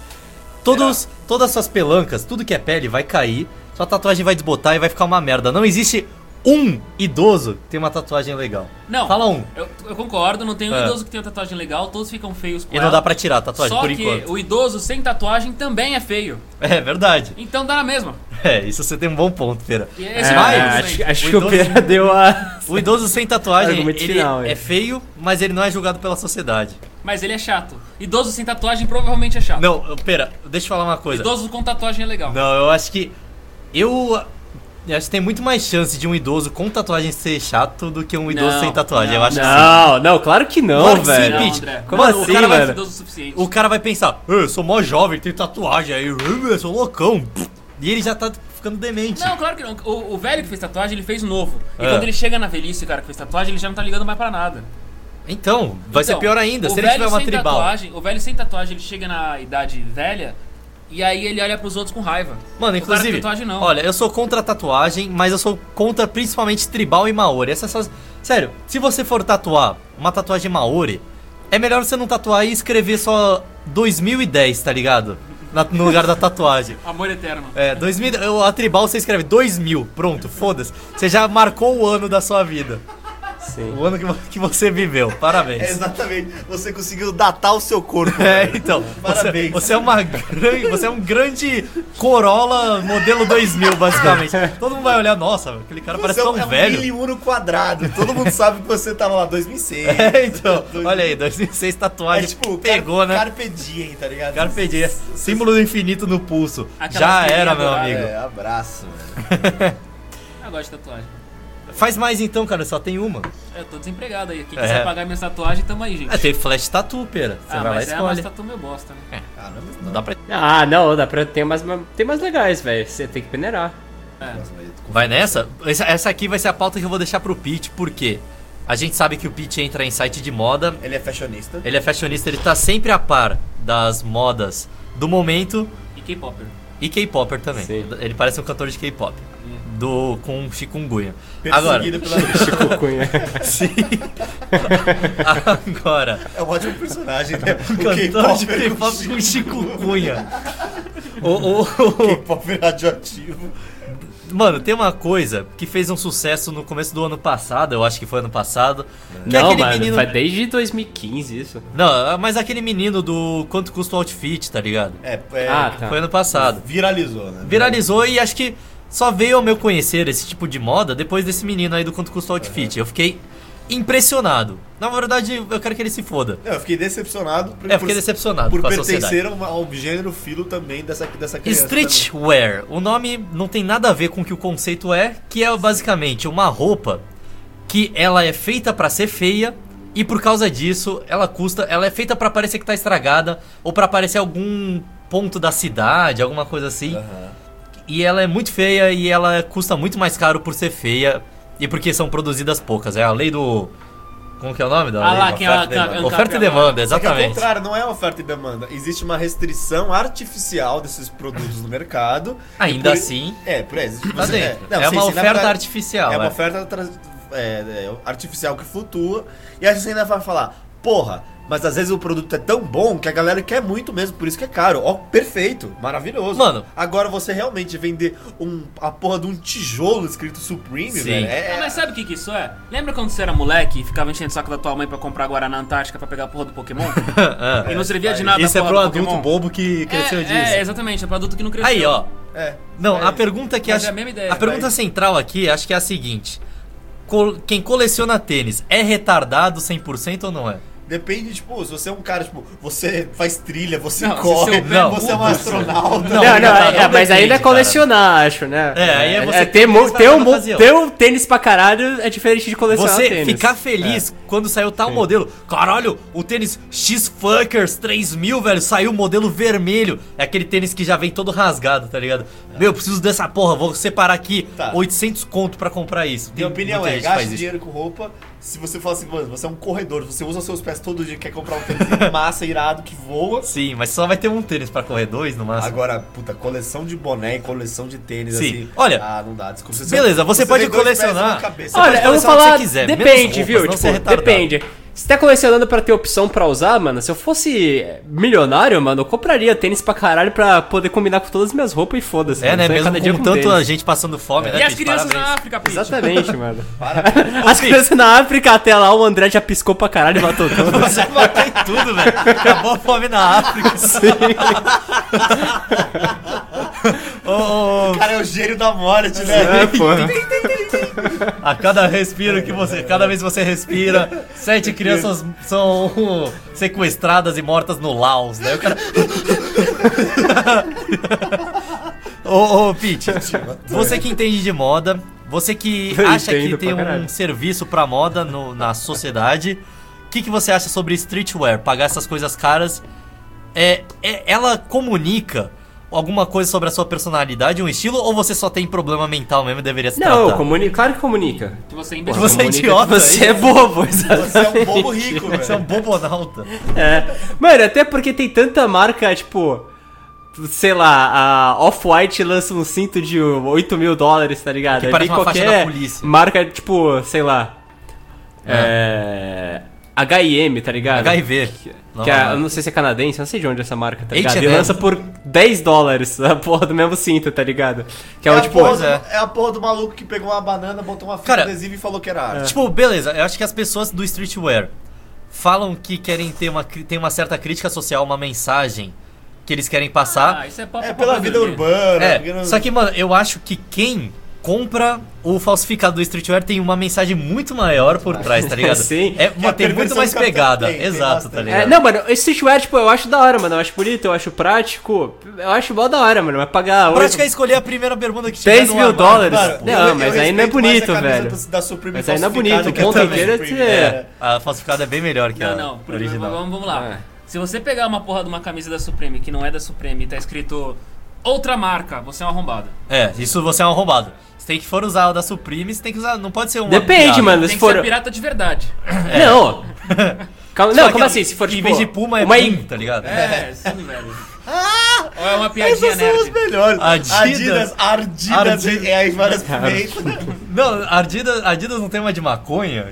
Speaker 1: Todos, todas as suas pelancas, tudo que é pele vai cair, sua tatuagem vai desbotar e vai ficar uma merda. Não existe um idoso que tem uma tatuagem legal.
Speaker 3: Não.
Speaker 1: Fala um.
Speaker 3: Eu, eu concordo, não tem um
Speaker 1: É.
Speaker 3: idoso que tem tatuagem legal, todos ficam feios com
Speaker 1: E não
Speaker 3: ela.
Speaker 1: dá pra tirar a tatuagem
Speaker 3: Só
Speaker 1: por
Speaker 3: que
Speaker 1: enquanto.
Speaker 3: o idoso sem tatuagem também é feio.
Speaker 1: É verdade.
Speaker 3: Então dá na mesma.
Speaker 1: É, isso você tem um bom ponto, Pera.
Speaker 3: E
Speaker 1: É,
Speaker 3: Esse é
Speaker 1: Vai,
Speaker 3: o
Speaker 4: Ah,
Speaker 3: meu
Speaker 1: acho
Speaker 3: argumento.
Speaker 4: acho que o Pera deu a
Speaker 1: O idoso sem tatuagem
Speaker 4: Argumento
Speaker 1: ele
Speaker 4: final,
Speaker 1: é
Speaker 4: é.
Speaker 1: feio, mas ele não é julgado pela sociedade.
Speaker 3: Mas ele é chato. Idoso sem tatuagem provavelmente é chato.
Speaker 1: Não, pera, deixa eu falar uma coisa.
Speaker 3: Idoso com tatuagem é legal.
Speaker 1: Não, eu acho que. Eu. eu acho que tem muito mais chance de um idoso com tatuagem ser chato do que um idoso
Speaker 3: Não,
Speaker 1: sem tatuagem.
Speaker 3: não,
Speaker 1: eu acho que sim.
Speaker 4: Não, não, claro que não,
Speaker 1: Claro que sim,
Speaker 4: velho.
Speaker 1: bicho.
Speaker 3: André.
Speaker 4: Como
Speaker 3: Mano,
Speaker 4: assim,
Speaker 3: o cara vai ser
Speaker 4: velho?
Speaker 3: idoso o suficiente.
Speaker 1: O cara vai pensar, "Eh, eu sou mó jovem, tenho tatuagem aí, "Eh, eu sou loucão. E ele já tá ficando demente.
Speaker 3: Não, claro que não. O, o velho que fez tatuagem, ele fez novo. E
Speaker 1: É.
Speaker 3: quando ele chega na velhice, o cara que fez tatuagem, ele já não tá ligando mais pra nada.
Speaker 1: Então, vai ser
Speaker 3: Então,
Speaker 1: pior ainda,
Speaker 3: o
Speaker 1: se ele
Speaker 3: velho
Speaker 1: tiver uma
Speaker 3: sem
Speaker 1: tribal.
Speaker 3: Tatuagem, o velho sem tatuagem, ele chega na idade velha e aí ele olha pros outros com raiva.
Speaker 1: Mano,
Speaker 3: O cara
Speaker 1: inclusive,
Speaker 3: sem tatuagem não.
Speaker 1: olha, eu sou contra a tatuagem, mas eu sou contra principalmente tribal e maori. Essas são as- Sério, se você for tatuar uma tatuagem maori, é melhor você não tatuar e escrever só 2010, tá ligado? Na- no lugar da tatuagem.
Speaker 3: Amor eterno.
Speaker 1: É, 2000, eu- a tribal você escreve 2000, pronto, foda-se. Você já marcou o ano da sua vida.
Speaker 4: Sim.
Speaker 1: O ano que, vo- que você viveu,
Speaker 2: É,
Speaker 1: parabéns.
Speaker 2: exatamente. Você conseguiu datar o seu corpo.
Speaker 1: É, então, você,
Speaker 2: Parabéns.
Speaker 1: você é uma grande, você é um grande Corolla modelo 2000, basicamente. Todo mundo vai olhar, nossa, aquele cara parece
Speaker 2: É. você
Speaker 1: tão
Speaker 2: é um
Speaker 1: velho.
Speaker 2: milho uno quadrado. Todo mundo sabe que você tava lá 2006.
Speaker 1: É, então,
Speaker 2: Dois-
Speaker 1: olha aí, 2006
Speaker 2: É
Speaker 1: tatuagem,
Speaker 2: tipo,
Speaker 1: pegou,
Speaker 2: car
Speaker 1: né? Cara,
Speaker 2: Carpe diem, tá ligado?
Speaker 1: pedia, símbolo do infinito no pulso.
Speaker 3: Aquela
Speaker 1: Já
Speaker 3: estrelinha
Speaker 1: era, meu
Speaker 3: dourada,
Speaker 1: amigo.
Speaker 2: É, abraço, velho.
Speaker 3: Eu gosto de tatuagem.
Speaker 1: Faz mais então, cara, só tem uma.
Speaker 3: Eu tô desempregado aí. Quem
Speaker 1: É.
Speaker 3: quiser pagar minhas tatuagens, tamo aí, gente.
Speaker 1: Ah, tem flash tatu, pera. Você vai
Speaker 3: ah,
Speaker 1: lá e
Speaker 3: mas é uma
Speaker 1: escolhe.
Speaker 3: tatu meu bosta, né?
Speaker 2: Ah, não, mas
Speaker 1: Não dá pra...
Speaker 4: Ah, não, dá pra ter umas, tem umas legais, velho. Você tem que peneirar.
Speaker 1: Vai nessa? Essa, essa aqui vai ser a pauta que eu vou deixar pro Pete, porque a gente sabe que o Pete entra em site de moda,
Speaker 2: Ele é fashionista.
Speaker 1: ele é fashionista, ele tá sempre a par das modas do momento
Speaker 3: E K-Popper.
Speaker 1: e K-Popper também.
Speaker 4: Sim.
Speaker 1: Ele parece um cantor de K-pop. Do com chikungunya. Agora,
Speaker 2: Perseguido pela...
Speaker 4: Chico Cunha.
Speaker 1: sim. Agora,
Speaker 2: É um ótimo personagem, né? O
Speaker 1: cantor de
Speaker 2: K-popper com
Speaker 1: K-pop com chikungunya. o,
Speaker 2: O
Speaker 1: o,
Speaker 2: K-pop radioativo.
Speaker 1: Mano, tem uma coisa que fez um sucesso no começo do ano passado, eu acho que foi ano passado. Que é
Speaker 4: Não,
Speaker 1: aquele
Speaker 4: mano,
Speaker 1: menino.
Speaker 4: vai desde 2015 isso.
Speaker 1: Não, mas aquele menino do quanto custa o outfit, tá ligado?
Speaker 2: É, é
Speaker 4: Ah, tá.
Speaker 1: Foi ano passado.
Speaker 2: viralizou, né?
Speaker 1: Viralizou e acho que só veio ao meu conhecer esse tipo de moda depois desse menino aí do quanto custa o outfit. Eu fiquei impressionado. Na verdade, eu quero que ele se foda.
Speaker 2: Não, eu fiquei decepcionado. Por,
Speaker 1: É, eu fiquei
Speaker 2: por-
Speaker 1: decepcionado
Speaker 2: Por
Speaker 1: com a sociedade.
Speaker 2: pertencer a uma- ao gênero filo também dessa, dessa criança. também.
Speaker 1: Streetwear. O nome não tem nada a ver com o que o conceito é, que é basicamente uma roupa que ela é feita pra ser feia e por causa disso ela custa, ela é feita pra parecer que tá estragada ou pra parecer algum ponto da cidade, alguma coisa assim. E ela é muito feia e ela custa muito mais caro por ser feia e porque são produzidas poucas. É a lei do como que é o nome da
Speaker 3: Ah
Speaker 1: lei?
Speaker 3: lá, quem é
Speaker 2: oferta e
Speaker 3: a- a-
Speaker 2: demanda.
Speaker 3: a-
Speaker 1: Oferta e demanda,
Speaker 2: Só que ao
Speaker 1: exatamente.
Speaker 2: contrário, não é oferta e demanda. Existe uma restrição artificial desses produtos no mercado.
Speaker 1: Ainda
Speaker 2: E por-
Speaker 1: assim,
Speaker 2: É, por aí, existe
Speaker 1: tá
Speaker 2: você-
Speaker 1: dentro. É,
Speaker 2: não, sim,
Speaker 1: uma
Speaker 2: sim, na
Speaker 1: oferta
Speaker 2: verdade,
Speaker 1: artificial.
Speaker 2: É uma
Speaker 1: é.
Speaker 2: oferta trans- é, é, artificial que flutua. E aí você ainda vai falar, porra, mas às vezes o produto é tão bom que a galera quer muito mesmo, por isso que é caro. Ó, perfeito, maravilhoso.
Speaker 1: Mano.
Speaker 2: agora você realmente vender um, a porra de um tijolo escrito Supreme,
Speaker 1: Sim.
Speaker 2: velho.
Speaker 3: Ah,
Speaker 2: É,
Speaker 3: mas sabe o que, que isso é? Lembra quando você era moleque e ficava enchendo o saco da tua mãe pra comprar Guaraná Antártica pra pegar a porra do Pokémon? e não servia de nada
Speaker 1: Isso é
Speaker 3: a
Speaker 1: pro
Speaker 3: porra do
Speaker 1: adulto
Speaker 3: Pokémon?
Speaker 1: bobo que cresceu
Speaker 3: é,
Speaker 1: disso.
Speaker 3: É, exatamente, é pro adulto que não cresceu.
Speaker 1: Aí, ó.
Speaker 2: é.
Speaker 1: Não,
Speaker 2: É
Speaker 1: a
Speaker 2: isso.
Speaker 1: pergunta que
Speaker 3: Mas
Speaker 1: acho-
Speaker 3: é a mesma ideia,
Speaker 1: a pergunta
Speaker 2: vai.
Speaker 1: central aqui, acho que é a seguinte. Col- Quem coleciona tênis é retardado 100% ou não é?
Speaker 2: Depende, tipo, se você é um cara, tipo, você faz trilha, você
Speaker 3: Não, se
Speaker 2: corre,
Speaker 3: seu pé é
Speaker 2: você é um
Speaker 1: burro,
Speaker 2: astronauta.
Speaker 1: Não,
Speaker 4: Não, não,
Speaker 1: não,
Speaker 4: é-
Speaker 1: não
Speaker 4: é, mas
Speaker 1: depende,
Speaker 4: ainda é
Speaker 1: cara.
Speaker 4: colecionar, acho, né?
Speaker 1: É, aí é você
Speaker 4: ter,
Speaker 1: ter
Speaker 4: mo-
Speaker 1: tênis
Speaker 4: ter,
Speaker 1: na
Speaker 4: um, mo-
Speaker 1: ocasião.
Speaker 4: ter um tênis pra caralho é diferente de colecionar
Speaker 1: Você
Speaker 4: tênis.
Speaker 1: ficar
Speaker 2: É.
Speaker 1: feliz quando saiu tal modelo. Caralho, o tênis X-Fuckers 3000, velho, saiu o modelo vermelho. É aquele tênis que já vem todo rasgado, tá ligado? Meu, eu preciso dessa porra, vou separar aqui
Speaker 2: É. Tá.
Speaker 1: 800 conto pra comprar isso.
Speaker 2: Minha opinião
Speaker 1: muita
Speaker 2: é,
Speaker 1: gente que faz
Speaker 2: gaste
Speaker 1: isso.
Speaker 2: dinheiro com roupa. Se você fala assim, mano, você é um corredor, você usa seus pés todo dia, quer comprar um tênis massa, irado, que voa.
Speaker 1: Sim, mas só vai ter um tênis pra correr dois no máximo.
Speaker 2: Agora, puta, coleção de boné e coleção de tênis,
Speaker 1: Sim.
Speaker 2: assim.
Speaker 1: Olha,
Speaker 2: Ah, não dá, desculpa.
Speaker 1: beleza, você pode
Speaker 2: tem dois pés e uma
Speaker 1: colecionar.
Speaker 2: cabeça.
Speaker 1: Você
Speaker 4: Olha,
Speaker 1: pode
Speaker 4: eu vou
Speaker 1: colecionar o que
Speaker 4: falar.
Speaker 1: você quiser, menos
Speaker 4: depende,
Speaker 1: roupas,
Speaker 4: viu?
Speaker 1: não
Speaker 4: Tipo,
Speaker 1: ser retardado.
Speaker 4: depende. Se tá colecionando pra ter opção pra usar, mano, se eu fosse milionário, mano, eu compraria tênis pra caralho pra poder combinar com todas as minhas roupas e foda-se.
Speaker 1: É,
Speaker 4: mano.
Speaker 1: né?
Speaker 4: Sair
Speaker 1: Mesmo
Speaker 4: cada dia
Speaker 1: com tanto a
Speaker 4: tênis.
Speaker 1: gente passando fome,
Speaker 2: É.
Speaker 1: né?
Speaker 3: E as
Speaker 1: Pete?
Speaker 3: crianças ah, na
Speaker 1: Parabéns.
Speaker 3: África, Pete?
Speaker 4: Exatamente, mano.
Speaker 2: Parabéns.
Speaker 4: As crianças na África até lá, o André já piscou pra caralho e matou tudo.
Speaker 1: Você matou em tudo, velho. Acabou a fome na África. Ô, ô, ô,
Speaker 2: O cara é o gênio da morte, né?
Speaker 4: É, porra.
Speaker 1: A cada respiro que você. Cada vez que você respira, sete crianças são sequestradas e mortas no Laos, né? O cara. ô, ô, Pete, você que entende de moda, você que
Speaker 4: Eu
Speaker 1: acha que
Speaker 4: entendo
Speaker 1: tem
Speaker 4: pra caralho.
Speaker 1: um serviço pra moda no- na sociedade, o que, que você acha sobre streetwear? Pagar essas coisas caras é, é- ela comunica alguma coisa sobre a sua personalidade, um estilo, ou você só tem problema mental mesmo e deveria se
Speaker 4: Não,
Speaker 1: tratar?
Speaker 4: comuni- claro que comunica.
Speaker 3: Que você
Speaker 1: Você
Speaker 3: é
Speaker 1: é
Speaker 3: imbecil.
Speaker 4: Comunica
Speaker 1: idiota,
Speaker 4: que Você
Speaker 1: é
Speaker 4: é
Speaker 1: isso.
Speaker 4: bobo, exato.
Speaker 2: Você é um bobo rico, velho.
Speaker 1: Você é um bobonauta.
Speaker 4: É. Mano, até porque tem tanta marca, tipo. Sei lá, a Off-White lança um cinto de 8 mil dólares, tá ligado?
Speaker 1: Que
Speaker 4: Aí
Speaker 1: parece
Speaker 4: vem
Speaker 1: uma faixa
Speaker 4: qualquer
Speaker 1: da polícia.
Speaker 4: Marca, tipo, sei lá. É. HM, tá ligado?
Speaker 1: HIV.
Speaker 4: Que é- eu não sei se é canadense, eu não sei de onde é essa marca, tá ligado? E
Speaker 1: H&M.
Speaker 4: lança por 10 dólares a porra do mesmo cinto, tá ligado? Que é,
Speaker 2: É,
Speaker 4: o
Speaker 2: a
Speaker 4: tipo.
Speaker 2: porra, do-
Speaker 1: é.
Speaker 2: é a porra do maluco que pegou uma banana, botou uma fita
Speaker 1: Cara,
Speaker 2: adesiva e falou que era arte.
Speaker 1: Tipo, beleza, eu acho que as pessoas do streetwear falam que querem ter uma, cri- tem uma certa crítica social, uma mensagem que eles querem passar.
Speaker 3: Ah, isso é papo
Speaker 2: É
Speaker 3: pra
Speaker 2: pela
Speaker 3: papai
Speaker 2: vida
Speaker 3: dormir.
Speaker 2: urbana. porque
Speaker 1: é,
Speaker 2: não-
Speaker 1: só que, mano, eu acho que quem compra o falsificado do streetwear tem uma mensagem muito maior por trás, tá ligado?
Speaker 4: Sim.
Speaker 1: É, uma,
Speaker 2: a
Speaker 1: tem muito
Speaker 2: perversão
Speaker 1: mais
Speaker 2: do capital
Speaker 1: pegada.
Speaker 2: tem, tem
Speaker 1: Exato, tá
Speaker 2: bastante.
Speaker 1: ligado?
Speaker 4: É, não, mano, esse streetwear, tipo, eu acho da hora, mano. Eu acho bonito, eu acho prático. Eu acho mó da hora, mano. Vai pagar
Speaker 1: Prática é escolher a primeira bermuda que tiver
Speaker 4: 10
Speaker 1: no
Speaker 4: mil
Speaker 1: armário.
Speaker 4: dólares.
Speaker 2: Mano,
Speaker 4: não,
Speaker 2: eu- eu
Speaker 4: mas aí não é
Speaker 2: respeito mais a
Speaker 4: bonito,
Speaker 2: camisa
Speaker 4: velho.
Speaker 2: da- da Supreme
Speaker 4: Mas aí não é
Speaker 2: falsificada
Speaker 4: bonito,
Speaker 2: que
Speaker 4: o
Speaker 2: eu também
Speaker 4: ponto inteiro é
Speaker 2: Supreme,
Speaker 4: ser-
Speaker 2: cara.
Speaker 1: A falsificada é bem melhor que a
Speaker 3: Não, não. Primeiro,
Speaker 1: original.
Speaker 3: Vamos, vamos lá.
Speaker 2: É.
Speaker 3: Se você pegar uma porra de uma camisa da Supreme que não é da Supreme e tá escrito outra marca, você é um arrombado.
Speaker 1: É, isso você é um arrombado. Se tem que for usar o da Supreme, você tem que usar. Não pode ser um.
Speaker 4: Depende, mano.
Speaker 3: Tem
Speaker 4: Se
Speaker 3: que
Speaker 4: for.
Speaker 3: ser pirata de verdade.
Speaker 4: É. Não! Calma, não,
Speaker 1: Não,
Speaker 4: como assim? Se for
Speaker 1: em
Speaker 4: tipo.
Speaker 1: vez de Puma é
Speaker 4: uma
Speaker 1: Pum,
Speaker 4: in-
Speaker 1: tá ligado?
Speaker 3: É, sim, velho. Ou é uma piadinha
Speaker 2: Essas Ah! são as
Speaker 3: nerd.
Speaker 2: melhores.
Speaker 1: Adidas.
Speaker 2: Adidas, Ardidas,
Speaker 1: Ardidas.
Speaker 2: é as várias pimentas.
Speaker 1: Não, a Adidas, a Adidas não tem uma de maconha?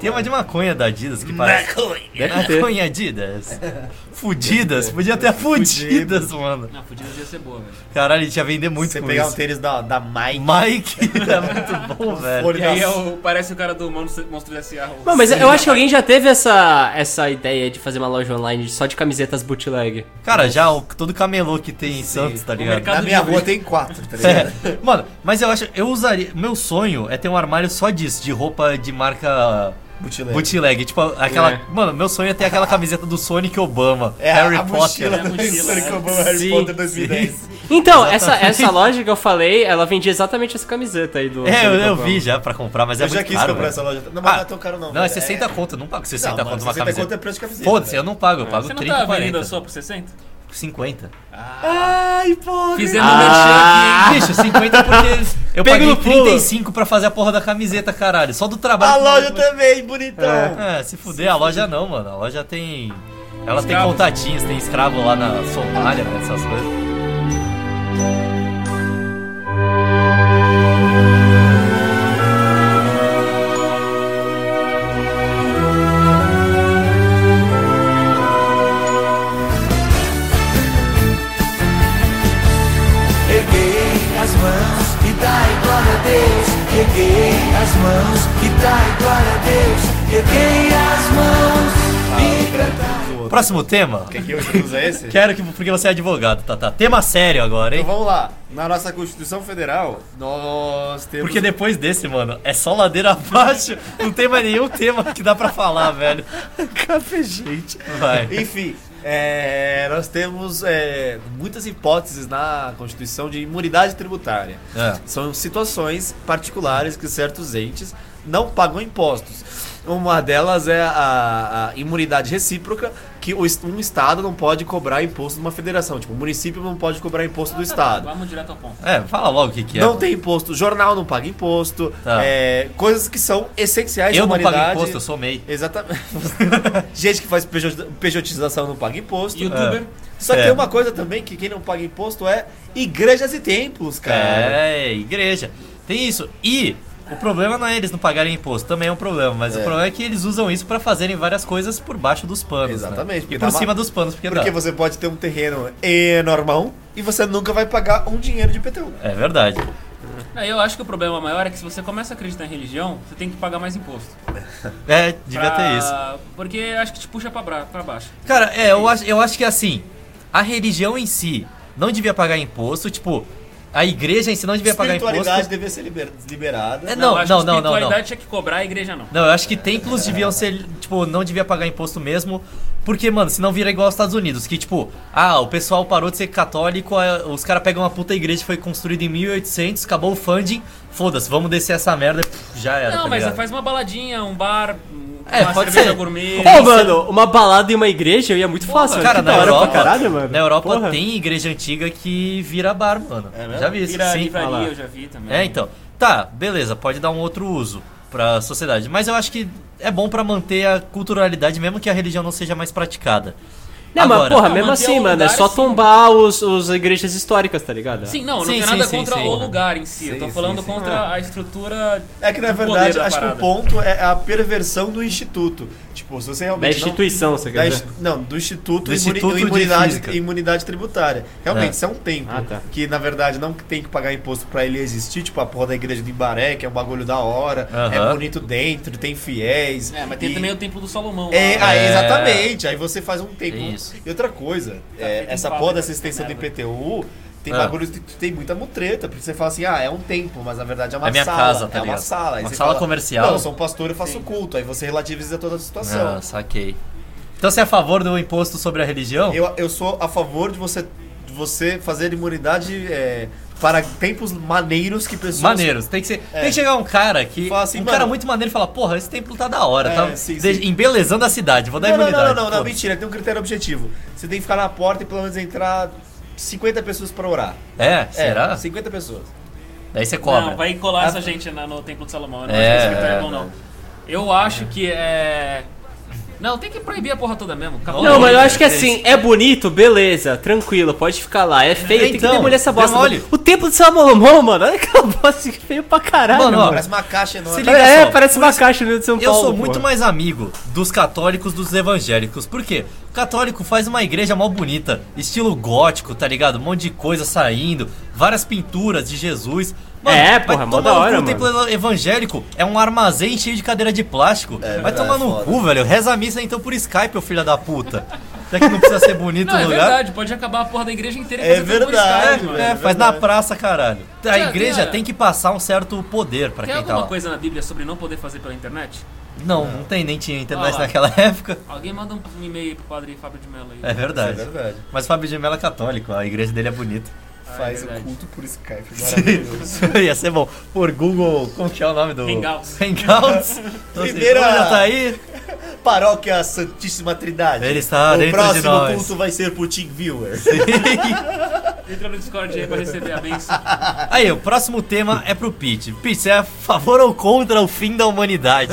Speaker 1: Tem uma de maconha da Adidas que parece.
Speaker 4: Deve ter.
Speaker 1: Maconha Adidas. Fudidas, podia ter a fudidas, mano.
Speaker 3: Não, fudida ia ser boa, velho.
Speaker 1: Caralho, a gente ia vender muito
Speaker 2: Você
Speaker 1: com
Speaker 2: pegar um
Speaker 1: isso.
Speaker 2: tênis da, da Mike.
Speaker 1: Mike, é muito bom, velho.
Speaker 2: Folha
Speaker 3: E aí
Speaker 2: da-
Speaker 3: é o- parece o cara do Monstro, Monstro S.A. o-
Speaker 4: Não, mas eu acho que alguém já teve essa, essa ideia de fazer uma loja online só de camisetas bootleg.
Speaker 1: Cara, já o, todo camelô que tem em Santos, tá
Speaker 3: O
Speaker 1: ligado?
Speaker 3: mercado
Speaker 2: Na minha
Speaker 3: livre.
Speaker 2: rua tem quatro, tá ligado?
Speaker 1: É. Mano, mas eu acho, eu usaria. Meu sonho é ter um armário só disso, de roupa de marca
Speaker 2: Bootleg.
Speaker 1: bootleg. Tipo, aquela.
Speaker 4: É.
Speaker 1: Mano, meu sonho é ter aquela camiseta do Sonic Obama,
Speaker 2: É
Speaker 1: Harry
Speaker 2: a
Speaker 1: Potter.
Speaker 2: mochila
Speaker 3: É a
Speaker 2: do
Speaker 3: mochila,
Speaker 1: né?
Speaker 2: Sonic
Speaker 3: é.
Speaker 2: Obama Harry
Speaker 4: Sim,
Speaker 2: Potter 2010.
Speaker 4: Então, essa, essa loja que eu falei, ela vendia exatamente essa camiseta aí do.
Speaker 1: É, eu,
Speaker 4: do
Speaker 1: eu
Speaker 4: Capão.
Speaker 1: vi já pra comprar, mas é
Speaker 2: Eu já
Speaker 1: muito
Speaker 2: quis
Speaker 1: caro.
Speaker 2: comprar
Speaker 1: velho.
Speaker 2: essa loja. Não, mas
Speaker 1: Ah,
Speaker 2: não é tão caro não.
Speaker 1: Não, é
Speaker 2: velho.
Speaker 1: 60 conto, eu não pago 60
Speaker 2: Não,
Speaker 1: conto
Speaker 2: mano,
Speaker 1: numa
Speaker 2: 60 conto é
Speaker 1: camiseta.
Speaker 2: preço de camiseta.
Speaker 1: Foda-se,
Speaker 2: velho.
Speaker 1: eu não pago,
Speaker 4: É,
Speaker 1: eu pago
Speaker 3: Você não
Speaker 1: 30,
Speaker 3: tá vendendo
Speaker 1: 40,
Speaker 3: a sua por 60?
Speaker 1: 50.
Speaker 3: Fizemos
Speaker 4: Ah.
Speaker 3: merchan aqui, hein?
Speaker 1: Bicho, 50 porque eu
Speaker 4: Pega
Speaker 1: paguei
Speaker 4: no pulo.
Speaker 1: 35 pra fazer a porra da camiseta, caralho. Só do trabalho.
Speaker 2: A
Speaker 1: que o
Speaker 2: loja
Speaker 1: maluco-
Speaker 2: também, bonitão.
Speaker 1: É, se fuder, a loja não, mano. A loja tem. Ela tem
Speaker 3: Escravos.
Speaker 1: contatinhos, tem escravo lá na Somália, né, essas coisas.
Speaker 7: Erguei as mãos e dai glória a Deus. Erguei as mãos e dai glória a Deus. Erguei as mãos e cantai.
Speaker 1: Próximo tema.
Speaker 2: Quer que eu introduza esse?
Speaker 1: Quero que. Porque você é advogado, tá, tá. Tema sério agora,
Speaker 2: Então
Speaker 1: hein?
Speaker 2: vamos lá. Na nossa Constituição Federal, nós temos...
Speaker 1: Porque depois desse, mano, é só ladeira abaixo. Não tem mais nenhum tema que dá pra falar, velho.
Speaker 2: café, gente.
Speaker 1: Vai.
Speaker 2: Enfim, é, nós temos é, muitas hipóteses na Constituição de imunidade tributária.
Speaker 1: É.
Speaker 2: São situações particulares que certos entes não pagam impostos. Uma delas é a, a imunidade recíproca, que o est- um Estado não pode cobrar imposto de uma federação. Tipo, o município não pode cobrar imposto do
Speaker 1: Ah!
Speaker 2: Estado.
Speaker 3: Vamos direto ao ponto.
Speaker 1: É, fala logo o que, que é.
Speaker 2: Não tem imposto, jornal não paga imposto,
Speaker 1: Tá.
Speaker 2: é, coisas que são essenciais à
Speaker 1: eu não pago
Speaker 2: humanidade.
Speaker 1: imposto, eu sou MEI.
Speaker 2: Exatamente. Gente que faz pejo- pejotização não paga imposto.
Speaker 3: Youtuber.
Speaker 2: Só que
Speaker 1: É.
Speaker 2: tem uma coisa também que quem não paga imposto é igrejas e templos, cara.
Speaker 1: É, igreja. Tem isso. E o problema não é eles não pagarem imposto, também é um problema, mas o
Speaker 2: É.
Speaker 1: problema é que eles usam isso pra fazerem várias coisas por baixo dos panos. né?
Speaker 2: Exatamente, porque
Speaker 1: E por
Speaker 2: dá
Speaker 1: cima
Speaker 2: uma-
Speaker 1: dos panos, porque,
Speaker 2: Porque
Speaker 1: dá.
Speaker 2: você pode ter um terreno enormão e você nunca vai pagar um dinheiro de PTU.
Speaker 1: É verdade.
Speaker 3: Não, Eu acho que o problema maior é que se você começa a acreditar em religião, você tem que pagar mais imposto.
Speaker 1: É, devia
Speaker 3: Pra-
Speaker 1: ter isso.
Speaker 3: Porque acho que te puxa pra, bra- pra baixo.
Speaker 1: Cara, é, eu acho, eu acho que assim, a religião em si não devia pagar imposto, tipo, a igreja em si não devia pagar imposto.
Speaker 2: Espiritualidade devia ser liber- liberada.
Speaker 1: É, não,
Speaker 3: acho
Speaker 1: não, não, não,
Speaker 3: que
Speaker 1: não.
Speaker 3: espiritualidade tinha que cobrar, a igreja não.
Speaker 1: Não, eu acho que templos deviam ser, tipo, não devia pagar imposto mesmo. Porque, mano, senão vira igual aos Estados Unidos, que tipo, ah, o pessoal parou de ser católico, aí os caras pegam uma puta igreja que foi construída em 1800, acabou o funding, foda-se, vamos descer essa merda, pff, já era.
Speaker 3: Não,
Speaker 1: tá
Speaker 3: mas
Speaker 1: ligado?
Speaker 3: faz uma baladinha, um bar, um-
Speaker 1: É,
Speaker 3: uma
Speaker 1: pode
Speaker 3: cerveja
Speaker 1: ser.
Speaker 3: gourmet.
Speaker 4: Pô, mano, uma balada e uma igreja eu ia muito
Speaker 3: Porra,
Speaker 4: fácil. Então, mano.
Speaker 1: Cara,
Speaker 4: que
Speaker 1: na
Speaker 4: da hora
Speaker 1: Europa,
Speaker 4: pra caralho, mano.
Speaker 1: na Europa
Speaker 4: Porra.
Speaker 1: tem igreja antiga que vira bar, mano.
Speaker 2: É mesmo?
Speaker 1: já vi isso,
Speaker 3: Vira
Speaker 1: sim.
Speaker 3: livraria, né?
Speaker 4: Ah lá.
Speaker 3: eu já vi também.
Speaker 1: É, então. Tá, beleza, pode dar um outro uso pra sociedade, mas eu acho que é bom pra manter a culturalidade mesmo que a religião não seja mais praticada.
Speaker 4: Não, mas
Speaker 1: Agora- Tá
Speaker 4: porra,
Speaker 3: Não,
Speaker 4: mesmo
Speaker 3: manter
Speaker 4: assim,
Speaker 3: o
Speaker 4: mano, é
Speaker 3: lugar,
Speaker 4: só
Speaker 3: sim.
Speaker 4: tombar os, os igrejas históricas, tá ligado?
Speaker 3: Sim, não, não
Speaker 1: Sim,
Speaker 3: tem
Speaker 1: sim,
Speaker 3: nada
Speaker 1: sim,
Speaker 3: contra
Speaker 1: sim.
Speaker 3: o lugar em si. Eu
Speaker 2: Sim,
Speaker 3: tô
Speaker 2: sim,
Speaker 3: falando
Speaker 2: sim.
Speaker 3: contra a estrutura.
Speaker 2: É que na
Speaker 3: do poder
Speaker 2: verdade,
Speaker 3: da
Speaker 2: acho que o
Speaker 3: parada.
Speaker 2: ponto é a perversão do instituto. Tipo, se você
Speaker 4: Da
Speaker 2: realmente. não-
Speaker 4: instituição, você
Speaker 2: da
Speaker 4: quer
Speaker 2: inst-
Speaker 4: dizer.
Speaker 2: não, do Instituto,
Speaker 1: né? Do
Speaker 2: imuni-
Speaker 1: Instituto de Física.
Speaker 2: imunidade, imunidade Tributária. Realmente,
Speaker 1: É.
Speaker 2: isso é um templo
Speaker 4: Ah, tá.
Speaker 2: que, na verdade, não tem que pagar imposto pra ele existir, tipo a porra da igreja de Imbaré, que é um bagulho da hora,
Speaker 1: Aham.
Speaker 2: é bonito dentro, tem fiéis.
Speaker 3: É, mas tem
Speaker 2: e-
Speaker 3: também o Templo do Salomão.
Speaker 2: É,
Speaker 3: lá. né?
Speaker 2: aí, exatamente. Aí você faz um templo.
Speaker 1: É Isso.
Speaker 2: E outra coisa, é,
Speaker 3: feito
Speaker 2: essa
Speaker 3: um
Speaker 2: porra
Speaker 3: pau,
Speaker 2: dessa
Speaker 3: né?
Speaker 2: extensão do
Speaker 3: Merda.
Speaker 2: IPTU... Tem
Speaker 1: Ah.
Speaker 2: bagulho que tem muita mutreta, porque você fala assim, ah, é um templo, mas na verdade é uma
Speaker 1: É minha
Speaker 2: sala.
Speaker 1: casa, tá
Speaker 2: é uma
Speaker 1: ligado?
Speaker 2: sala. Aí
Speaker 1: Uma
Speaker 2: você
Speaker 1: sala
Speaker 2: fala,
Speaker 1: comercial.
Speaker 2: Não, eu sou um pastor, eu faço culto. Aí você relativiza toda a situação.
Speaker 1: Ah, saquei. Então você é a favor do imposto sobre a religião?
Speaker 2: Eu, eu sou a favor de você, de você fazer imunidade é, para tempos maneiros que pessoas.
Speaker 1: Maneiros, tem que ser. Tem que chegar um cara que.
Speaker 2: assim. É. Fala assim,
Speaker 1: um cara
Speaker 2: mano-
Speaker 1: muito maneiro e falar, porra, esse templo tá da hora,
Speaker 2: É,
Speaker 1: tá
Speaker 2: sim,
Speaker 1: de-
Speaker 2: sim.
Speaker 1: embelezando a cidade, vou dar
Speaker 2: Não, não,
Speaker 1: imunidade.
Speaker 2: não, não, não, não,
Speaker 1: foda-se.
Speaker 2: mentira, tem um critério objetivo. Você tem que ficar na porta e pelo menos entrar 50 pessoas para orar.
Speaker 1: É, será?
Speaker 2: É, 50 pessoas.
Speaker 1: Daí você cobra.
Speaker 3: Não, vai colar
Speaker 2: Ah,
Speaker 3: essa gente na- no Templo do Salomão. Eu não
Speaker 1: É,
Speaker 3: acho que isso é
Speaker 1: é,
Speaker 3: bom, não. Eu acho que é. Não, tem que proibir a porra toda mesmo. acabou.
Speaker 4: Não, mas eu acho que
Speaker 1: é
Speaker 4: assim, é bonito, beleza, tranquilo, pode ficar lá. É feio, tem que
Speaker 1: Então,
Speaker 4: demolir essa bosta.
Speaker 1: demole.
Speaker 4: O templo de Salomão, mano, olha aquela bosta que feio pra caralho.
Speaker 1: Mano, ó,
Speaker 4: Mano,
Speaker 2: Parece uma caixa enorme.
Speaker 1: Se liga
Speaker 4: é,
Speaker 1: só,
Speaker 4: parece uma caixa no meio de São
Speaker 1: Eu
Speaker 4: Paulo.
Speaker 1: sou muito
Speaker 4: porra.
Speaker 1: mais amigo dos católicos dos evangélicos. Por quê? O católico faz uma igreja mó bonita, estilo gótico, tá ligado? Um monte de coisa saindo, várias pinturas de Jesus.
Speaker 4: É,
Speaker 1: vai
Speaker 4: porra, mó
Speaker 1: tomar
Speaker 4: da
Speaker 1: no
Speaker 4: hora,
Speaker 1: cu, O templo evangélico é um armazém cheio de cadeira de plástico. vai
Speaker 2: verdade,
Speaker 1: tomar no
Speaker 2: foda.
Speaker 1: cu, velho. Reza a missa então por Skype, ô filho da puta. Até que não precisa ser bonito
Speaker 3: Não,
Speaker 1: o
Speaker 3: é
Speaker 1: lugar.
Speaker 3: verdade, pode acabar a porra da igreja inteira e
Speaker 2: É
Speaker 3: fazer tudo por
Speaker 2: verdade,
Speaker 3: Skype,
Speaker 1: É,
Speaker 3: mano.
Speaker 1: é,
Speaker 2: É
Speaker 1: faz na
Speaker 2: verdade.
Speaker 1: praça, caralho. A
Speaker 3: Tem-
Speaker 1: igreja
Speaker 3: tem a-
Speaker 1: tem que passar um certo poder pra
Speaker 3: Tem
Speaker 1: quem tá
Speaker 3: alguma
Speaker 1: lá.
Speaker 3: coisa na Bíblia sobre não poder fazer pela internet?
Speaker 1: Não, não tem, nem tinha
Speaker 3: Ah
Speaker 1: internet
Speaker 3: lá.
Speaker 1: naquela época.
Speaker 3: Alguém manda um e-mail pro padre Fábio de Mello aí. Ah,
Speaker 1: É
Speaker 2: É
Speaker 1: verdade.
Speaker 2: verdade.
Speaker 1: Mas o Fábio de Mello é católico, a igreja dele é bonita.
Speaker 2: Faz o
Speaker 3: verdade.
Speaker 2: culto por Skype. Maravilhoso.
Speaker 1: Ia ser bom. Por Google, como que é o nome do.
Speaker 3: Hangouts.
Speaker 1: Hangouts? Então, assim,
Speaker 2: Primeira-
Speaker 1: como já tá aí?
Speaker 2: Paróquia Santíssima Trindade.
Speaker 1: Ele está
Speaker 2: o
Speaker 1: dentro de
Speaker 2: próximo
Speaker 1: nós.
Speaker 2: culto vai ser por Team Viewer.
Speaker 3: Entra no Discord aí pra receber a benção.
Speaker 1: Aí, o próximo tema é pro Pete. Pete, você é a favor ou contra o fim da humanidade?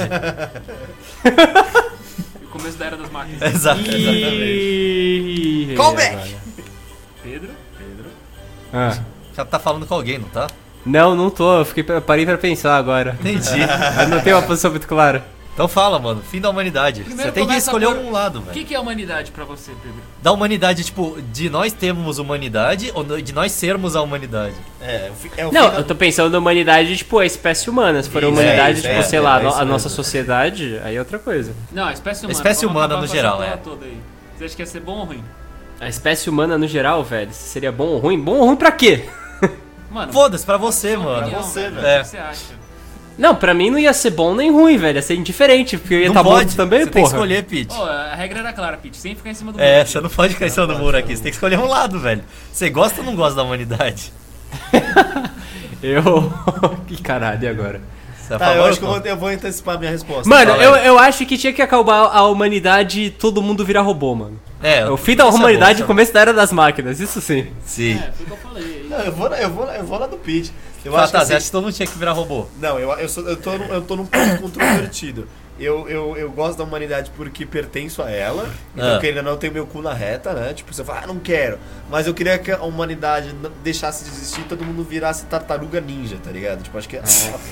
Speaker 3: E o começo da era das máquinas.
Speaker 1: Exato. exatamente.
Speaker 4: Ih,
Speaker 2: Callback!
Speaker 3: Pedro, Pedro.
Speaker 4: Ah.
Speaker 1: Já tá falando com alguém, não tá?
Speaker 4: Não, não tô, eu fiquei, eu parei pra pensar agora.
Speaker 1: Entendi.
Speaker 4: Eu não tenho uma posição muito clara.
Speaker 1: Então fala, mano. Fim da humanidade.
Speaker 3: Primeiro
Speaker 1: você tem que
Speaker 3: começa
Speaker 1: escolher
Speaker 3: por-
Speaker 1: um lado,
Speaker 3: O
Speaker 1: velho.
Speaker 3: que, que é humanidade pra você, Pedro?
Speaker 1: Da humanidade, tipo, de nós termos humanidade ou de nós sermos a humanidade?
Speaker 2: É, o fi- é o fim
Speaker 4: Não,
Speaker 2: da-
Speaker 4: eu tô pensando na humanidade, tipo, a espécie humana. Se for a
Speaker 2: Isso,
Speaker 4: humanidade,
Speaker 2: é,
Speaker 4: tipo,
Speaker 2: é,
Speaker 4: sei
Speaker 2: é,
Speaker 4: lá,
Speaker 2: é
Speaker 4: no-
Speaker 2: isso
Speaker 4: a nossa
Speaker 2: mesmo.
Speaker 4: sociedade, aí é outra coisa.
Speaker 3: Não, a espécie humana.
Speaker 1: Espécie
Speaker 3: Vamos
Speaker 1: humana
Speaker 3: acabar
Speaker 1: no
Speaker 3: com
Speaker 1: geral,
Speaker 3: essa porra
Speaker 1: é.
Speaker 3: toda aí. Você acha que ia ser bom ou ruim?
Speaker 4: A espécie humana no geral, velho, se seria bom ou ruim? Bom ou ruim pra quê?
Speaker 3: Mano,
Speaker 1: Foda-se, pra você, mano.
Speaker 2: Pra você,
Speaker 3: velho.
Speaker 1: velho.
Speaker 3: O que você acha?
Speaker 4: Não, pra mim não ia ser bom nem ruim, velho. Ia ser indiferente, porque eu ia
Speaker 1: Não
Speaker 4: estar tá
Speaker 1: pode.
Speaker 4: morto também,
Speaker 1: você tem que
Speaker 4: porra.
Speaker 1: escolher, Pete.
Speaker 3: Ó, a regra era clara, Pete. Sem ficar em cima do muro
Speaker 1: É,
Speaker 3: aqui.
Speaker 1: você não pode ficar em cima do muro aqui. Você tem que escolher um lado, velho. Você gosta ou não gosta da humanidade?
Speaker 4: Eu. que caralho, e agora?
Speaker 1: Você é a
Speaker 2: Tá, eu
Speaker 1: favor
Speaker 2: acho que eu
Speaker 1: ou
Speaker 2: vou,
Speaker 1: contra?
Speaker 2: eu vou antecipar a minha resposta.
Speaker 4: Mano,
Speaker 1: fala
Speaker 4: eu,
Speaker 1: aí.
Speaker 4: eu acho que tinha que acabar a humanidade e todo mundo virar robô, mano.
Speaker 1: É,
Speaker 4: É o fim da
Speaker 1: isso é
Speaker 4: humanidade e
Speaker 1: bom,
Speaker 4: o começo da era das máquinas, isso sim.
Speaker 1: Sim.
Speaker 3: É, foi o que eu falei.
Speaker 2: Não, eu vou, na- eu vou, na- eu vou lá do Pete. Eu
Speaker 1: Ah,
Speaker 2: acho que
Speaker 1: tá, você
Speaker 2: assim,
Speaker 1: acha que todo mundo tinha que virar robô?
Speaker 2: Não, eu, eu, sou, eu, tô, num- eu tô num ponto controvertido. Eu, eu, eu gosto da humanidade porque pertenço a ela. Então,
Speaker 1: Ah.
Speaker 2: querendo ou não, eu tenho meu cu na reta, né? Tipo, você fala, ah, não quero. Mas eu queria que a humanidade n- deixasse de existir e todo mundo virasse tartaruga ninja, tá ligado? Tipo, acho que ah,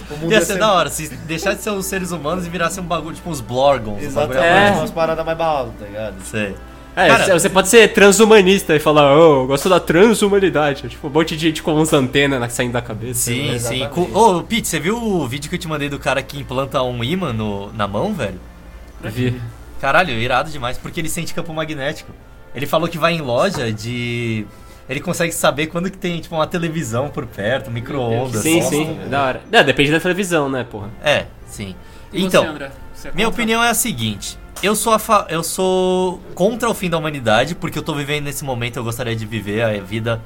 Speaker 2: o mundo
Speaker 1: Ia ser da hora, se deixar de ser os seres humanos e virasse um bagulho, tipo uns Blorgons. Um bagulho
Speaker 4: É.
Speaker 2: Exatamente, umas paradas mais balas, tá ligado?
Speaker 1: Sei.
Speaker 4: É,
Speaker 1: Cara-
Speaker 4: você pode ser transhumanista e falar, oh, eu gosto da transhumanidade. É Tipo, um monte de gente com uns antenas na- saindo da cabeça.
Speaker 1: Sim, sim.
Speaker 2: É, Exatamente.
Speaker 1: Co- Ô, Pete, você viu o vídeo que eu te mandei do cara que implanta um ímã no- na mão, velho?
Speaker 4: Vi.
Speaker 1: Caralho, irado demais, porque ele sente campo magnético. Ele falou que vai em loja de ele consegue saber quando que tem, tipo, uma televisão por perto, um micro-ondas.
Speaker 4: Sim,
Speaker 1: bosta,
Speaker 4: sim,
Speaker 1: velho.
Speaker 4: da hora. Não, depende da televisão, né, porra?
Speaker 1: É, sim.
Speaker 3: E
Speaker 1: então,
Speaker 3: você, André? Você é
Speaker 1: minha
Speaker 3: contra?
Speaker 1: opinião é a seguinte. Eu sou, a fa- eu sou contra o fim da humanidade, porque eu tô vivendo nesse momento, eu gostaria de viver a vida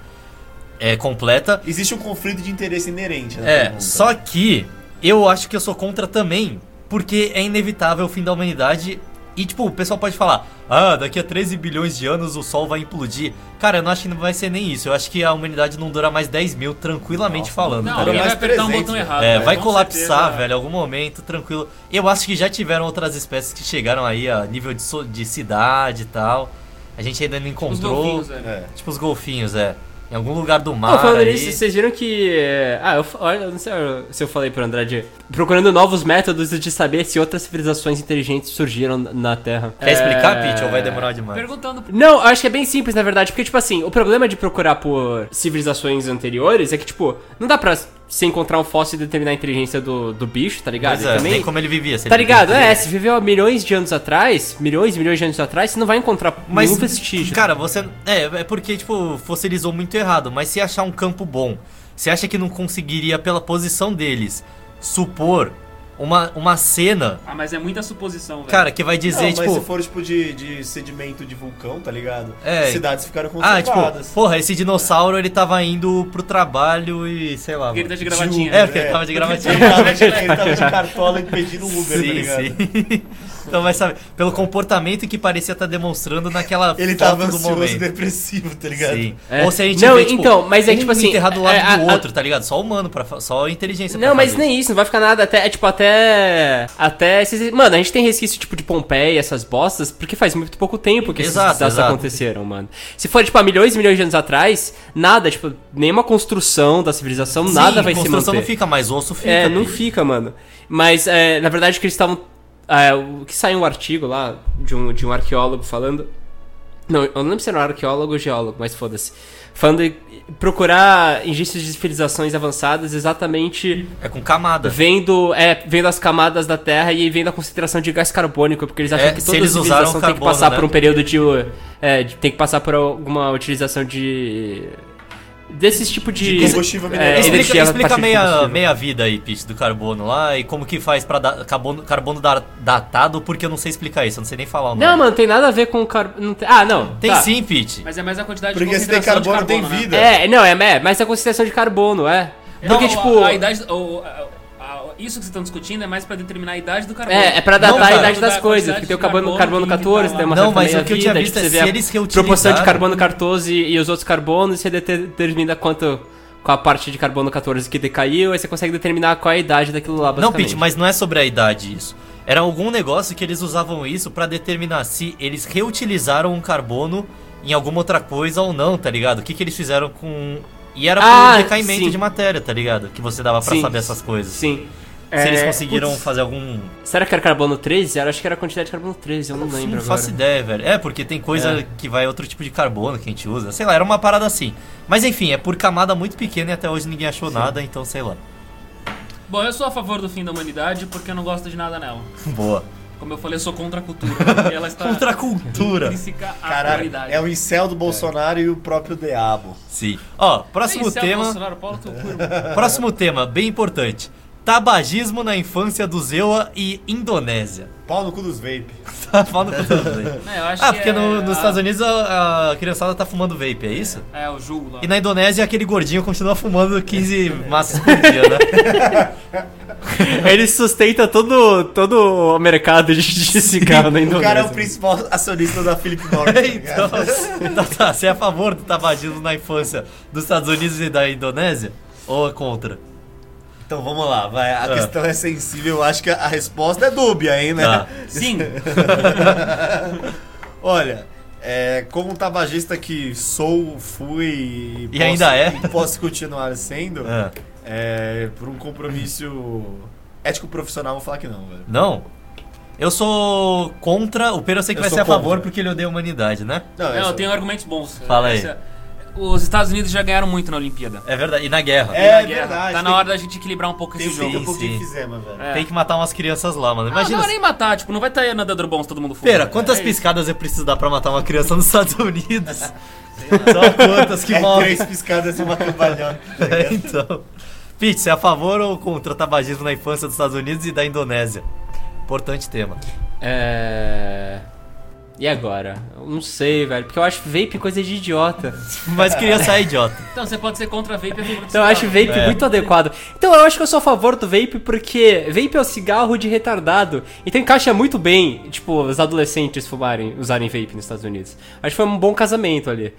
Speaker 1: é, completa.
Speaker 2: Existe um conflito de interesse inerente, né?
Speaker 1: É, só que eu acho que eu sou contra também, porque é inevitável o fim da humanidade. E, tipo, o pessoal pode falar: ah, daqui a 13 bilhões de anos o Sol vai implodir. Cara, eu não acho que não vai ser nem isso. Eu acho que a humanidade não dura mais 10 mil, tranquilamente falando.
Speaker 3: Não,
Speaker 1: tá
Speaker 3: alguém
Speaker 1: ligado?
Speaker 3: vai
Speaker 2: mais
Speaker 3: apertar um
Speaker 2: presente,
Speaker 3: botão
Speaker 2: velho.
Speaker 3: errado.
Speaker 1: É,
Speaker 3: velho,
Speaker 1: vai
Speaker 3: com
Speaker 1: colapsar,
Speaker 3: certeza. né?
Speaker 1: velho, em algum momento, tranquilo. Eu acho que já tiveram outras espécies que chegaram aí a nível de, so- de cidade e tal. A gente ainda não
Speaker 3: Tipo Os
Speaker 1: encontrou.
Speaker 3: golfinhos, né? velho.
Speaker 2: É.
Speaker 1: tipo os golfinhos, é. Em algum lugar do
Speaker 4: Não,
Speaker 1: mar.
Speaker 4: falando
Speaker 1: Ah, aí.
Speaker 4: nisso, vocês viram que. é, Ah, eu, fa- olha, eu não sei se eu falei pro Andrade. Procurando novos métodos de saber se outras civilizações inteligentes surgiram na- na Terra.
Speaker 1: Quer explicar,
Speaker 4: É,
Speaker 1: Pete, ou vai demorar demais?
Speaker 3: Perguntando pro...
Speaker 4: Não, eu acho que é bem simples, na verdade, porque, tipo assim, o problema de procurar por civilizações anteriores é que, tipo, não dá pra se encontrar um fóssil e determinar a inteligência do, do bicho, tá ligado?
Speaker 1: Pois
Speaker 4: E
Speaker 1: é,
Speaker 4: também-
Speaker 1: nem como ele vivia. se
Speaker 4: Tá
Speaker 1: ele
Speaker 4: ligado?
Speaker 1: vivia.
Speaker 4: É, se viveu há milhões de anos atrás, milhões e milhões de anos atrás, você não vai encontrar
Speaker 1: Mas,
Speaker 4: nenhum é vestígio.
Speaker 1: cara, você... É, é porque, tipo, fossilizou muito errado. Mas se achar um campo bom, você acha que não conseguiria, pela posição deles, supor uma, uma cena,
Speaker 3: Ah, mas é muita suposição, velho.
Speaker 1: cara, que vai dizer,
Speaker 2: Não, mas
Speaker 1: tipo...
Speaker 2: se for tipo de, de sedimento de vulcão, tá ligado?
Speaker 1: É.
Speaker 2: Cidades ficaram
Speaker 1: Ah, tipo,
Speaker 2: conservadas.
Speaker 1: porra, esse dinossauro ele tava indo pro trabalho e sei lá.
Speaker 3: Porque ele tá
Speaker 1: mano.
Speaker 3: de gravatinha.
Speaker 1: É, porque ele tava de gravatinha.
Speaker 2: Ele
Speaker 4: tá
Speaker 2: tava de, ele tava de cartola e pedindo um Uber, tá ligado?
Speaker 1: sim, sim. Então vai saber. Pelo comportamento que parecia estar demonstrando naquela
Speaker 2: Ele
Speaker 1: foto
Speaker 2: tava
Speaker 1: do
Speaker 2: ansioso e
Speaker 1: momento.
Speaker 2: depressivo, tá ligado?
Speaker 1: Sim.
Speaker 4: É.
Speaker 1: Ou se a gente
Speaker 4: Não,
Speaker 1: vê, tipo,
Speaker 4: então, mas é
Speaker 1: um
Speaker 4: tipo assim,
Speaker 1: enterrado do lado
Speaker 4: é, a-
Speaker 1: do
Speaker 4: a-
Speaker 1: outro, tá ligado? Só humano, pra, fa- só inteligência pra
Speaker 4: Não, mas
Speaker 1: fazer
Speaker 4: nem isso, não vai ficar nada. Até, é, tipo, até. Até. esses- Mano, a gente tem resquício, tipo, de Pompeia, essas bostas, porque faz muito pouco tempo que
Speaker 1: Exato,
Speaker 4: esses desastres
Speaker 1: exato.
Speaker 4: aconteceram, mano. Se for, tipo, há milhões e milhões de anos atrás, nada, tipo, nenhuma construção da civilização,
Speaker 1: isso.
Speaker 4: nada
Speaker 1: Sim,
Speaker 4: vai se
Speaker 1: construção
Speaker 4: manter.
Speaker 1: não fica, mas osso fica.
Speaker 4: é, não
Speaker 1: filho.
Speaker 4: fica, mano. Mas, é, na verdade, que eles estavam. é, o que saiu um artigo lá de um, de um arqueólogo falando. Não, eu não lembro se era um arqueólogo ou geólogo, mas foda-se. Falando em- procurar indícios de civilizações avançadas exatamente
Speaker 1: É com camada.
Speaker 4: vendo, é, vendo as camadas da Terra e vendo a concentração de gás carbônico, porque eles acham
Speaker 1: É,
Speaker 4: que
Speaker 1: se
Speaker 4: toda
Speaker 1: eles
Speaker 4: civilização
Speaker 1: usaram
Speaker 4: tem que
Speaker 1: carbono,
Speaker 4: passar
Speaker 1: né?
Speaker 4: por um período de, uh, é, de- tem que passar por alguma utilização de desses tipo de,
Speaker 2: De combustível mineral.
Speaker 4: é,
Speaker 2: Explica-
Speaker 4: energia assim.
Speaker 1: Explica,
Speaker 4: a
Speaker 1: explica
Speaker 4: partir de
Speaker 1: meia,
Speaker 4: combustível.
Speaker 1: meia vida aí, Pete, do carbono lá e como que faz pra dar carbono, carbono da- datado, porque eu não sei explicar isso, eu não sei nem falar o nome.
Speaker 4: Não, mano, tem nada a ver com carbono. Ah, não.
Speaker 1: Tem
Speaker 4: tá.
Speaker 1: sim, Pete.
Speaker 3: Mas é mais a quantidade de
Speaker 2: Porque se tem
Speaker 3: concentração de
Speaker 2: carbono, tem
Speaker 3: né?
Speaker 2: vida.
Speaker 4: É, não, é, é, mas é a concentração de carbono, é.
Speaker 3: Não,
Speaker 4: Porque,
Speaker 3: a-
Speaker 4: tipo.
Speaker 3: a, idade. o- a- a- isso que vocês estão discutindo é mais pra determinar a idade do carbono.
Speaker 4: É, é pra datar
Speaker 1: Não, cara.
Speaker 4: a idade das
Speaker 3: Da
Speaker 4: coisas,
Speaker 3: quantidade
Speaker 4: porque tem o
Speaker 3: de
Speaker 4: carbono, carbono
Speaker 3: carbono que
Speaker 4: 14,
Speaker 3: tá
Speaker 4: tem uma
Speaker 1: lá. Não,
Speaker 4: certa
Speaker 1: mas o que eu tinha
Speaker 4: meia-vida,
Speaker 1: visto
Speaker 4: tipo, você
Speaker 1: é
Speaker 4: vê
Speaker 1: se
Speaker 4: a
Speaker 1: eles reutilizaram-
Speaker 4: proporção de carbono 14 e os outros carbonos, você dete- determina quanto, qual a parte de carbono 14 que decaiu, aí você consegue determinar qual é a idade daquilo lá,
Speaker 1: Não,
Speaker 4: basicamente.
Speaker 1: Pete, mas não é sobre a idade isso. Era algum negócio que eles usavam isso pra determinar se eles reutilizaram um carbono em alguma outra coisa ou não, tá ligado? O que, que eles fizeram com. E era
Speaker 4: Ah,
Speaker 1: por decaimento
Speaker 4: sim.
Speaker 1: de matéria, tá ligado? Que você dava pra
Speaker 4: Sim.
Speaker 1: saber essas coisas.
Speaker 4: Sim.
Speaker 1: Se eles
Speaker 4: É,
Speaker 1: conseguiram
Speaker 4: putz,
Speaker 1: fazer algum.
Speaker 4: Será que era carbono 13? Eu acho que era a quantidade de carbono 13, eu não
Speaker 1: Não
Speaker 4: lembro
Speaker 1: faço
Speaker 4: agora.
Speaker 1: ideia, velho. É, porque tem coisa
Speaker 4: É.
Speaker 1: que vai outro tipo de carbono que a gente usa. Sei lá, era uma parada assim. Mas enfim, é por camada muito pequena e até hoje ninguém achou nada, então sei lá.
Speaker 3: Bom, eu sou a favor do fim da humanidade porque eu não gosto de nada nela.
Speaker 1: Boa.
Speaker 3: Como eu falei, eu sou contra a cultura. porque ela
Speaker 4: É.
Speaker 3: está
Speaker 1: Contra a cultura.
Speaker 3: intrínseca à
Speaker 2: Caralho,
Speaker 3: humanidade.
Speaker 2: é o incel do Bolsonaro e o próprio diabo.
Speaker 1: Sim. Ó, próximo
Speaker 3: Esse é o
Speaker 1: tema.
Speaker 3: Bolsonaro, Paulo, teu cu, irmão.
Speaker 1: Próximo tema, bem importante. Tabagismo na infância do Zewa e Indonésia.
Speaker 2: Pau no cu dos vape.
Speaker 1: Tá falando com tudo bem.
Speaker 3: É, eu acho
Speaker 1: Ah,
Speaker 3: que
Speaker 1: porque
Speaker 3: é
Speaker 1: no- nos
Speaker 3: a-
Speaker 1: Estados Unidos a, a criançada tá fumando vape, é isso?
Speaker 3: É, o jogo lá.
Speaker 1: E na Indonésia aquele gordinho continua fumando 15
Speaker 3: É.
Speaker 1: massas por dia, né?
Speaker 4: Ele sustenta todo, todo o mercado de, de cigarro na
Speaker 2: O
Speaker 4: Indonésia.
Speaker 2: cara é o principal acionista da Philip Morris. tá
Speaker 1: então,
Speaker 2: ligado?
Speaker 1: tá, tá, você é a favor do tabagismo na infância dos Estados Unidos e da Indonésia? Ou é contra?
Speaker 2: Então vamos lá, vai. A
Speaker 1: Ah.
Speaker 2: questão é sensível, eu acho que a resposta é dúbia, hein, né?
Speaker 1: Tá.
Speaker 3: Sim,
Speaker 2: Olha, é, como um tabagista que sou, fui
Speaker 1: E ainda é.
Speaker 2: e posso continuar sendo,
Speaker 1: Ah,
Speaker 2: é, por um compromisso ético profissional, vou falar que não, velho.
Speaker 1: não? Eu sou contra, o Pedro eu sei que
Speaker 2: Eu
Speaker 1: vai
Speaker 2: sou
Speaker 1: ser a
Speaker 2: contra.
Speaker 1: favor porque ele odeia a humanidade, né?
Speaker 2: Não,
Speaker 3: não,
Speaker 2: essa-
Speaker 3: eu tenho argumentos bons.
Speaker 1: Fala aí.
Speaker 3: Essa- Os Estados Unidos já ganharam muito na Olimpíada.
Speaker 1: É verdade, e na guerra.
Speaker 2: É
Speaker 3: Na guerra.
Speaker 2: verdade.
Speaker 3: Tá na hora da gente equilibrar um pouco
Speaker 2: tem
Speaker 3: esse
Speaker 2: que ter um
Speaker 3: jogo.
Speaker 2: pouco
Speaker 1: sim.
Speaker 2: de enfisema, velho.
Speaker 3: É.
Speaker 1: Tem que matar umas crianças lá, mano.
Speaker 3: Ah, não,
Speaker 1: Imagina.
Speaker 3: nem matar, tipo, não vai estar tá nadando bons todo mundo fumando.
Speaker 1: Pera, quantas
Speaker 3: É isso.
Speaker 1: piscadas eu preciso dar pra matar uma criança nos Estados Unidos? São quantas que
Speaker 2: é
Speaker 1: morrem.
Speaker 2: três piscadas e um uma cambalhota. tá
Speaker 1: É,
Speaker 2: ligado?
Speaker 1: então. Pete, você é a favor ou contra o tabagismo na infância dos Estados Unidos e da Indonésia? Importante tema.
Speaker 4: É... E agora? Eu não sei, velho. Porque eu acho vape coisa de idiota.
Speaker 1: Mas criança é idiota.
Speaker 3: Então você pode ser contra vape a favor do
Speaker 4: Então eu acho
Speaker 3: cigarro.
Speaker 4: vape muito adequado. Então eu acho que eu sou a favor do vape porque vape é o cigarro de retardado. Então encaixa muito bem, tipo, os adolescentes fumarem, usarem vape nos Estados Unidos. Acho que foi um bom casamento ali.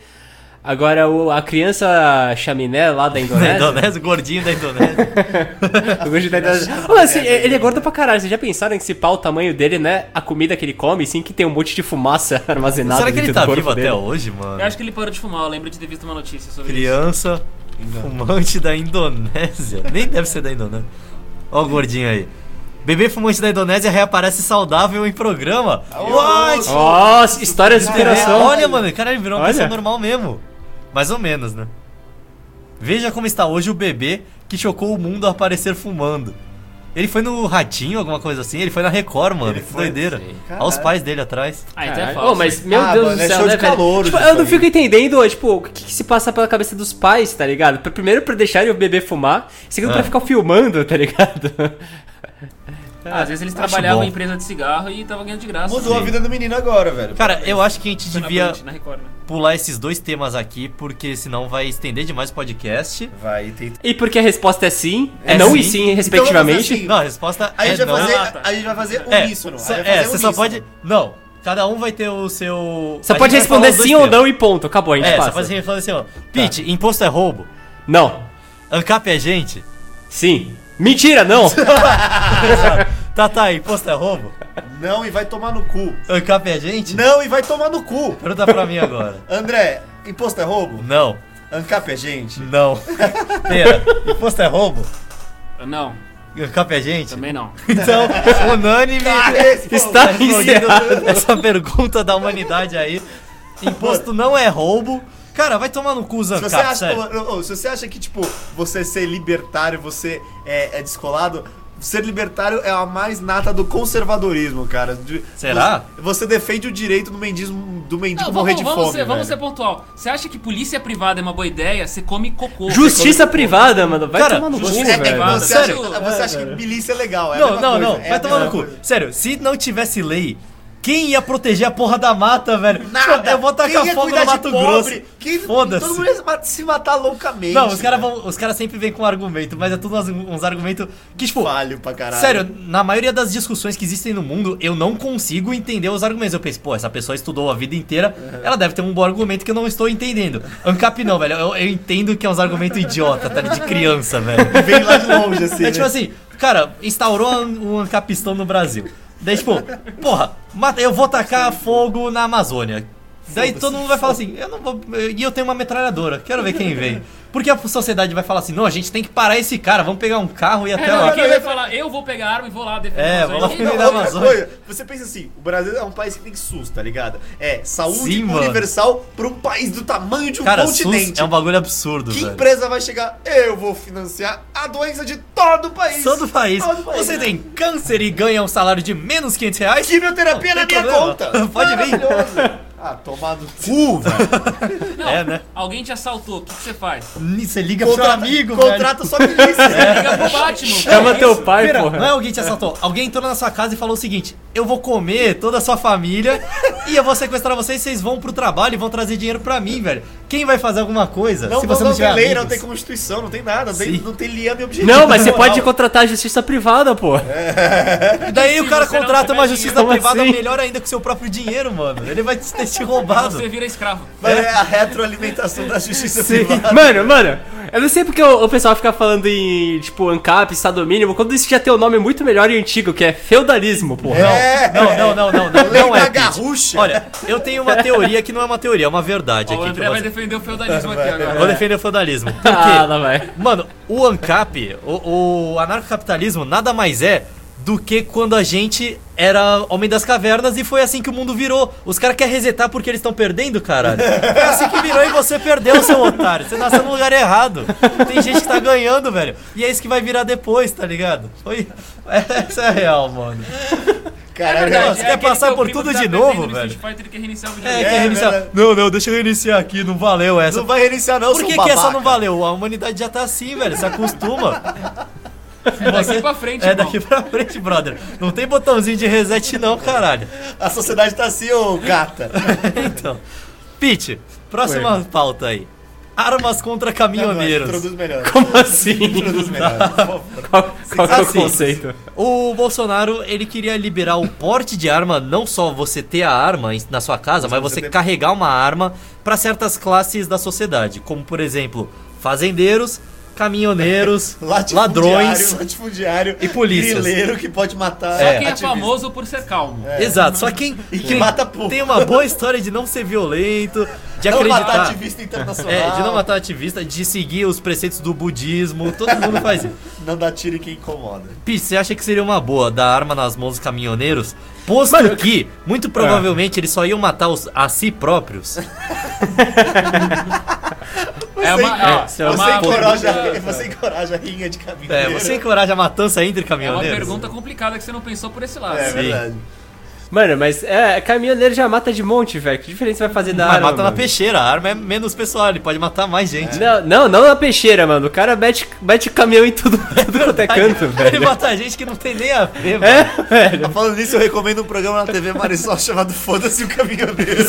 Speaker 4: Agora o- a criança chaminé lá da
Speaker 1: Da
Speaker 4: Indonésia.
Speaker 1: Indonésia, o gordinho da Indonésia.
Speaker 4: Eu gosto de tentar- Ô, mas, assim, ele é gordo pra caralho. Vocês já pensaram que se pá o tamanho dele, né? A comida que ele come, sim, que tem um monte de fumaça armazenada.
Speaker 1: Será que ele
Speaker 4: dentro
Speaker 1: tá
Speaker 4: do corpo
Speaker 1: vivo
Speaker 4: dele.
Speaker 1: até hoje, mano?
Speaker 3: Eu acho que ele parou de fumar, eu lembro de ter visto uma notícia sobre
Speaker 1: Criança fumante da Indonésia. Nem deve ser da Indonésia. Ó o gordinho aí. Bebê fumante da Indonésia reaparece saudável em programa. What?
Speaker 4: Nossa, história de
Speaker 1: Olha,
Speaker 4: inspiração.
Speaker 1: Olha, mano, cara, ele virou uma
Speaker 4: Olha.
Speaker 1: pessoa normal mesmo. Mais ou menos, né? Veja como está hoje o bebê que chocou o mundo ao aparecer fumando. Ele foi no Ratinho, alguma coisa assim? Ele foi na Record, mano. que
Speaker 2: foi,
Speaker 1: doideira. Olha os
Speaker 2: Caralho.
Speaker 1: pais dele atrás.
Speaker 3: isso. Ah, então é
Speaker 4: Caralho.
Speaker 3: falso.
Speaker 4: Ô, mas, meu
Speaker 2: Ah,
Speaker 4: Deus
Speaker 2: mano,
Speaker 4: do
Speaker 2: é
Speaker 4: céu,
Speaker 2: show
Speaker 4: né,
Speaker 2: de
Speaker 4: velho?
Speaker 2: calor
Speaker 4: Tipo,
Speaker 2: isso
Speaker 4: eu não
Speaker 2: aí.
Speaker 4: fico entendendo, ó, tipo, o que, que se passa pela cabeça dos pais, tá ligado? Pra- Primeiro pra deixarem o bebê fumar, segundo pra
Speaker 1: Ah.
Speaker 4: ficar filmando, tá ligado?
Speaker 3: Às vezes eles
Speaker 1: Acho
Speaker 3: É, trabalhavam
Speaker 1: bom.
Speaker 3: em empresa de cigarro e tava ganhando de graça.
Speaker 2: Mudou a
Speaker 3: Sim.
Speaker 2: vida do menino agora, velho.
Speaker 1: Cara, eu acho que a gente
Speaker 3: Foi na
Speaker 1: devia
Speaker 3: Band, na Record, né?
Speaker 1: pular esses dois temas aqui, porque senão vai estender demais o podcast.
Speaker 2: Vai, tem...
Speaker 4: E porque a resposta é sim, é,
Speaker 1: É
Speaker 4: não
Speaker 1: sim.
Speaker 4: e sim,
Speaker 2: Então vamos fazer
Speaker 4: respectivamente.
Speaker 2: assim,
Speaker 1: Não, a resposta
Speaker 2: a,
Speaker 1: é
Speaker 2: gente vai
Speaker 1: não.
Speaker 2: fazer,
Speaker 3: Ah, tá.
Speaker 2: a gente vai fazer
Speaker 1: É,
Speaker 2: uníssono.
Speaker 1: só-
Speaker 2: aí vai
Speaker 1: é,
Speaker 2: fazer um
Speaker 1: você só
Speaker 2: uníssono.
Speaker 1: pode. Não, cada um vai ter o seu.
Speaker 4: Você
Speaker 1: a
Speaker 4: pode
Speaker 1: gente vai falar
Speaker 4: responder
Speaker 1: os dois
Speaker 4: sim ou
Speaker 1: temas.
Speaker 4: não e ponto, acabou, a gente
Speaker 1: É,
Speaker 4: passa. Tá.
Speaker 1: você pode responder assim, ó. Pete, imposto é roubo.
Speaker 4: Não,
Speaker 1: ANCAP é gente.
Speaker 4: sim. Mentira, não!
Speaker 1: Tá, tá, imposto é roubo.
Speaker 2: Não e vai tomar no cu.
Speaker 1: ANCAP é gente?
Speaker 2: Não e vai tomar no cu.
Speaker 1: Pergunta pra mim agora.
Speaker 2: André, imposto é roubo?
Speaker 1: Não,
Speaker 2: Ancap é gente?
Speaker 1: não. Pera, imposto é roubo?
Speaker 3: Não,
Speaker 1: ANCAP é gente?
Speaker 3: também não.
Speaker 1: Então, unânime
Speaker 2: tá
Speaker 4: Está encerrado.
Speaker 1: respondendo essa pergunta da humanidade aí. Imposto não é roubo. Cara, vai tomar no cu os
Speaker 2: Se você,
Speaker 1: ANCAP,
Speaker 2: acha,
Speaker 1: sério.
Speaker 2: ô, ô, se você acha que, tipo, você ser libertário, você é, é descolado, ser libertário é a mais nata do conservadorismo, cara. De-
Speaker 1: Será?
Speaker 2: Você, você defende o direito do mendigo, do
Speaker 1: Tipo,
Speaker 2: mendigo
Speaker 3: Não,
Speaker 2: morrer
Speaker 3: vamos,
Speaker 2: de
Speaker 3: vamos
Speaker 2: fome.
Speaker 3: ser, vamos ser
Speaker 2: velho.
Speaker 3: pontual. Você acha que polícia privada é uma boa ideia? Você come cocô.
Speaker 4: Justiça privada, mano, vai
Speaker 1: Cara,
Speaker 4: tomar no cu,
Speaker 2: Você,
Speaker 3: justiça
Speaker 2: é,
Speaker 4: velho.
Speaker 2: é,
Speaker 3: privada.
Speaker 2: você
Speaker 1: Sério?
Speaker 2: acha, você acha que milícia é legal? É a
Speaker 1: Não,
Speaker 2: mesma
Speaker 1: não,
Speaker 2: coisa,
Speaker 1: não.
Speaker 2: é
Speaker 1: Vai
Speaker 2: a
Speaker 1: tomar no
Speaker 2: mesma
Speaker 1: cu.
Speaker 2: coisa.
Speaker 1: Sério, se não tivesse lei, quem ia proteger a porra da mata, velho?
Speaker 2: Nada.
Speaker 1: Eu vou tacar
Speaker 2: Quem ia
Speaker 1: fogo
Speaker 2: cuidar
Speaker 1: no
Speaker 2: de
Speaker 1: Mato
Speaker 2: pobre?
Speaker 1: Grosso.
Speaker 2: Quem-
Speaker 1: Foda-se.
Speaker 2: Todo mundo é ia se mat- se matar loucamente.
Speaker 1: Não, os caras cara sempre vêm com argumento, mas é tudo uns, uns argumentos que, tipo,
Speaker 2: Falho pra caralho.
Speaker 1: sério, na maioria das discussões que existem no mundo, eu não consigo entender os argumentos. Eu penso, pô, essa pessoa estudou a vida inteira, ela deve ter um bom argumento que eu não estou entendendo. Ancap não, velho, eu, eu entendo que é uns argumentos idiota, tá? De criança, velho.
Speaker 2: Vem lá de longe, assim.
Speaker 1: É tipo
Speaker 2: né?
Speaker 1: assim, cara, instaurou an- o ancapistão no Brasil. Daí, tipo, porra, mata- eu vou tacar fogo na Amazônia. Daí todo mundo vai falar assim, eu não vou. eu- E eu tenho uma metralhadora, quero ver quem vem. Porque a sociedade vai falar assim, não, a gente tem que parar esse cara, vamos pegar um carro e ir
Speaker 3: É,
Speaker 1: até
Speaker 3: não,
Speaker 1: lá.
Speaker 3: quem vai falar, eu vou pegar a arma e vou lá defender
Speaker 1: É,
Speaker 3: a Amazônia.
Speaker 1: vou lá
Speaker 3: Quem
Speaker 1: defender
Speaker 3: não?
Speaker 1: da a
Speaker 2: Outra
Speaker 1: Amazônia.
Speaker 2: coisa, você pensa assim, o Brasil é um país que tem SUS, tá ligado? É saúde
Speaker 1: Sim, mano.
Speaker 2: universal pra um país do tamanho de um
Speaker 1: Cara,
Speaker 2: continente.
Speaker 1: SUS é um bagulho absurdo,
Speaker 2: que
Speaker 1: velho.
Speaker 2: empresa vai chegar? Eu vou financiar a doença de todo o país.
Speaker 1: Todo país.
Speaker 2: Todo país.
Speaker 1: Você tem câncer e ganha um salário de menos 500 reais?
Speaker 2: Quimioterapia
Speaker 1: Não,
Speaker 2: na
Speaker 1: tem
Speaker 2: minha
Speaker 1: problema.
Speaker 2: conta.
Speaker 1: Pode vir.
Speaker 2: Maravilhoso. Ah, tomado cu, velho.
Speaker 3: Não,
Speaker 1: É, né?
Speaker 3: Alguém te assaltou, o que, que você faz?
Speaker 1: Você liga pro seu
Speaker 2: Contrata,
Speaker 1: amigo, velho. É,
Speaker 2: contrata só milícia.
Speaker 3: Liga pro Batman.
Speaker 4: Chama
Speaker 3: que é
Speaker 4: teu
Speaker 3: isso?
Speaker 4: pai,
Speaker 1: Pera,
Speaker 4: porra.
Speaker 1: não é alguém te assaltou. Alguém entrou na sua casa e falou o seguinte: eu vou comer toda a sua família e eu vou sequestrar vocês, vocês vão pro trabalho e vão trazer dinheiro pra mim, velho. Quem vai fazer alguma coisa
Speaker 2: Não,
Speaker 1: se
Speaker 2: não,
Speaker 1: você
Speaker 2: não,
Speaker 1: não, tiver
Speaker 2: tem lei, não
Speaker 1: amigos?
Speaker 2: tem constituição, não tem nada, não
Speaker 1: Sim.
Speaker 2: tem, não tem liame objetivo.
Speaker 4: Não, mas você pode
Speaker 2: moral.
Speaker 4: contratar a justiça privada, pô.
Speaker 1: É. Daí
Speaker 3: Se
Speaker 1: o cara
Speaker 3: você não
Speaker 1: contrata
Speaker 3: tiver
Speaker 1: uma justiça
Speaker 4: dinheiro, como
Speaker 1: privada
Speaker 4: assim?
Speaker 1: melhor ainda com seu próprio dinheiro, mano. Ele vai te ter te roubado.
Speaker 2: assim?
Speaker 3: Você vira escravo.
Speaker 2: Mas é a retroalimentação da justiça
Speaker 4: Sim.
Speaker 2: privada.
Speaker 4: Mano, mano, eu não sei porque o, o pessoal fica falando em, tipo, ANCAP, Estado mínimo, quando isso já tem um nome muito melhor e antigo, que é feudalismo, Ah, porra.
Speaker 2: É.
Speaker 1: Não, não, não, não, não,
Speaker 2: Lei
Speaker 1: não
Speaker 2: da
Speaker 1: é. Pete.
Speaker 2: garrucha.
Speaker 1: Olha, eu tenho uma teoria que não é uma teoria, é uma verdade
Speaker 3: Ó, o
Speaker 1: aqui. que
Speaker 3: André
Speaker 1: eu
Speaker 3: vai
Speaker 1: vou-
Speaker 3: defender o feudalismo aqui
Speaker 1: Eu vou
Speaker 3: agora.
Speaker 1: defender o feudalismo. Por quê?
Speaker 4: Ah, lá vai.
Speaker 1: Mano, o ANCAP, o, o anarcocapitalismo, nada mais é do que quando a gente era homem das cavernas e foi assim que o mundo virou. Os caras querem resetar porque eles estão perdendo, caralho. É assim que virou e você perdeu, seu otário. Você nasceu no lugar errado. Tem gente que tá ganhando, velho. E é isso que vai virar depois, tá ligado? Foi... Essa é a real, mano.
Speaker 2: Caralho,
Speaker 3: verdade,
Speaker 2: você
Speaker 3: é
Speaker 2: quer
Speaker 3: aquele
Speaker 1: passar
Speaker 3: teu
Speaker 1: por
Speaker 3: primo
Speaker 1: tudo
Speaker 3: que tá
Speaker 1: de
Speaker 3: perdendo
Speaker 1: novo,
Speaker 3: no
Speaker 1: velho?
Speaker 3: Street Fighter e quer reiniciar o
Speaker 1: É,
Speaker 3: videogame.
Speaker 1: quer
Speaker 2: É,
Speaker 1: reiniciar.
Speaker 2: verdade.
Speaker 1: Não, não, deixa eu reiniciar aqui, não valeu essa.
Speaker 2: Não vai reiniciar, não,
Speaker 1: Por
Speaker 2: seu
Speaker 1: que, que essa não
Speaker 2: um babaca.
Speaker 1: valeu? A humanidade já tá assim, velho. Se acostuma.
Speaker 3: É daqui pra frente,
Speaker 1: É
Speaker 3: irmão.
Speaker 1: daqui pra frente, brother. Não tem botãozinho de reset, não, caralho.
Speaker 2: A sociedade tá assim, ô gata.
Speaker 1: Então, Pete, próxima pauta aí. Armas contra caminhoneiros.
Speaker 2: Introduz melhor.
Speaker 4: Como assim?
Speaker 2: Introduz melhor. por favor.
Speaker 4: Qual, qual que é o
Speaker 1: Assim.
Speaker 4: conceito?
Speaker 1: O Bolsonaro, ele queria liberar o porte de arma, não só você ter a arma em- na sua casa, mas você
Speaker 2: você ter-
Speaker 1: carregar uma arma para certas classes da sociedade, como por exemplo, fazendeiros, caminhoneiros,
Speaker 2: Latifundiário,
Speaker 1: ladrões.
Speaker 2: latifundiário
Speaker 1: E polícias.
Speaker 2: grileiro que pode
Speaker 1: É.
Speaker 2: matar.
Speaker 3: Só quem é
Speaker 2: ativista.
Speaker 3: famoso por ser calmo.
Speaker 1: Exato, só quem
Speaker 2: E que
Speaker 1: quem
Speaker 2: mata pouco.
Speaker 1: tem uma boa história de não ser violento, de
Speaker 2: Não matar
Speaker 1: acreditar.
Speaker 2: ativista internacional.
Speaker 1: É, de não matar ativista, de seguir os preceitos do budismo, todo mundo faz isso.
Speaker 2: Não dá tiro em quem incomoda.
Speaker 1: Pi, você acha que seria uma boa dar arma nas mãos dos caminhoneiros? Posto que, muito provavelmente, eles só iam matar os- a si próprios.
Speaker 3: É uma,
Speaker 2: é,
Speaker 3: é,
Speaker 4: você
Speaker 3: é
Speaker 2: você,
Speaker 3: uma
Speaker 2: encoraja,
Speaker 3: pergunta-
Speaker 2: você encoraja a rinha de caminho.
Speaker 1: É, você encoraja a matança entre
Speaker 3: É uma
Speaker 1: caminhoneiros?
Speaker 3: pergunta complicada que você não pensou por esse lado.
Speaker 2: É verdade.
Speaker 4: Mano, mas é, caminhoneiro já mata de monte, velho. Que diferença vai fazer da
Speaker 1: Mas
Speaker 4: arma?
Speaker 1: Ah, mata na
Speaker 4: mano? É.
Speaker 1: peixeira, a arma é menos pessoal, ele pode matar mais gente.
Speaker 4: Não, não, não na peixeira, mano. O cara mete, mete caminhão em tudo, tudo quanto é canto,
Speaker 1: Ele
Speaker 4: velho.
Speaker 1: mata gente que não tem nem a ver,
Speaker 4: É,
Speaker 1: mano.
Speaker 4: velho.
Speaker 2: Tá Falando nisso, eu recomendo um programa na TV Marisol chamado Foda-se o Caminhoneiro.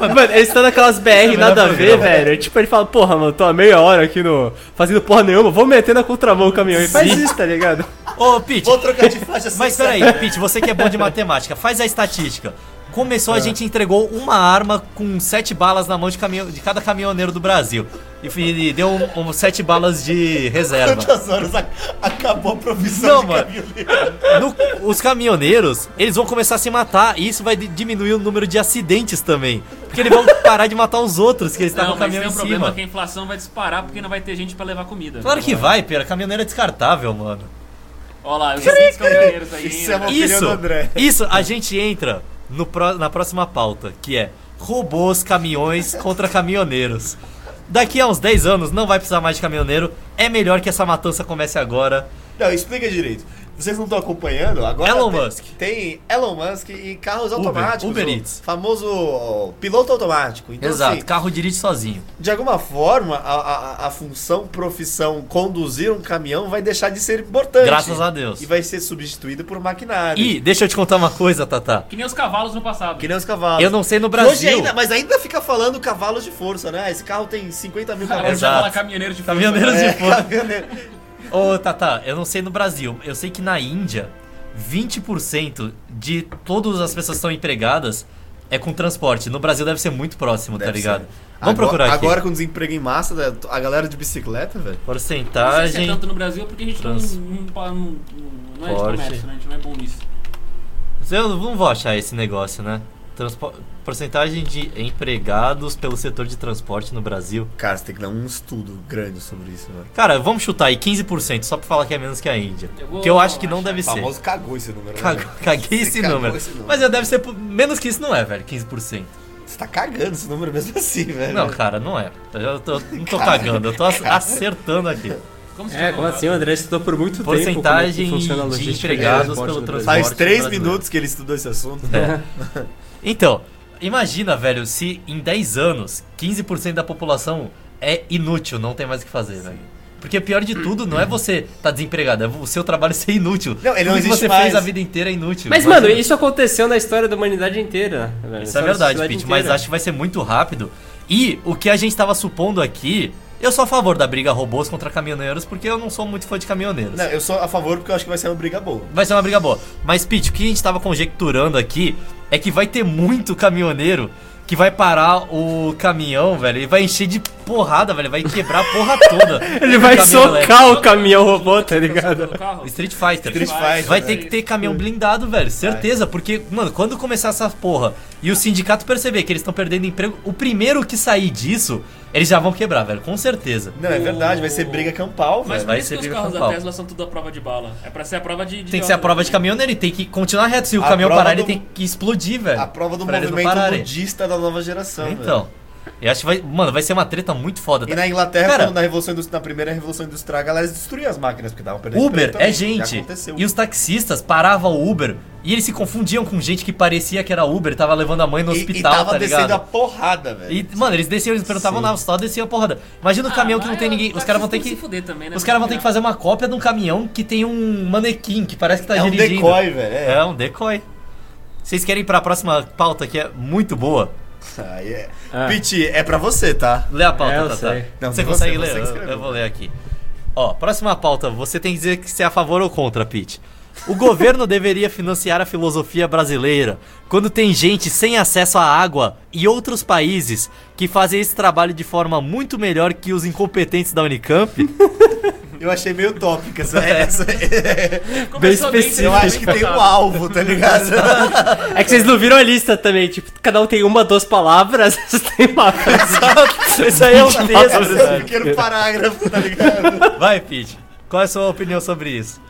Speaker 4: Mano, eles estão naquelas BR nada a ver, velho. Tipo, ele fala, porra, mano, tô há meia hora aqui no. fazendo porra nenhuma, vou meter na contramão o caminhão. Ele faz isso, tá ligado?
Speaker 1: Ô, Pete,
Speaker 2: Vou trocar de faixa sem
Speaker 1: mas peraí,
Speaker 2: saber.
Speaker 1: Pete, você que é bom de matemática, faz a estatística. Começou, a
Speaker 3: É.
Speaker 1: gente entregou uma arma com sete balas na mão de, caminho- de cada caminhoneiro do Brasil. E, fi- e deu um, um sete balas de reserva.
Speaker 2: Quantas horas a- acabou a profissão
Speaker 1: Não,
Speaker 2: de
Speaker 1: mano.
Speaker 2: caminhoneiro?
Speaker 1: No- os caminhoneiros, eles vão começar a se matar e isso vai di- diminuir o número de acidentes também. Porque eles vão parar de matar os outros que eles estavam
Speaker 3: Não, mas tem
Speaker 1: caminhando
Speaker 3: um
Speaker 1: em
Speaker 3: problema
Speaker 1: cima.
Speaker 3: que a inflação vai disparar porque não vai ter gente pra levar comida.
Speaker 1: Claro que vai, Pera. Caminhoneiro é descartável, mano.
Speaker 3: Olha lá, os recentes caminhoneiros aí.
Speaker 2: Isso
Speaker 3: né?
Speaker 2: é uma opinião
Speaker 1: Isso,
Speaker 2: do André.
Speaker 1: isso, a gente entra no pró- na próxima pauta, que é robôs, caminhões contra caminhoneiros. Daqui a uns 10 anos não vai precisar mais de caminhoneiro. É melhor que essa matança comece agora.
Speaker 2: Não, explica direito. Vocês não estão acompanhando? Agora
Speaker 1: Elon
Speaker 2: tem,
Speaker 1: Musk.
Speaker 2: Tem Elon Musk e carros automáticos.
Speaker 1: Uber
Speaker 2: o
Speaker 1: Eats.
Speaker 2: Famoso piloto automático. Então,
Speaker 1: Exato,
Speaker 2: assim,
Speaker 1: carro dirige sozinho.
Speaker 2: de alguma forma, a, a- a função, profissão, conduzir um caminhão vai deixar de ser importante.
Speaker 1: Graças a Deus.
Speaker 2: E vai ser substituído por maquinário.
Speaker 1: E deixa eu te contar uma coisa, Tata.
Speaker 3: Que nem os cavalos no passado.
Speaker 2: Que nem os cavalos.
Speaker 1: Eu não sei no
Speaker 2: Que Hoje
Speaker 1: Brasil.
Speaker 2: ainda, mas ainda fica falando cavalos de força, né? Ah, Esse carro tem 50 mil
Speaker 3: Agora
Speaker 2: cavalos.
Speaker 1: Exato.
Speaker 3: já fala caminhoneiro de
Speaker 1: Caminhoneiros
Speaker 2: É,
Speaker 1: de fogo.
Speaker 2: caminhoneiro.
Speaker 1: Ô, Tata, eu não sei no Brasil. Eu sei que na Índia, 20% de todas as pessoas que estão empregadas é com transporte. No Brasil deve ser muito próximo,
Speaker 2: Deve
Speaker 1: tá ligado?
Speaker 2: ser.
Speaker 1: Vamos
Speaker 2: Agora-
Speaker 1: procurar aqui.
Speaker 2: Agora com desemprego em massa, né, a galera de bicicleta, velho.
Speaker 3: Não sei se é
Speaker 1: Porcentagem.
Speaker 3: tanto no Brasil porque a gente não,
Speaker 1: Trans-
Speaker 3: não, não- não é de
Speaker 1: Forte.
Speaker 3: comércio, né? A gente não é bom nisso. é
Speaker 1: Eu não vou achar esse negócio, né? Transpo- Porcentagem de empregados pelo setor de transporte no Brasil.
Speaker 2: Cara, você tem que dar um estudo grande sobre isso, velho.
Speaker 1: Cara, vamos chutar aí 15%, só pra falar que é menos que a Índia.
Speaker 3: Eu vou
Speaker 1: que eu acho que não
Speaker 3: achar.
Speaker 1: deve
Speaker 2: O
Speaker 1: ser.
Speaker 2: famoso cagou esse número. né,
Speaker 1: Cagou-
Speaker 2: velho?
Speaker 1: Caguei
Speaker 2: Você
Speaker 1: esse
Speaker 2: cagou
Speaker 1: número.
Speaker 2: esse número.
Speaker 1: Mas já deve ser. por- Menos que isso não é, velho. 15%.
Speaker 2: Você tá cagando esse número mesmo assim, velho.
Speaker 1: Não, cara, não é. Eu tô- não tô cagando, eu tô ac- acertando aqui.
Speaker 3: Como se
Speaker 4: É,
Speaker 3: chama?
Speaker 4: como assim? O André estudou por muito
Speaker 1: Porcentagem
Speaker 4: tempo. como é que funciona a
Speaker 1: de
Speaker 4: logística de
Speaker 1: empregados
Speaker 4: transporte
Speaker 1: pelo
Speaker 4: no
Speaker 1: transporte.
Speaker 4: Brasil.
Speaker 2: Faz
Speaker 1: Morte né? É.
Speaker 2: três
Speaker 1: brasileira.
Speaker 2: minutos que ele estudou esse assunto.
Speaker 1: né? Então, imagina, velho, se em 10 anos 15% da população é inútil, não tem mais o que fazer, velho. Porque o pior de tudo não é você tá desempregado, é o seu trabalho ser inútil.
Speaker 2: Não, ele não
Speaker 1: Tudo que
Speaker 2: existe
Speaker 1: você
Speaker 2: mais.
Speaker 1: fez a vida inteira é inútil.
Speaker 4: Mas, mano, isso aconteceu na história da humanidade inteira. velho.
Speaker 1: Isso é
Speaker 4: Na
Speaker 1: verdade,
Speaker 4: sociedade
Speaker 1: Pete, mas
Speaker 4: inteira.
Speaker 1: acho que vai ser muito rápido. E o que a gente tava supondo aqui, eu sou a favor da briga robôs contra caminhoneiros, porque eu não sou muito fã de caminhoneiros.
Speaker 2: Não, eu sou a favor porque eu acho que vai ser uma briga boa.
Speaker 1: Vai ser uma briga boa. Mas, Pete, o que a gente tava conjecturando aqui é que vai ter muito caminhoneiro que vai parar o caminhão, velho, e vai encher de porrada, velho, vai quebrar a porra toda.
Speaker 4: Ele vai
Speaker 1: Caminhão elétrico.
Speaker 4: socar o caminhão robô, tá ligado?
Speaker 3: Pelo carro?
Speaker 1: Street Fighter.
Speaker 2: Street Fighter,
Speaker 1: Vai
Speaker 2: né?
Speaker 1: ter que ter caminhão blindado, velho, certeza, porque, mano, quando começar essa porra e o sindicato perceber que eles estão perdendo emprego, o primeiro que sair disso, eles já vão quebrar, velho, com certeza.
Speaker 2: Não, é verdade, vai ser briga campal,
Speaker 3: Mas
Speaker 2: velho.
Speaker 3: por
Speaker 1: vai
Speaker 3: isso
Speaker 1: ser
Speaker 3: que os
Speaker 1: briga
Speaker 3: carros
Speaker 1: com
Speaker 3: da
Speaker 1: pau.
Speaker 3: Tesla são tudo à prova de bala. É pra ser a prova de.
Speaker 1: Tem que ser a prova de caminhoneiro e tem que continuar reto. Se o
Speaker 2: A
Speaker 1: caminhão
Speaker 2: prova
Speaker 1: parar, ele
Speaker 2: do-
Speaker 1: tem que explodir, velho.
Speaker 2: A prova do
Speaker 1: pra eles não
Speaker 2: movimento
Speaker 1: pararem.
Speaker 2: budista da nova geração,
Speaker 1: Então.
Speaker 2: velho.
Speaker 1: Eu acho que vai. Mano, vai ser uma treta muito foda.
Speaker 2: E
Speaker 1: tá?
Speaker 2: na Inglaterra,
Speaker 1: Cara-
Speaker 2: quando na, Revolução Indus- na primeira Revolução Industrial, a galera destruía as máquinas, porque tava perdendo
Speaker 1: Uber
Speaker 2: emprego
Speaker 1: é
Speaker 2: também. Já
Speaker 1: gente.
Speaker 2: aconteceu.
Speaker 1: E os taxistas paravam o Uber e eles se confundiam com gente que parecia que era Uber, tava levando a mãe no
Speaker 2: E- e
Speaker 1: hospital,
Speaker 2: tava
Speaker 1: tá
Speaker 2: descendo
Speaker 1: ligado?
Speaker 2: a porrada, velho.
Speaker 1: E, mano, eles desciam, eles perguntavam
Speaker 4: Sim.
Speaker 1: nada, só desciam a porrada. Imagina
Speaker 3: Ah,
Speaker 1: um caminhão que
Speaker 3: é
Speaker 1: não tem ninguém. Os caras vão ter que. Os caras vão
Speaker 3: né?
Speaker 1: ter que fazer uma cópia de um caminhão que tem um manequim que parece que tá
Speaker 2: É um
Speaker 1: dirigindo.
Speaker 2: decoy, velho. É.
Speaker 1: É um decoy. Vocês querem ir pra próxima pauta que é muito boa?
Speaker 2: Ah, yeah.
Speaker 4: Ah.
Speaker 2: Piti, é pra você, tá?
Speaker 1: Lê a pauta,
Speaker 4: É, eu
Speaker 1: Tata.
Speaker 4: sei.
Speaker 2: Não,
Speaker 1: você
Speaker 2: você,
Speaker 1: consegue ler?
Speaker 2: você que
Speaker 1: Eu- eu,
Speaker 2: escreveu.
Speaker 1: vou ler aqui. Ó, próxima pauta. Você tem que dizer que você é a favor ou contra, Pete. O governo deveria financiar a filosofia brasileira quando tem gente sem acesso à água e outros países que fazem esse trabalho de forma muito melhor que os incompetentes da Unicamp.
Speaker 2: Eu achei meio tópica essa.
Speaker 1: É.
Speaker 2: essa-
Speaker 4: Bem específico.
Speaker 2: eu acho que tem um alvo, tá ligado?
Speaker 4: É que vocês não viram a lista também, tipo, cada um tem uma, duas palavras, vocês têm uma frase. Isso aí é um texto.
Speaker 2: Esse é um pequeno parágrafo, tá ligado?
Speaker 1: Vai, Pete. Qual é a sua opinião sobre isso?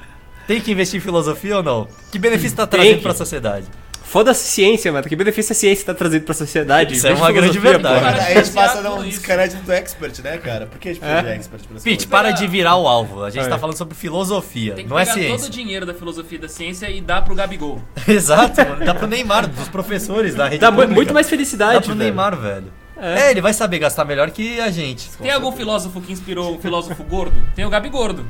Speaker 1: Tem que investir em filosofia ou não? Que benefício tá
Speaker 4: Tem
Speaker 1: trazendo
Speaker 4: que.
Speaker 1: pra sociedade?
Speaker 4: Foda-se ciência, mano. Que benefício a ciência tá trazendo pra sociedade?
Speaker 1: Isso é
Speaker 4: Veja
Speaker 1: uma grande
Speaker 4: filosofia,
Speaker 1: verdade.
Speaker 4: porra.
Speaker 2: Cara, a gente passa a dar
Speaker 3: tudo
Speaker 2: um
Speaker 3: isso.
Speaker 2: descrédito do expert, né, cara? Por que a gente precisa de expert pra essa
Speaker 1: Pete,
Speaker 2: coisa?
Speaker 1: para de virar o alvo. A gente
Speaker 4: É.
Speaker 1: tá falando sobre filosofia,
Speaker 3: Tem que
Speaker 1: não é
Speaker 3: pegar todo
Speaker 1: ciência.
Speaker 3: o dinheiro da filosofia da ciência e dar pro Gabigol.
Speaker 1: Exato, mano. Dá pro Neymar, dos professores da rede
Speaker 4: Dá mu-
Speaker 1: pública.
Speaker 4: muito mais
Speaker 1: Dá
Speaker 4: felicidade.
Speaker 1: pro
Speaker 4: velho.
Speaker 1: Neymar, velho. É. ele vai saber gastar melhor que a gente.
Speaker 3: Tem algum filósofo que inspirou um filósofo gordo? Tem o Gabi Gordo.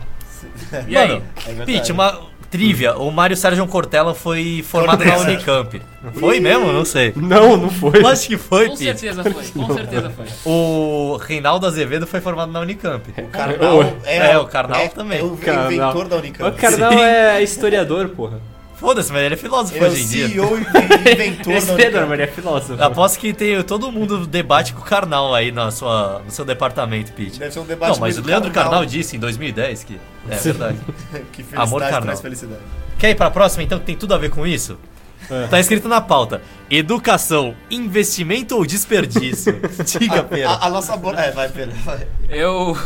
Speaker 3: E aí?
Speaker 1: Mano,
Speaker 2: É verdade.
Speaker 1: Pete, uma trivia. O Mário Sérgio Cortella foi formado na Unicamp. Foi mesmo? Não sei.
Speaker 4: Não, não foi.
Speaker 1: Eu acho que foi,
Speaker 3: Com
Speaker 1: Pete.
Speaker 3: certeza foi, com certeza foi.
Speaker 1: O Reinaldo Azevedo foi formado na Unicamp.
Speaker 2: Karnal
Speaker 1: É, o Karnal
Speaker 2: é-
Speaker 1: também.
Speaker 2: É o
Speaker 4: Karnal.
Speaker 2: inventor da
Speaker 4: O
Speaker 2: Unicamp.
Speaker 4: Carnal
Speaker 1: Sim.
Speaker 4: é historiador, porra.
Speaker 1: Foda-se, mas ele é filósofo
Speaker 2: É o
Speaker 1: hoje em dia.
Speaker 2: CEO e inventor da Unicamp.
Speaker 4: Historiador, mas ele é filósofo.
Speaker 1: Aposto que tem todo mundo debate com o Karnal aí na sua, no seu departamento, Pete.
Speaker 2: Deve ser um debate
Speaker 1: Não, mas o
Speaker 2: meio
Speaker 1: Leandro
Speaker 2: Karnal.
Speaker 1: Karnal disse em 2010 que. É verdade.
Speaker 2: Que felicidade
Speaker 1: Amor Karnal.
Speaker 2: traz felicidade.
Speaker 1: Quer ir pra próxima então, que tem tudo a ver com isso?
Speaker 2: É.
Speaker 1: Tá escrito na pauta: educação, investimento ou desperdício? Diga, Pera.
Speaker 2: A, a nossa bola. É, vai, pera. vai.
Speaker 3: Eu.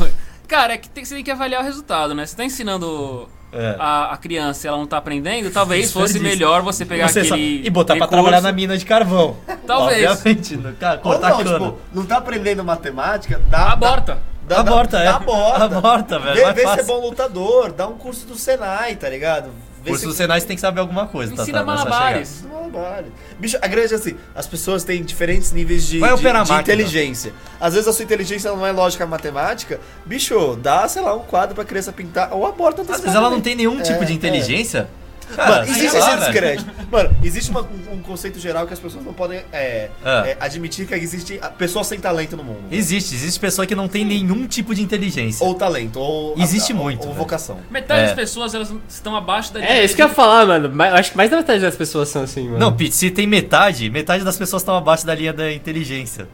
Speaker 3: Cara, é que tem, você tem que avaliar o resultado, né? Você tá ensinando
Speaker 1: É.
Speaker 3: a, a criança e ela não tá aprendendo, talvez fosse
Speaker 1: Desperdício.
Speaker 3: melhor você pegar
Speaker 1: Você só-
Speaker 3: aquele.
Speaker 1: E botar
Speaker 3: recurso.
Speaker 1: pra trabalhar na mina de carvão.
Speaker 3: Talvez.
Speaker 1: Obviamente, no ca-
Speaker 2: Ou
Speaker 1: cortar
Speaker 2: não,
Speaker 1: cana.
Speaker 2: tipo, não tá aprendendo matemática, dá.
Speaker 3: Aborta.
Speaker 2: Dá, dá,
Speaker 1: Aborta, é.
Speaker 2: dá Aborta.
Speaker 1: Aborta, velho,
Speaker 2: Vê,
Speaker 1: mais
Speaker 2: vê se é
Speaker 1: fácil.
Speaker 2: bom lutador, dá um curso do Senai, tá ligado? Vê
Speaker 1: Curso
Speaker 2: se é
Speaker 1: do Senai você tem que saber alguma coisa, tá?
Speaker 3: Ensina malabares.
Speaker 2: Isso não vale. Bicho, a grande é assim, as pessoas têm diferentes níveis de,
Speaker 1: Vai
Speaker 2: de,
Speaker 1: operar a
Speaker 2: de
Speaker 1: máquina.
Speaker 2: inteligência. Às vezes a sua inteligência não é lógica matemática. Bicho, dá, sei lá, um quadro pra criança pintar ou aborta
Speaker 1: Às vezes ela não tem é nenhum tipo de inteligência. Cara,
Speaker 2: É, Mano, existe
Speaker 1: sei lá,
Speaker 2: esse
Speaker 1: velho.
Speaker 2: descrédito. Mano, existe uma- um, um conceito geral que as pessoas não podem é,
Speaker 1: Ah.
Speaker 2: é, admitir que existe a- pessoas sem talento no mundo.
Speaker 1: Existe, existe pessoa que não tem nenhum tipo de inteligência.
Speaker 2: Ou talento, ou.
Speaker 1: Existe
Speaker 2: ou-
Speaker 1: muito,
Speaker 2: Ou,
Speaker 1: velho.
Speaker 2: vocação.
Speaker 3: Metade
Speaker 1: É.
Speaker 3: das pessoas elas estão abaixo da
Speaker 4: É, isso que eu ia falar, mano. Ma- eu Acho que mais da metade das pessoas são assim, mano.
Speaker 1: Não, Pete, se tem metade, metade das pessoas estão abaixo da linha da inteligência.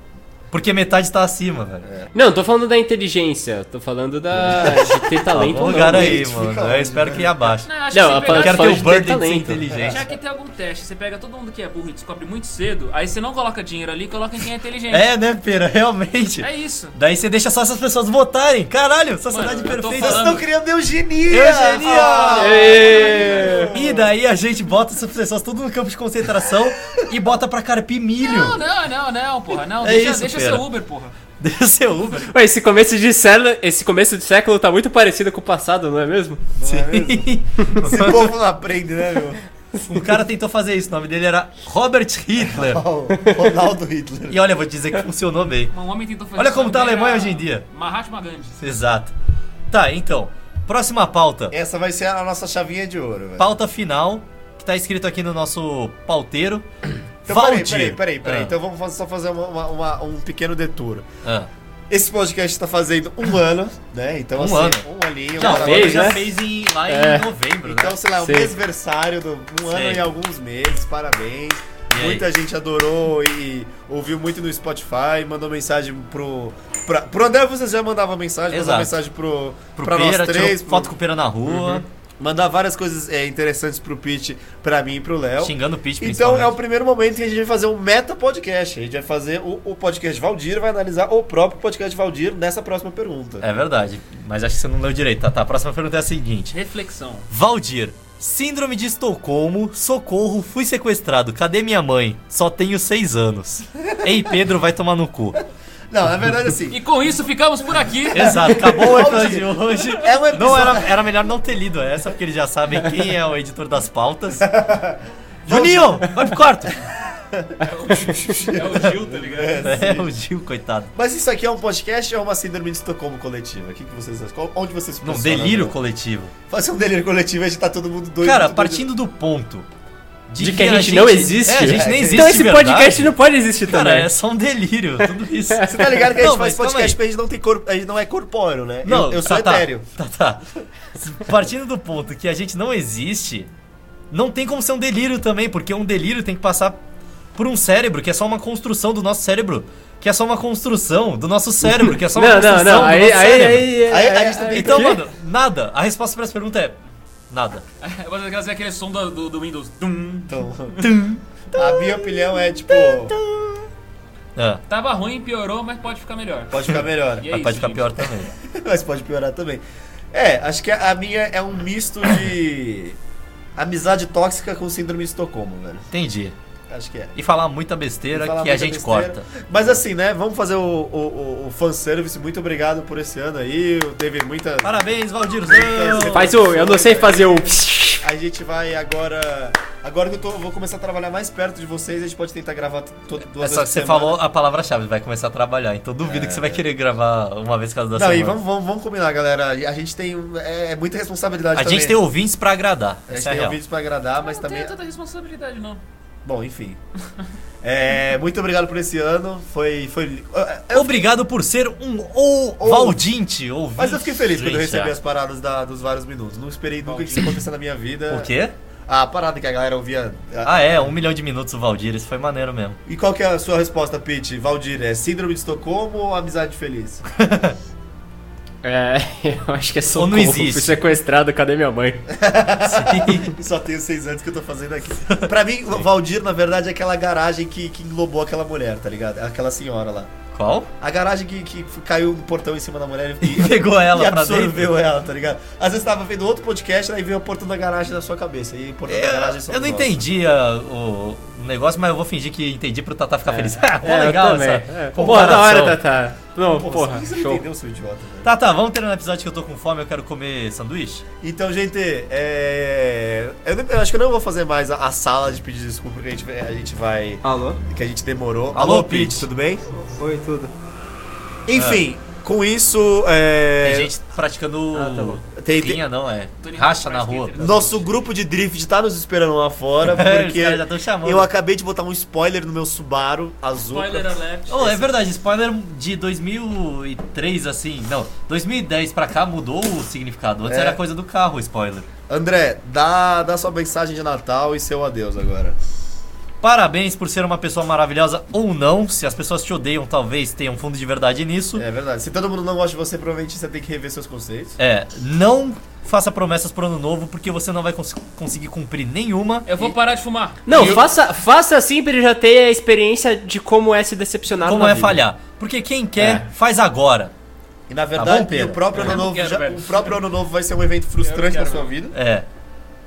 Speaker 1: Porque metade tá acima, velho.
Speaker 4: Não, eu tô falando da inteligência. Tô falando da... de ter talento.
Speaker 1: Algum
Speaker 4: ou não. né?
Speaker 1: lugar aí,
Speaker 2: Fica
Speaker 1: mano.
Speaker 2: onde,
Speaker 1: Eu espero que abaixo.
Speaker 3: Não, acho
Speaker 4: Não,
Speaker 3: que
Speaker 4: a
Speaker 3: você
Speaker 1: Eu
Speaker 4: Não,
Speaker 1: quero
Speaker 3: pegar...
Speaker 1: ter
Speaker 4: pode
Speaker 1: o
Speaker 4: ter
Speaker 1: Burden de ser
Speaker 4: talento.
Speaker 3: Já
Speaker 1: inteligente.
Speaker 3: que tem algum teste, você pega todo mundo que é burro e descobre muito cedo, aí você não coloca dinheiro ali, coloca em quem é inteligente.
Speaker 1: É, né, Pera? Realmente.
Speaker 3: É isso.
Speaker 1: Daí você deixa só essas pessoas votarem. Caralho, sociedade
Speaker 3: Mano, eu tô
Speaker 1: perfeita.
Speaker 3: falando-
Speaker 2: Vocês estão criando eugenia! Ah,
Speaker 1: Eugenia!
Speaker 4: Ê!
Speaker 1: E daí a gente bota essas pessoas tudo no campo de concentração e bota pra carpir
Speaker 3: Não,
Speaker 1: milho.
Speaker 3: não, não, não, porra. Não,
Speaker 1: É
Speaker 3: deixa,
Speaker 1: isso,
Speaker 3: deixa
Speaker 1: pera.
Speaker 3: seu Uber, porra.
Speaker 1: Deu seu Uber.
Speaker 4: Ué, esse começo de século, esse começo de século tá muito parecido com o passado, não é mesmo?
Speaker 2: Esse povo não aprende, né, meu?
Speaker 1: o cara tentou fazer isso. O nome dele era Robert Hitler.
Speaker 2: Ó, o Ronaldo Hitler.
Speaker 1: E olha, vou te dizer que funcionou bem.
Speaker 3: Um homem tentou fazer
Speaker 1: Olha
Speaker 3: isso
Speaker 1: como tá a
Speaker 3: quando era
Speaker 1: Alemanha hoje em dia.
Speaker 3: Mahatma Gandhi.
Speaker 1: Exato. Tá, então. Próxima pauta.
Speaker 2: Essa vai ser a nossa chavinha de ouro, velho.
Speaker 1: Pauta final, que tá escrito aqui no nosso pauteiro.
Speaker 2: Então, peraí,
Speaker 1: Valdir.
Speaker 2: peraí, peraí, peraí.
Speaker 1: Ah,
Speaker 2: Então vamos fa- só fazer uma- uma- uma- um pequeno detour.
Speaker 1: ah.
Speaker 2: Esse podcast tá fazendo um ano, né? Então,
Speaker 1: Um
Speaker 2: assim,
Speaker 1: ano.
Speaker 2: um aninho.
Speaker 1: Já
Speaker 2: cara,
Speaker 1: fez,
Speaker 4: fez,
Speaker 1: já
Speaker 4: né?
Speaker 1: fez em, lá
Speaker 4: É.
Speaker 1: em novembro, né?
Speaker 2: Então, sei lá, um
Speaker 4: Sei.
Speaker 2: mêsversário do um ano
Speaker 1: Sei.
Speaker 2: e alguns meses, parabéns.
Speaker 1: E aí?
Speaker 2: Muita gente adorou e ouviu muito no Spotify, mandou mensagem pro. Pra, pro André vocês já mandavam mensagem,
Speaker 1: Exato.
Speaker 2: mandava mensagem pro,
Speaker 1: Pro
Speaker 2: pra
Speaker 1: Pera,
Speaker 2: nós três, Uhum.
Speaker 1: tirou
Speaker 2: pro-
Speaker 1: foto com o Pera na rua,
Speaker 2: mandar várias coisas é, interessantes pro Pete, pra mim e pro Léo.
Speaker 1: xingando o Pete
Speaker 2: Então é o
Speaker 1: principalmente.
Speaker 2: primeiro momento que a gente vai fazer um meta podcast. A gente vai fazer o, o podcast Valdir, vai analisar o próprio podcast Valdir nessa próxima pergunta.
Speaker 1: É verdade, mas acho que você não leu direito, tá? tá a próxima pergunta é a seguinte.
Speaker 3: Reflexão.
Speaker 1: Valdir, síndrome de Estocolmo, socorro, fui sequestrado, cadê minha mãe? Só tenho seis anos. Ei, Pedro, vai tomar no cu.
Speaker 2: Não, na verdade, assim.
Speaker 3: E com isso ficamos por aqui.
Speaker 1: Exato, acabou o episódio de hoje.
Speaker 2: É um episódio.
Speaker 1: Não, era, era melhor não ter lido essa, porque eles já sabem quem é o editor das pautas. Juninho, vai pro quarto.
Speaker 3: É o Gil, tá ligado?
Speaker 1: É o Gil, coitado.
Speaker 2: Mas isso aqui é um podcast ou é uma síndrome de Estocolmo coletiva? O que, que vocês acham? Qual- Onde vocês
Speaker 1: Não,
Speaker 2: posicionam?
Speaker 1: delírio coletivo.
Speaker 2: Fazer um delírio coletivo, a gente tá todo mundo doido.
Speaker 1: Cara,
Speaker 2: todo mundo-
Speaker 1: partindo do ponto
Speaker 4: De que a gente não existe?
Speaker 1: É, a gente nem existe.
Speaker 4: Então esse
Speaker 1: de
Speaker 4: podcast
Speaker 1: verdade.
Speaker 4: não pode existir
Speaker 1: Cara,
Speaker 4: também.
Speaker 1: é só um delírio, tudo isso.
Speaker 2: Você tá ligado que a gente
Speaker 1: Não,
Speaker 2: faz
Speaker 1: mas calma
Speaker 2: podcast
Speaker 1: aí.
Speaker 2: porque a gente não tem corpo. A gente não é corpóreo, né?
Speaker 1: Não,
Speaker 2: eu, eu sou
Speaker 1: tá, tá.
Speaker 2: etéreo.
Speaker 1: Tá, tá. Partindo do ponto que a gente não existe, não tem como ser um delírio também, porque um delírio tem que passar por um cérebro, que é só uma construção do nosso cérebro, que é só uma construção do nosso cérebro, que é só uma
Speaker 4: Não, não,
Speaker 1: construção do
Speaker 4: não. Aí,
Speaker 1: nosso
Speaker 4: aí,
Speaker 1: cérebro.
Speaker 4: aí,
Speaker 2: Aí-
Speaker 4: aí,
Speaker 2: aí a gente também-
Speaker 1: Então,
Speaker 4: Quê?
Speaker 1: mano, nada. A resposta pra essa pergunta é nada.
Speaker 3: Eu vou fazer aquele som do, do, do Windows. Dum.
Speaker 2: Então, a minha opinião é tipo.
Speaker 1: É,
Speaker 3: Tava ruim, piorou, mas pode ficar melhor.
Speaker 2: Pode ficar melhor.
Speaker 3: E é
Speaker 1: mas
Speaker 3: isso,
Speaker 1: pode ficar
Speaker 3: gente.
Speaker 1: pior também.
Speaker 2: Mas pode piorar também. É, acho que a minha é um misto de. Amizade tóxica com síndrome de Estocolmo, velho.
Speaker 1: Entendi.
Speaker 2: Acho que é.
Speaker 1: E falar muita besteira
Speaker 2: Falar
Speaker 1: que a
Speaker 2: muita
Speaker 1: gente
Speaker 2: besteira.
Speaker 1: corta.
Speaker 2: Mas assim, né? Vamos fazer o, o, o, o fanservice. Muito obrigado por esse ano aí. Teve muita.
Speaker 1: Parabéns, Valdir.
Speaker 4: Faz o. Eu não sei fazer o.
Speaker 2: A gente vai agora. Agora que eu tô, vou começar a trabalhar mais perto de vocês, a gente pode tentar gravar todo duas
Speaker 1: É só que
Speaker 2: vezes por
Speaker 1: você
Speaker 2: semana. É,
Speaker 1: falou a palavra-chave, vai começar a trabalhar. Então duvido que você vai querer gravar uma vez cada
Speaker 2: Não,
Speaker 1: semana.
Speaker 2: e vamos, vamos, vamos combinar, galera. A gente tem. um- É, é muita responsabilidade
Speaker 1: A
Speaker 2: também.
Speaker 1: gente tem ouvintes pra agradar.
Speaker 2: A gente
Speaker 1: Essa é a
Speaker 2: tem
Speaker 1: real.
Speaker 2: ouvintes pra agradar, mas
Speaker 3: não
Speaker 2: também.
Speaker 3: tenho tanta responsabilidade, não.
Speaker 2: Bom, enfim. É, muito obrigado por esse ano. Foi. Ah, foi... eu- eu-
Speaker 1: Obrigado por ser um ou
Speaker 2: Ou-
Speaker 1: Valdinte ouvinte.
Speaker 2: Mas eu fiquei feliz quando eu
Speaker 1: gente,
Speaker 2: recebi
Speaker 1: é.
Speaker 2: as paradas da- dos vários minutos. Não esperei nunca que isso acontecesse na minha vida.
Speaker 1: O quê?
Speaker 2: A parada que a galera ouvia.
Speaker 1: Ah, é, um milhão de minutos o Valdir, isso foi maneiro mesmo.
Speaker 2: E qual que é a sua resposta, Pete? Valdir, é síndrome de Estocolmo ou amizade feliz?
Speaker 4: É, eu acho que é só
Speaker 1: Ou não existe.
Speaker 4: Fui sequestrado, cadê minha mãe?
Speaker 2: Só tenho seis anos que eu tô fazendo aqui. Pra mim, o Valdir, na verdade, é aquela garagem que, que englobou aquela mulher, tá ligado? Aquela senhora lá.
Speaker 1: Qual?
Speaker 2: A garagem que, que f- caiu um portão em cima da mulher e,
Speaker 1: E pegou ela
Speaker 2: e
Speaker 1: pra
Speaker 2: absorveu
Speaker 1: dentro.
Speaker 2: ela, tá ligado? Às vezes tava vendo outro podcast, aí veio o portão da garagem na sua cabeça. E o portão da garagem é
Speaker 1: Eu,
Speaker 2: só
Speaker 1: É, eu não
Speaker 2: né?
Speaker 1: entendi ah, o o negócio, mas eu vou fingir que entendi pro Tata ficar feliz. Ah,
Speaker 4: É, eu
Speaker 1: legal
Speaker 4: também.
Speaker 1: essa.
Speaker 4: É. Porra, da
Speaker 1: comparação.
Speaker 4: hora, Tata. Não,
Speaker 2: Porra,
Speaker 4: porra.
Speaker 2: você não
Speaker 4: show.
Speaker 2: entendeu, seu idiota, velho.
Speaker 1: Tá, tá, vamos terminar o episódio que eu tô com fome, eu quero comer sanduíche?
Speaker 2: Então, gente, é... eu, não- eu acho que eu não vou fazer mais a, a sala de pedir desculpa, porque a gente, a gente vai...
Speaker 4: Alô?
Speaker 2: que a gente demorou.
Speaker 1: Alô,
Speaker 2: Alô Pete,
Speaker 1: Pete.
Speaker 2: tudo bem?
Speaker 4: Oi, tudo.
Speaker 2: Enfim, com isso, é...
Speaker 1: Ah. Tem gente praticando.
Speaker 4: Ah, tá bom.
Speaker 2: Tem- tem-
Speaker 1: Linha não, é.
Speaker 3: Tony
Speaker 1: Racha
Speaker 3: Hawk
Speaker 1: na
Speaker 3: pra
Speaker 1: rua.
Speaker 3: skater.
Speaker 2: Nosso grupo de drift tá nos esperando lá fora,
Speaker 1: É, os
Speaker 2: porque
Speaker 1: caras já estão chamando.
Speaker 2: eu acabei de botar um spoiler no meu Subaru azul.
Speaker 3: Spoiler alert.
Speaker 1: Oh, é verdade, spoiler de 2003, assim, não, 2010 pra cá mudou o significado. Antes
Speaker 2: É.
Speaker 1: era coisa do carro, o spoiler.
Speaker 2: André, dá, dá sua mensagem de Natal e seu adeus agora.
Speaker 1: Parabéns por ser uma pessoa maravilhosa ou não. Se as pessoas te odeiam, talvez tenha um fundo de verdade nisso. É,
Speaker 2: É verdade. Se todo mundo não gosta de você, provavelmente você tem que rever seus conceitos.
Speaker 1: É, não faça promessas pro ano novo, porque você não vai cons- conseguir cumprir nenhuma.
Speaker 3: Eu vou parar de fumar.
Speaker 4: Não, faça, faça assim pra ele já ter a experiência de como é se decepcionar
Speaker 1: Como
Speaker 4: na
Speaker 1: é
Speaker 4: vida.
Speaker 1: falhar? Porque quem quer,
Speaker 4: É.
Speaker 1: faz agora.
Speaker 2: E na verdade,
Speaker 1: Tá bom, Pedro?
Speaker 2: o próprio
Speaker 3: Eu
Speaker 2: ano
Speaker 3: não
Speaker 2: novo,
Speaker 3: quero,
Speaker 2: já-
Speaker 3: velho.
Speaker 2: o próprio ano novo vai ser um evento frustrante
Speaker 3: Eu
Speaker 2: na
Speaker 3: não quero,
Speaker 2: sua vida.
Speaker 1: É.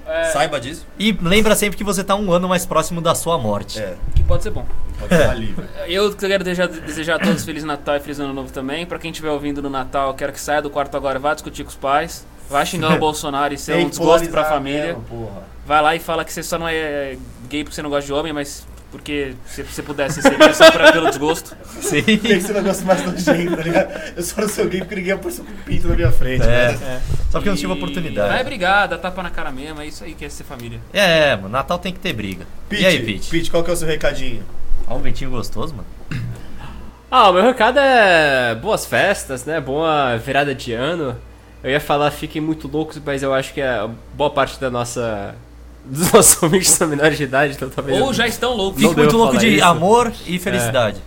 Speaker 3: É,
Speaker 2: Saiba disso.
Speaker 1: E lembra sempre que você tá um ano mais próximo da sua morte.
Speaker 2: É,
Speaker 3: que pode ser bom.
Speaker 2: pode ser alívio.
Speaker 3: Eu quero desejar, desejar a todos Feliz Natal e Feliz Ano Novo também. Pra quem estiver ouvindo no Natal, quero que saia do quarto agora, vá discutir com os pais. Vá xingar o Bolsonaro e ser
Speaker 2: Tem
Speaker 3: um
Speaker 2: que
Speaker 3: desgosto pra
Speaker 2: polarizar
Speaker 3: família.
Speaker 2: mesmo, porra.
Speaker 3: Vai lá e fala que você só não é gay porque você não gosta de homem, mas porque se você pudesse seria só pra, pelo desgosto.
Speaker 1: Sim.
Speaker 2: Tem que ser um negócio mais nojento, tá ligado? Eu só não sou gay porque ninguém apareceu com pinto na minha frente.
Speaker 1: É.
Speaker 2: né?
Speaker 1: Só porque eu não tive
Speaker 3: E
Speaker 1: oportunidade.
Speaker 3: Vai brigar, dá tapa na cara mesmo, é isso aí que é ser família.
Speaker 1: É, é, mano, Natal tem que ter briga.
Speaker 2: Pete,
Speaker 1: e aí, Pete?
Speaker 2: Pete, qual que é o seu recadinho?
Speaker 1: Ó, um ventinho gostoso, mano.
Speaker 4: Ah, o meu recado é boas festas, né? Boa virada de ano. Eu ia falar fiquem muito loucos, mas eu acho que a boa parte da nossa. dos nossos amigos são menores de idade, então talvez.
Speaker 3: Ou
Speaker 4: eu-
Speaker 3: já estão loucos.
Speaker 1: Fico
Speaker 4: deu
Speaker 1: muito
Speaker 4: eu
Speaker 1: louco
Speaker 4: falar
Speaker 1: de
Speaker 4: isso. É.
Speaker 1: amor e felicidade.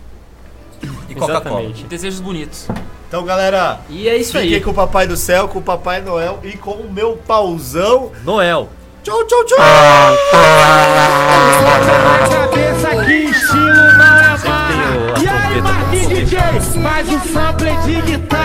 Speaker 1: E Coca-Cola.
Speaker 4: Exatamente.
Speaker 3: Desejos bonitos.
Speaker 2: Então, galera,
Speaker 4: E é isso
Speaker 2: fiquei
Speaker 4: aí.
Speaker 2: com o Papai do Céu, com o Papai Noel e com o meu pauzão.
Speaker 1: Noel.
Speaker 2: Tchau, tchau, tchau!
Speaker 8: cabeça que estilo não é
Speaker 1: tem o-
Speaker 8: para.
Speaker 1: a
Speaker 8: E aí,
Speaker 1: trompeta.
Speaker 8: Marquinhos DJ, faz o sample de guitarra.